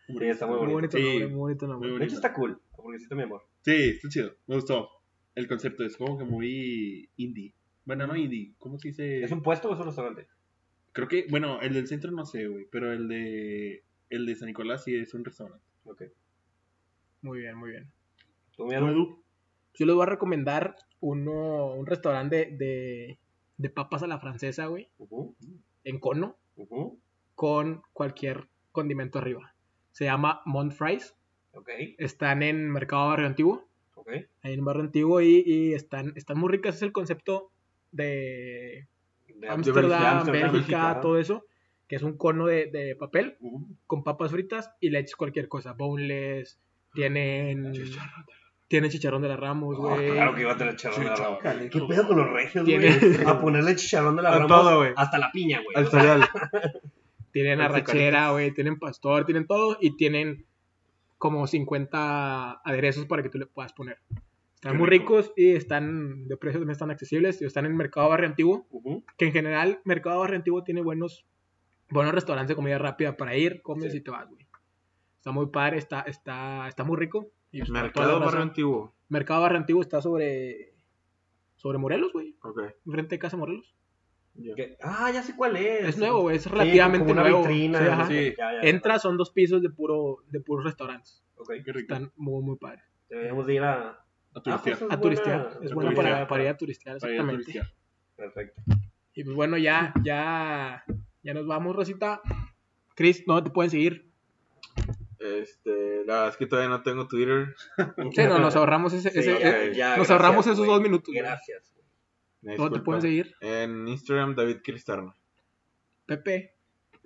Speaker 1: Sí, está muy
Speaker 2: Muy
Speaker 1: bonito.
Speaker 2: bonito
Speaker 4: Sí.
Speaker 2: nombre, muy bonito nombre.
Speaker 4: Muy
Speaker 1: De hecho, está cool. Hamburguesita, mi amor.
Speaker 4: Sí, está chido. Me gustó. El concepto es como que muy indie. Bueno, no indie. ¿Cómo se dice?
Speaker 1: ¿Es un puesto o es un restaurante?
Speaker 4: Creo que, bueno, el del centro no sé, güey. Pero el de, el de San Nicolás sí es un restaurante.
Speaker 1: Ok.
Speaker 2: Muy bien, muy bien.
Speaker 1: ¿Tú,
Speaker 4: ¿Tú,
Speaker 1: mierda?
Speaker 4: Edu?
Speaker 2: Yo les voy a recomendar uno, un restaurante de, de papas a la francesa, güey,
Speaker 1: Ujú,
Speaker 2: en cono,
Speaker 1: ujú.
Speaker 2: con cualquier condimento arriba. Se llama Montfries.
Speaker 1: Ok,
Speaker 2: Están en Mercado Barrio Antiguo.
Speaker 1: ok.
Speaker 2: Ahí en Barrio Antiguo y, y están, están muy ricas. Es el concepto de
Speaker 1: De-
Speaker 2: Ámsterdam,
Speaker 1: Ámsterdam,
Speaker 2: Bélgica,
Speaker 1: Bélgica.
Speaker 2: todo eso, que es un cono de, de papel
Speaker 4: Ujú.
Speaker 2: con papas fritas y le echas cualquier cosa. Boneless, tienen... Tiene chicharrón de la Ramos,
Speaker 1: Oh,
Speaker 2: güey.
Speaker 1: claro que iba a tener chicharrón de la
Speaker 4: Chicharrón.
Speaker 1: Ramos. ¿Qué pedo con los regios, güey?
Speaker 2: Tiene-
Speaker 1: A ponerle chicharrón de la
Speaker 3: A
Speaker 1: Ramos
Speaker 3: todo, güey.
Speaker 1: hasta la piña, güey.
Speaker 3: Al cereal.
Speaker 2: Tienen
Speaker 3: Con
Speaker 2: arrachera,
Speaker 3: azucaritas.
Speaker 2: güey, tienen pastor, tienen todo y tienen como 50 aderezos para que tú le puedas poner. Están
Speaker 4: Qué
Speaker 2: muy
Speaker 4: rico.
Speaker 2: ricos y están de precios también están accesibles. y Están en Mercado Barrio Antiguo,
Speaker 1: Ujú.
Speaker 2: que en general Mercado Barrio Antiguo tiene buenos, buenos restaurantes de comida rápida para ir, comes
Speaker 1: Sí.
Speaker 2: y te vas, güey. Está muy padre, está, está, está muy rico. Y pues, para toda la
Speaker 3: Mercado
Speaker 2: raza-
Speaker 3: Barrio Antiguo.
Speaker 2: Mercado Barrio Antiguo está sobre, sobre Morelos, güey,
Speaker 3: Ok.
Speaker 2: frente de Casa Morelos.
Speaker 3: ya.
Speaker 1: ¿Qué? Ah, ya sé cuál es.
Speaker 2: Es nuevo, güey, es
Speaker 1: Sí,
Speaker 2: relativamente
Speaker 1: como una
Speaker 2: nuevo.
Speaker 1: vitrina.
Speaker 2: Sí, ajá.
Speaker 1: Sí, ya, ya, ya.
Speaker 2: Entra, son dos pisos de puro de puros restaurantes.
Speaker 1: Ok.
Speaker 4: Qué rico.
Speaker 2: Están muy, muy padres.
Speaker 1: Deberíamos de ir a...
Speaker 4: A turistear.
Speaker 1: Ah, pues,
Speaker 2: A turistear. Es
Speaker 4: a
Speaker 2: bueno para,
Speaker 1: turistear.
Speaker 2: para ir a turistear,
Speaker 4: Para ir a
Speaker 2: exactamente.
Speaker 4: turistear.
Speaker 1: Perfecto.
Speaker 2: Y pues bueno, ya, ya, ya nos vamos, Rosita. Chris, ¿dónde te pueden seguir?
Speaker 3: Este, la verdad es que todavía no tengo Twitter.
Speaker 2: Sí, no, nos ahorramos ese,
Speaker 1: Sí, ya,
Speaker 2: ese- eh,
Speaker 1: ya,
Speaker 2: nos
Speaker 1: gracias,
Speaker 2: ahorramos esos
Speaker 1: güey.
Speaker 2: dos minutos. güey.
Speaker 1: Gracias.
Speaker 3: Me
Speaker 2: ¿Dónde te
Speaker 3: disculpa.
Speaker 2: pueden seguir?
Speaker 3: En Instagram, David Cristerna.
Speaker 2: Pepe.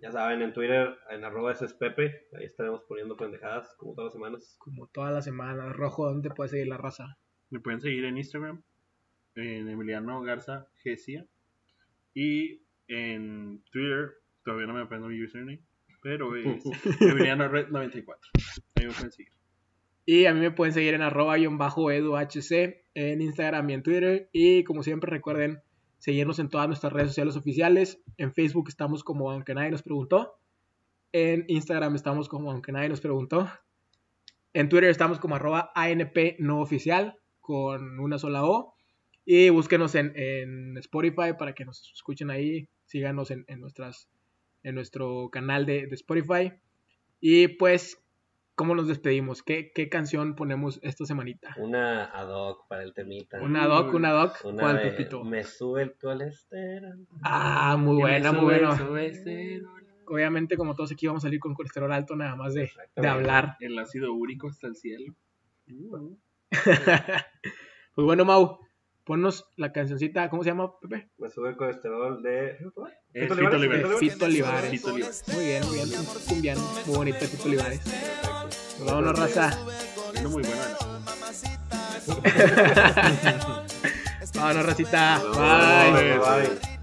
Speaker 1: Ya saben, en Twitter, en arroba ese es Pepe. Ahí estaremos poniendo pendejadas como todas las semanas.
Speaker 2: Como toda la semana, rojo, ¿dónde te puede seguir la raza?
Speaker 4: Me pueden seguir en Instagram, en Emiliano Garza Gesia. Y en Twitter, todavía no me aprendo mi username, pero es Emiliano Red 94. Ahí me pueden seguir.
Speaker 2: Y a mí me pueden seguir en arroba y en bajo eduhc en Instagram y en Twitter. Y como siempre recuerden seguirnos en todas nuestras redes sociales oficiales. En Facebook estamos como Aunque Nadie Nos Preguntó. En Instagram estamos como Aunque Nadie Nos Preguntó. En Twitter estamos como arroba ANP no oficial con una sola O. Y búsquenos en, en Spotify para que nos escuchen ahí. Síganos en, en nuestras, en nuestro canal de, de Spotify. Y pues, ¿cómo nos despedimos? ¿Qué, qué canción ponemos esta semanita?
Speaker 1: Una ad hoc para el temita.
Speaker 2: Una doc, una doc.
Speaker 1: Una
Speaker 2: ¿Cuál,
Speaker 1: de
Speaker 2: Pepito?
Speaker 1: Me sube el colesterol.
Speaker 2: Ah, muy buena, muy
Speaker 4: Sube,
Speaker 2: buena.
Speaker 4: sube, sube.
Speaker 2: Obviamente, como todos aquí, vamos a salir con colesterol alto nada más de, de
Speaker 1: Exactamente.
Speaker 2: hablar.
Speaker 4: El ácido úrico hasta el cielo. Uh,
Speaker 2: pues bueno, Mau, ponnos la cancioncita, ¿cómo se llama, Pepe?
Speaker 1: Me sube el colesterol de.
Speaker 4: Es
Speaker 1: Fito
Speaker 4: Eh, Fito
Speaker 1: Olivares.
Speaker 4: Olivares.
Speaker 2: De Fito Olivares.
Speaker 4: Fito Olivares.
Speaker 2: Muy bien, muy bien. Un cumbiano, muy bonito de Fito Olivares. Nos Vámonos, raza.
Speaker 4: Una muy buena.
Speaker 2: Vámonos, racita.
Speaker 3: Nos
Speaker 2: Bye.
Speaker 3: vemos.
Speaker 1: Bye.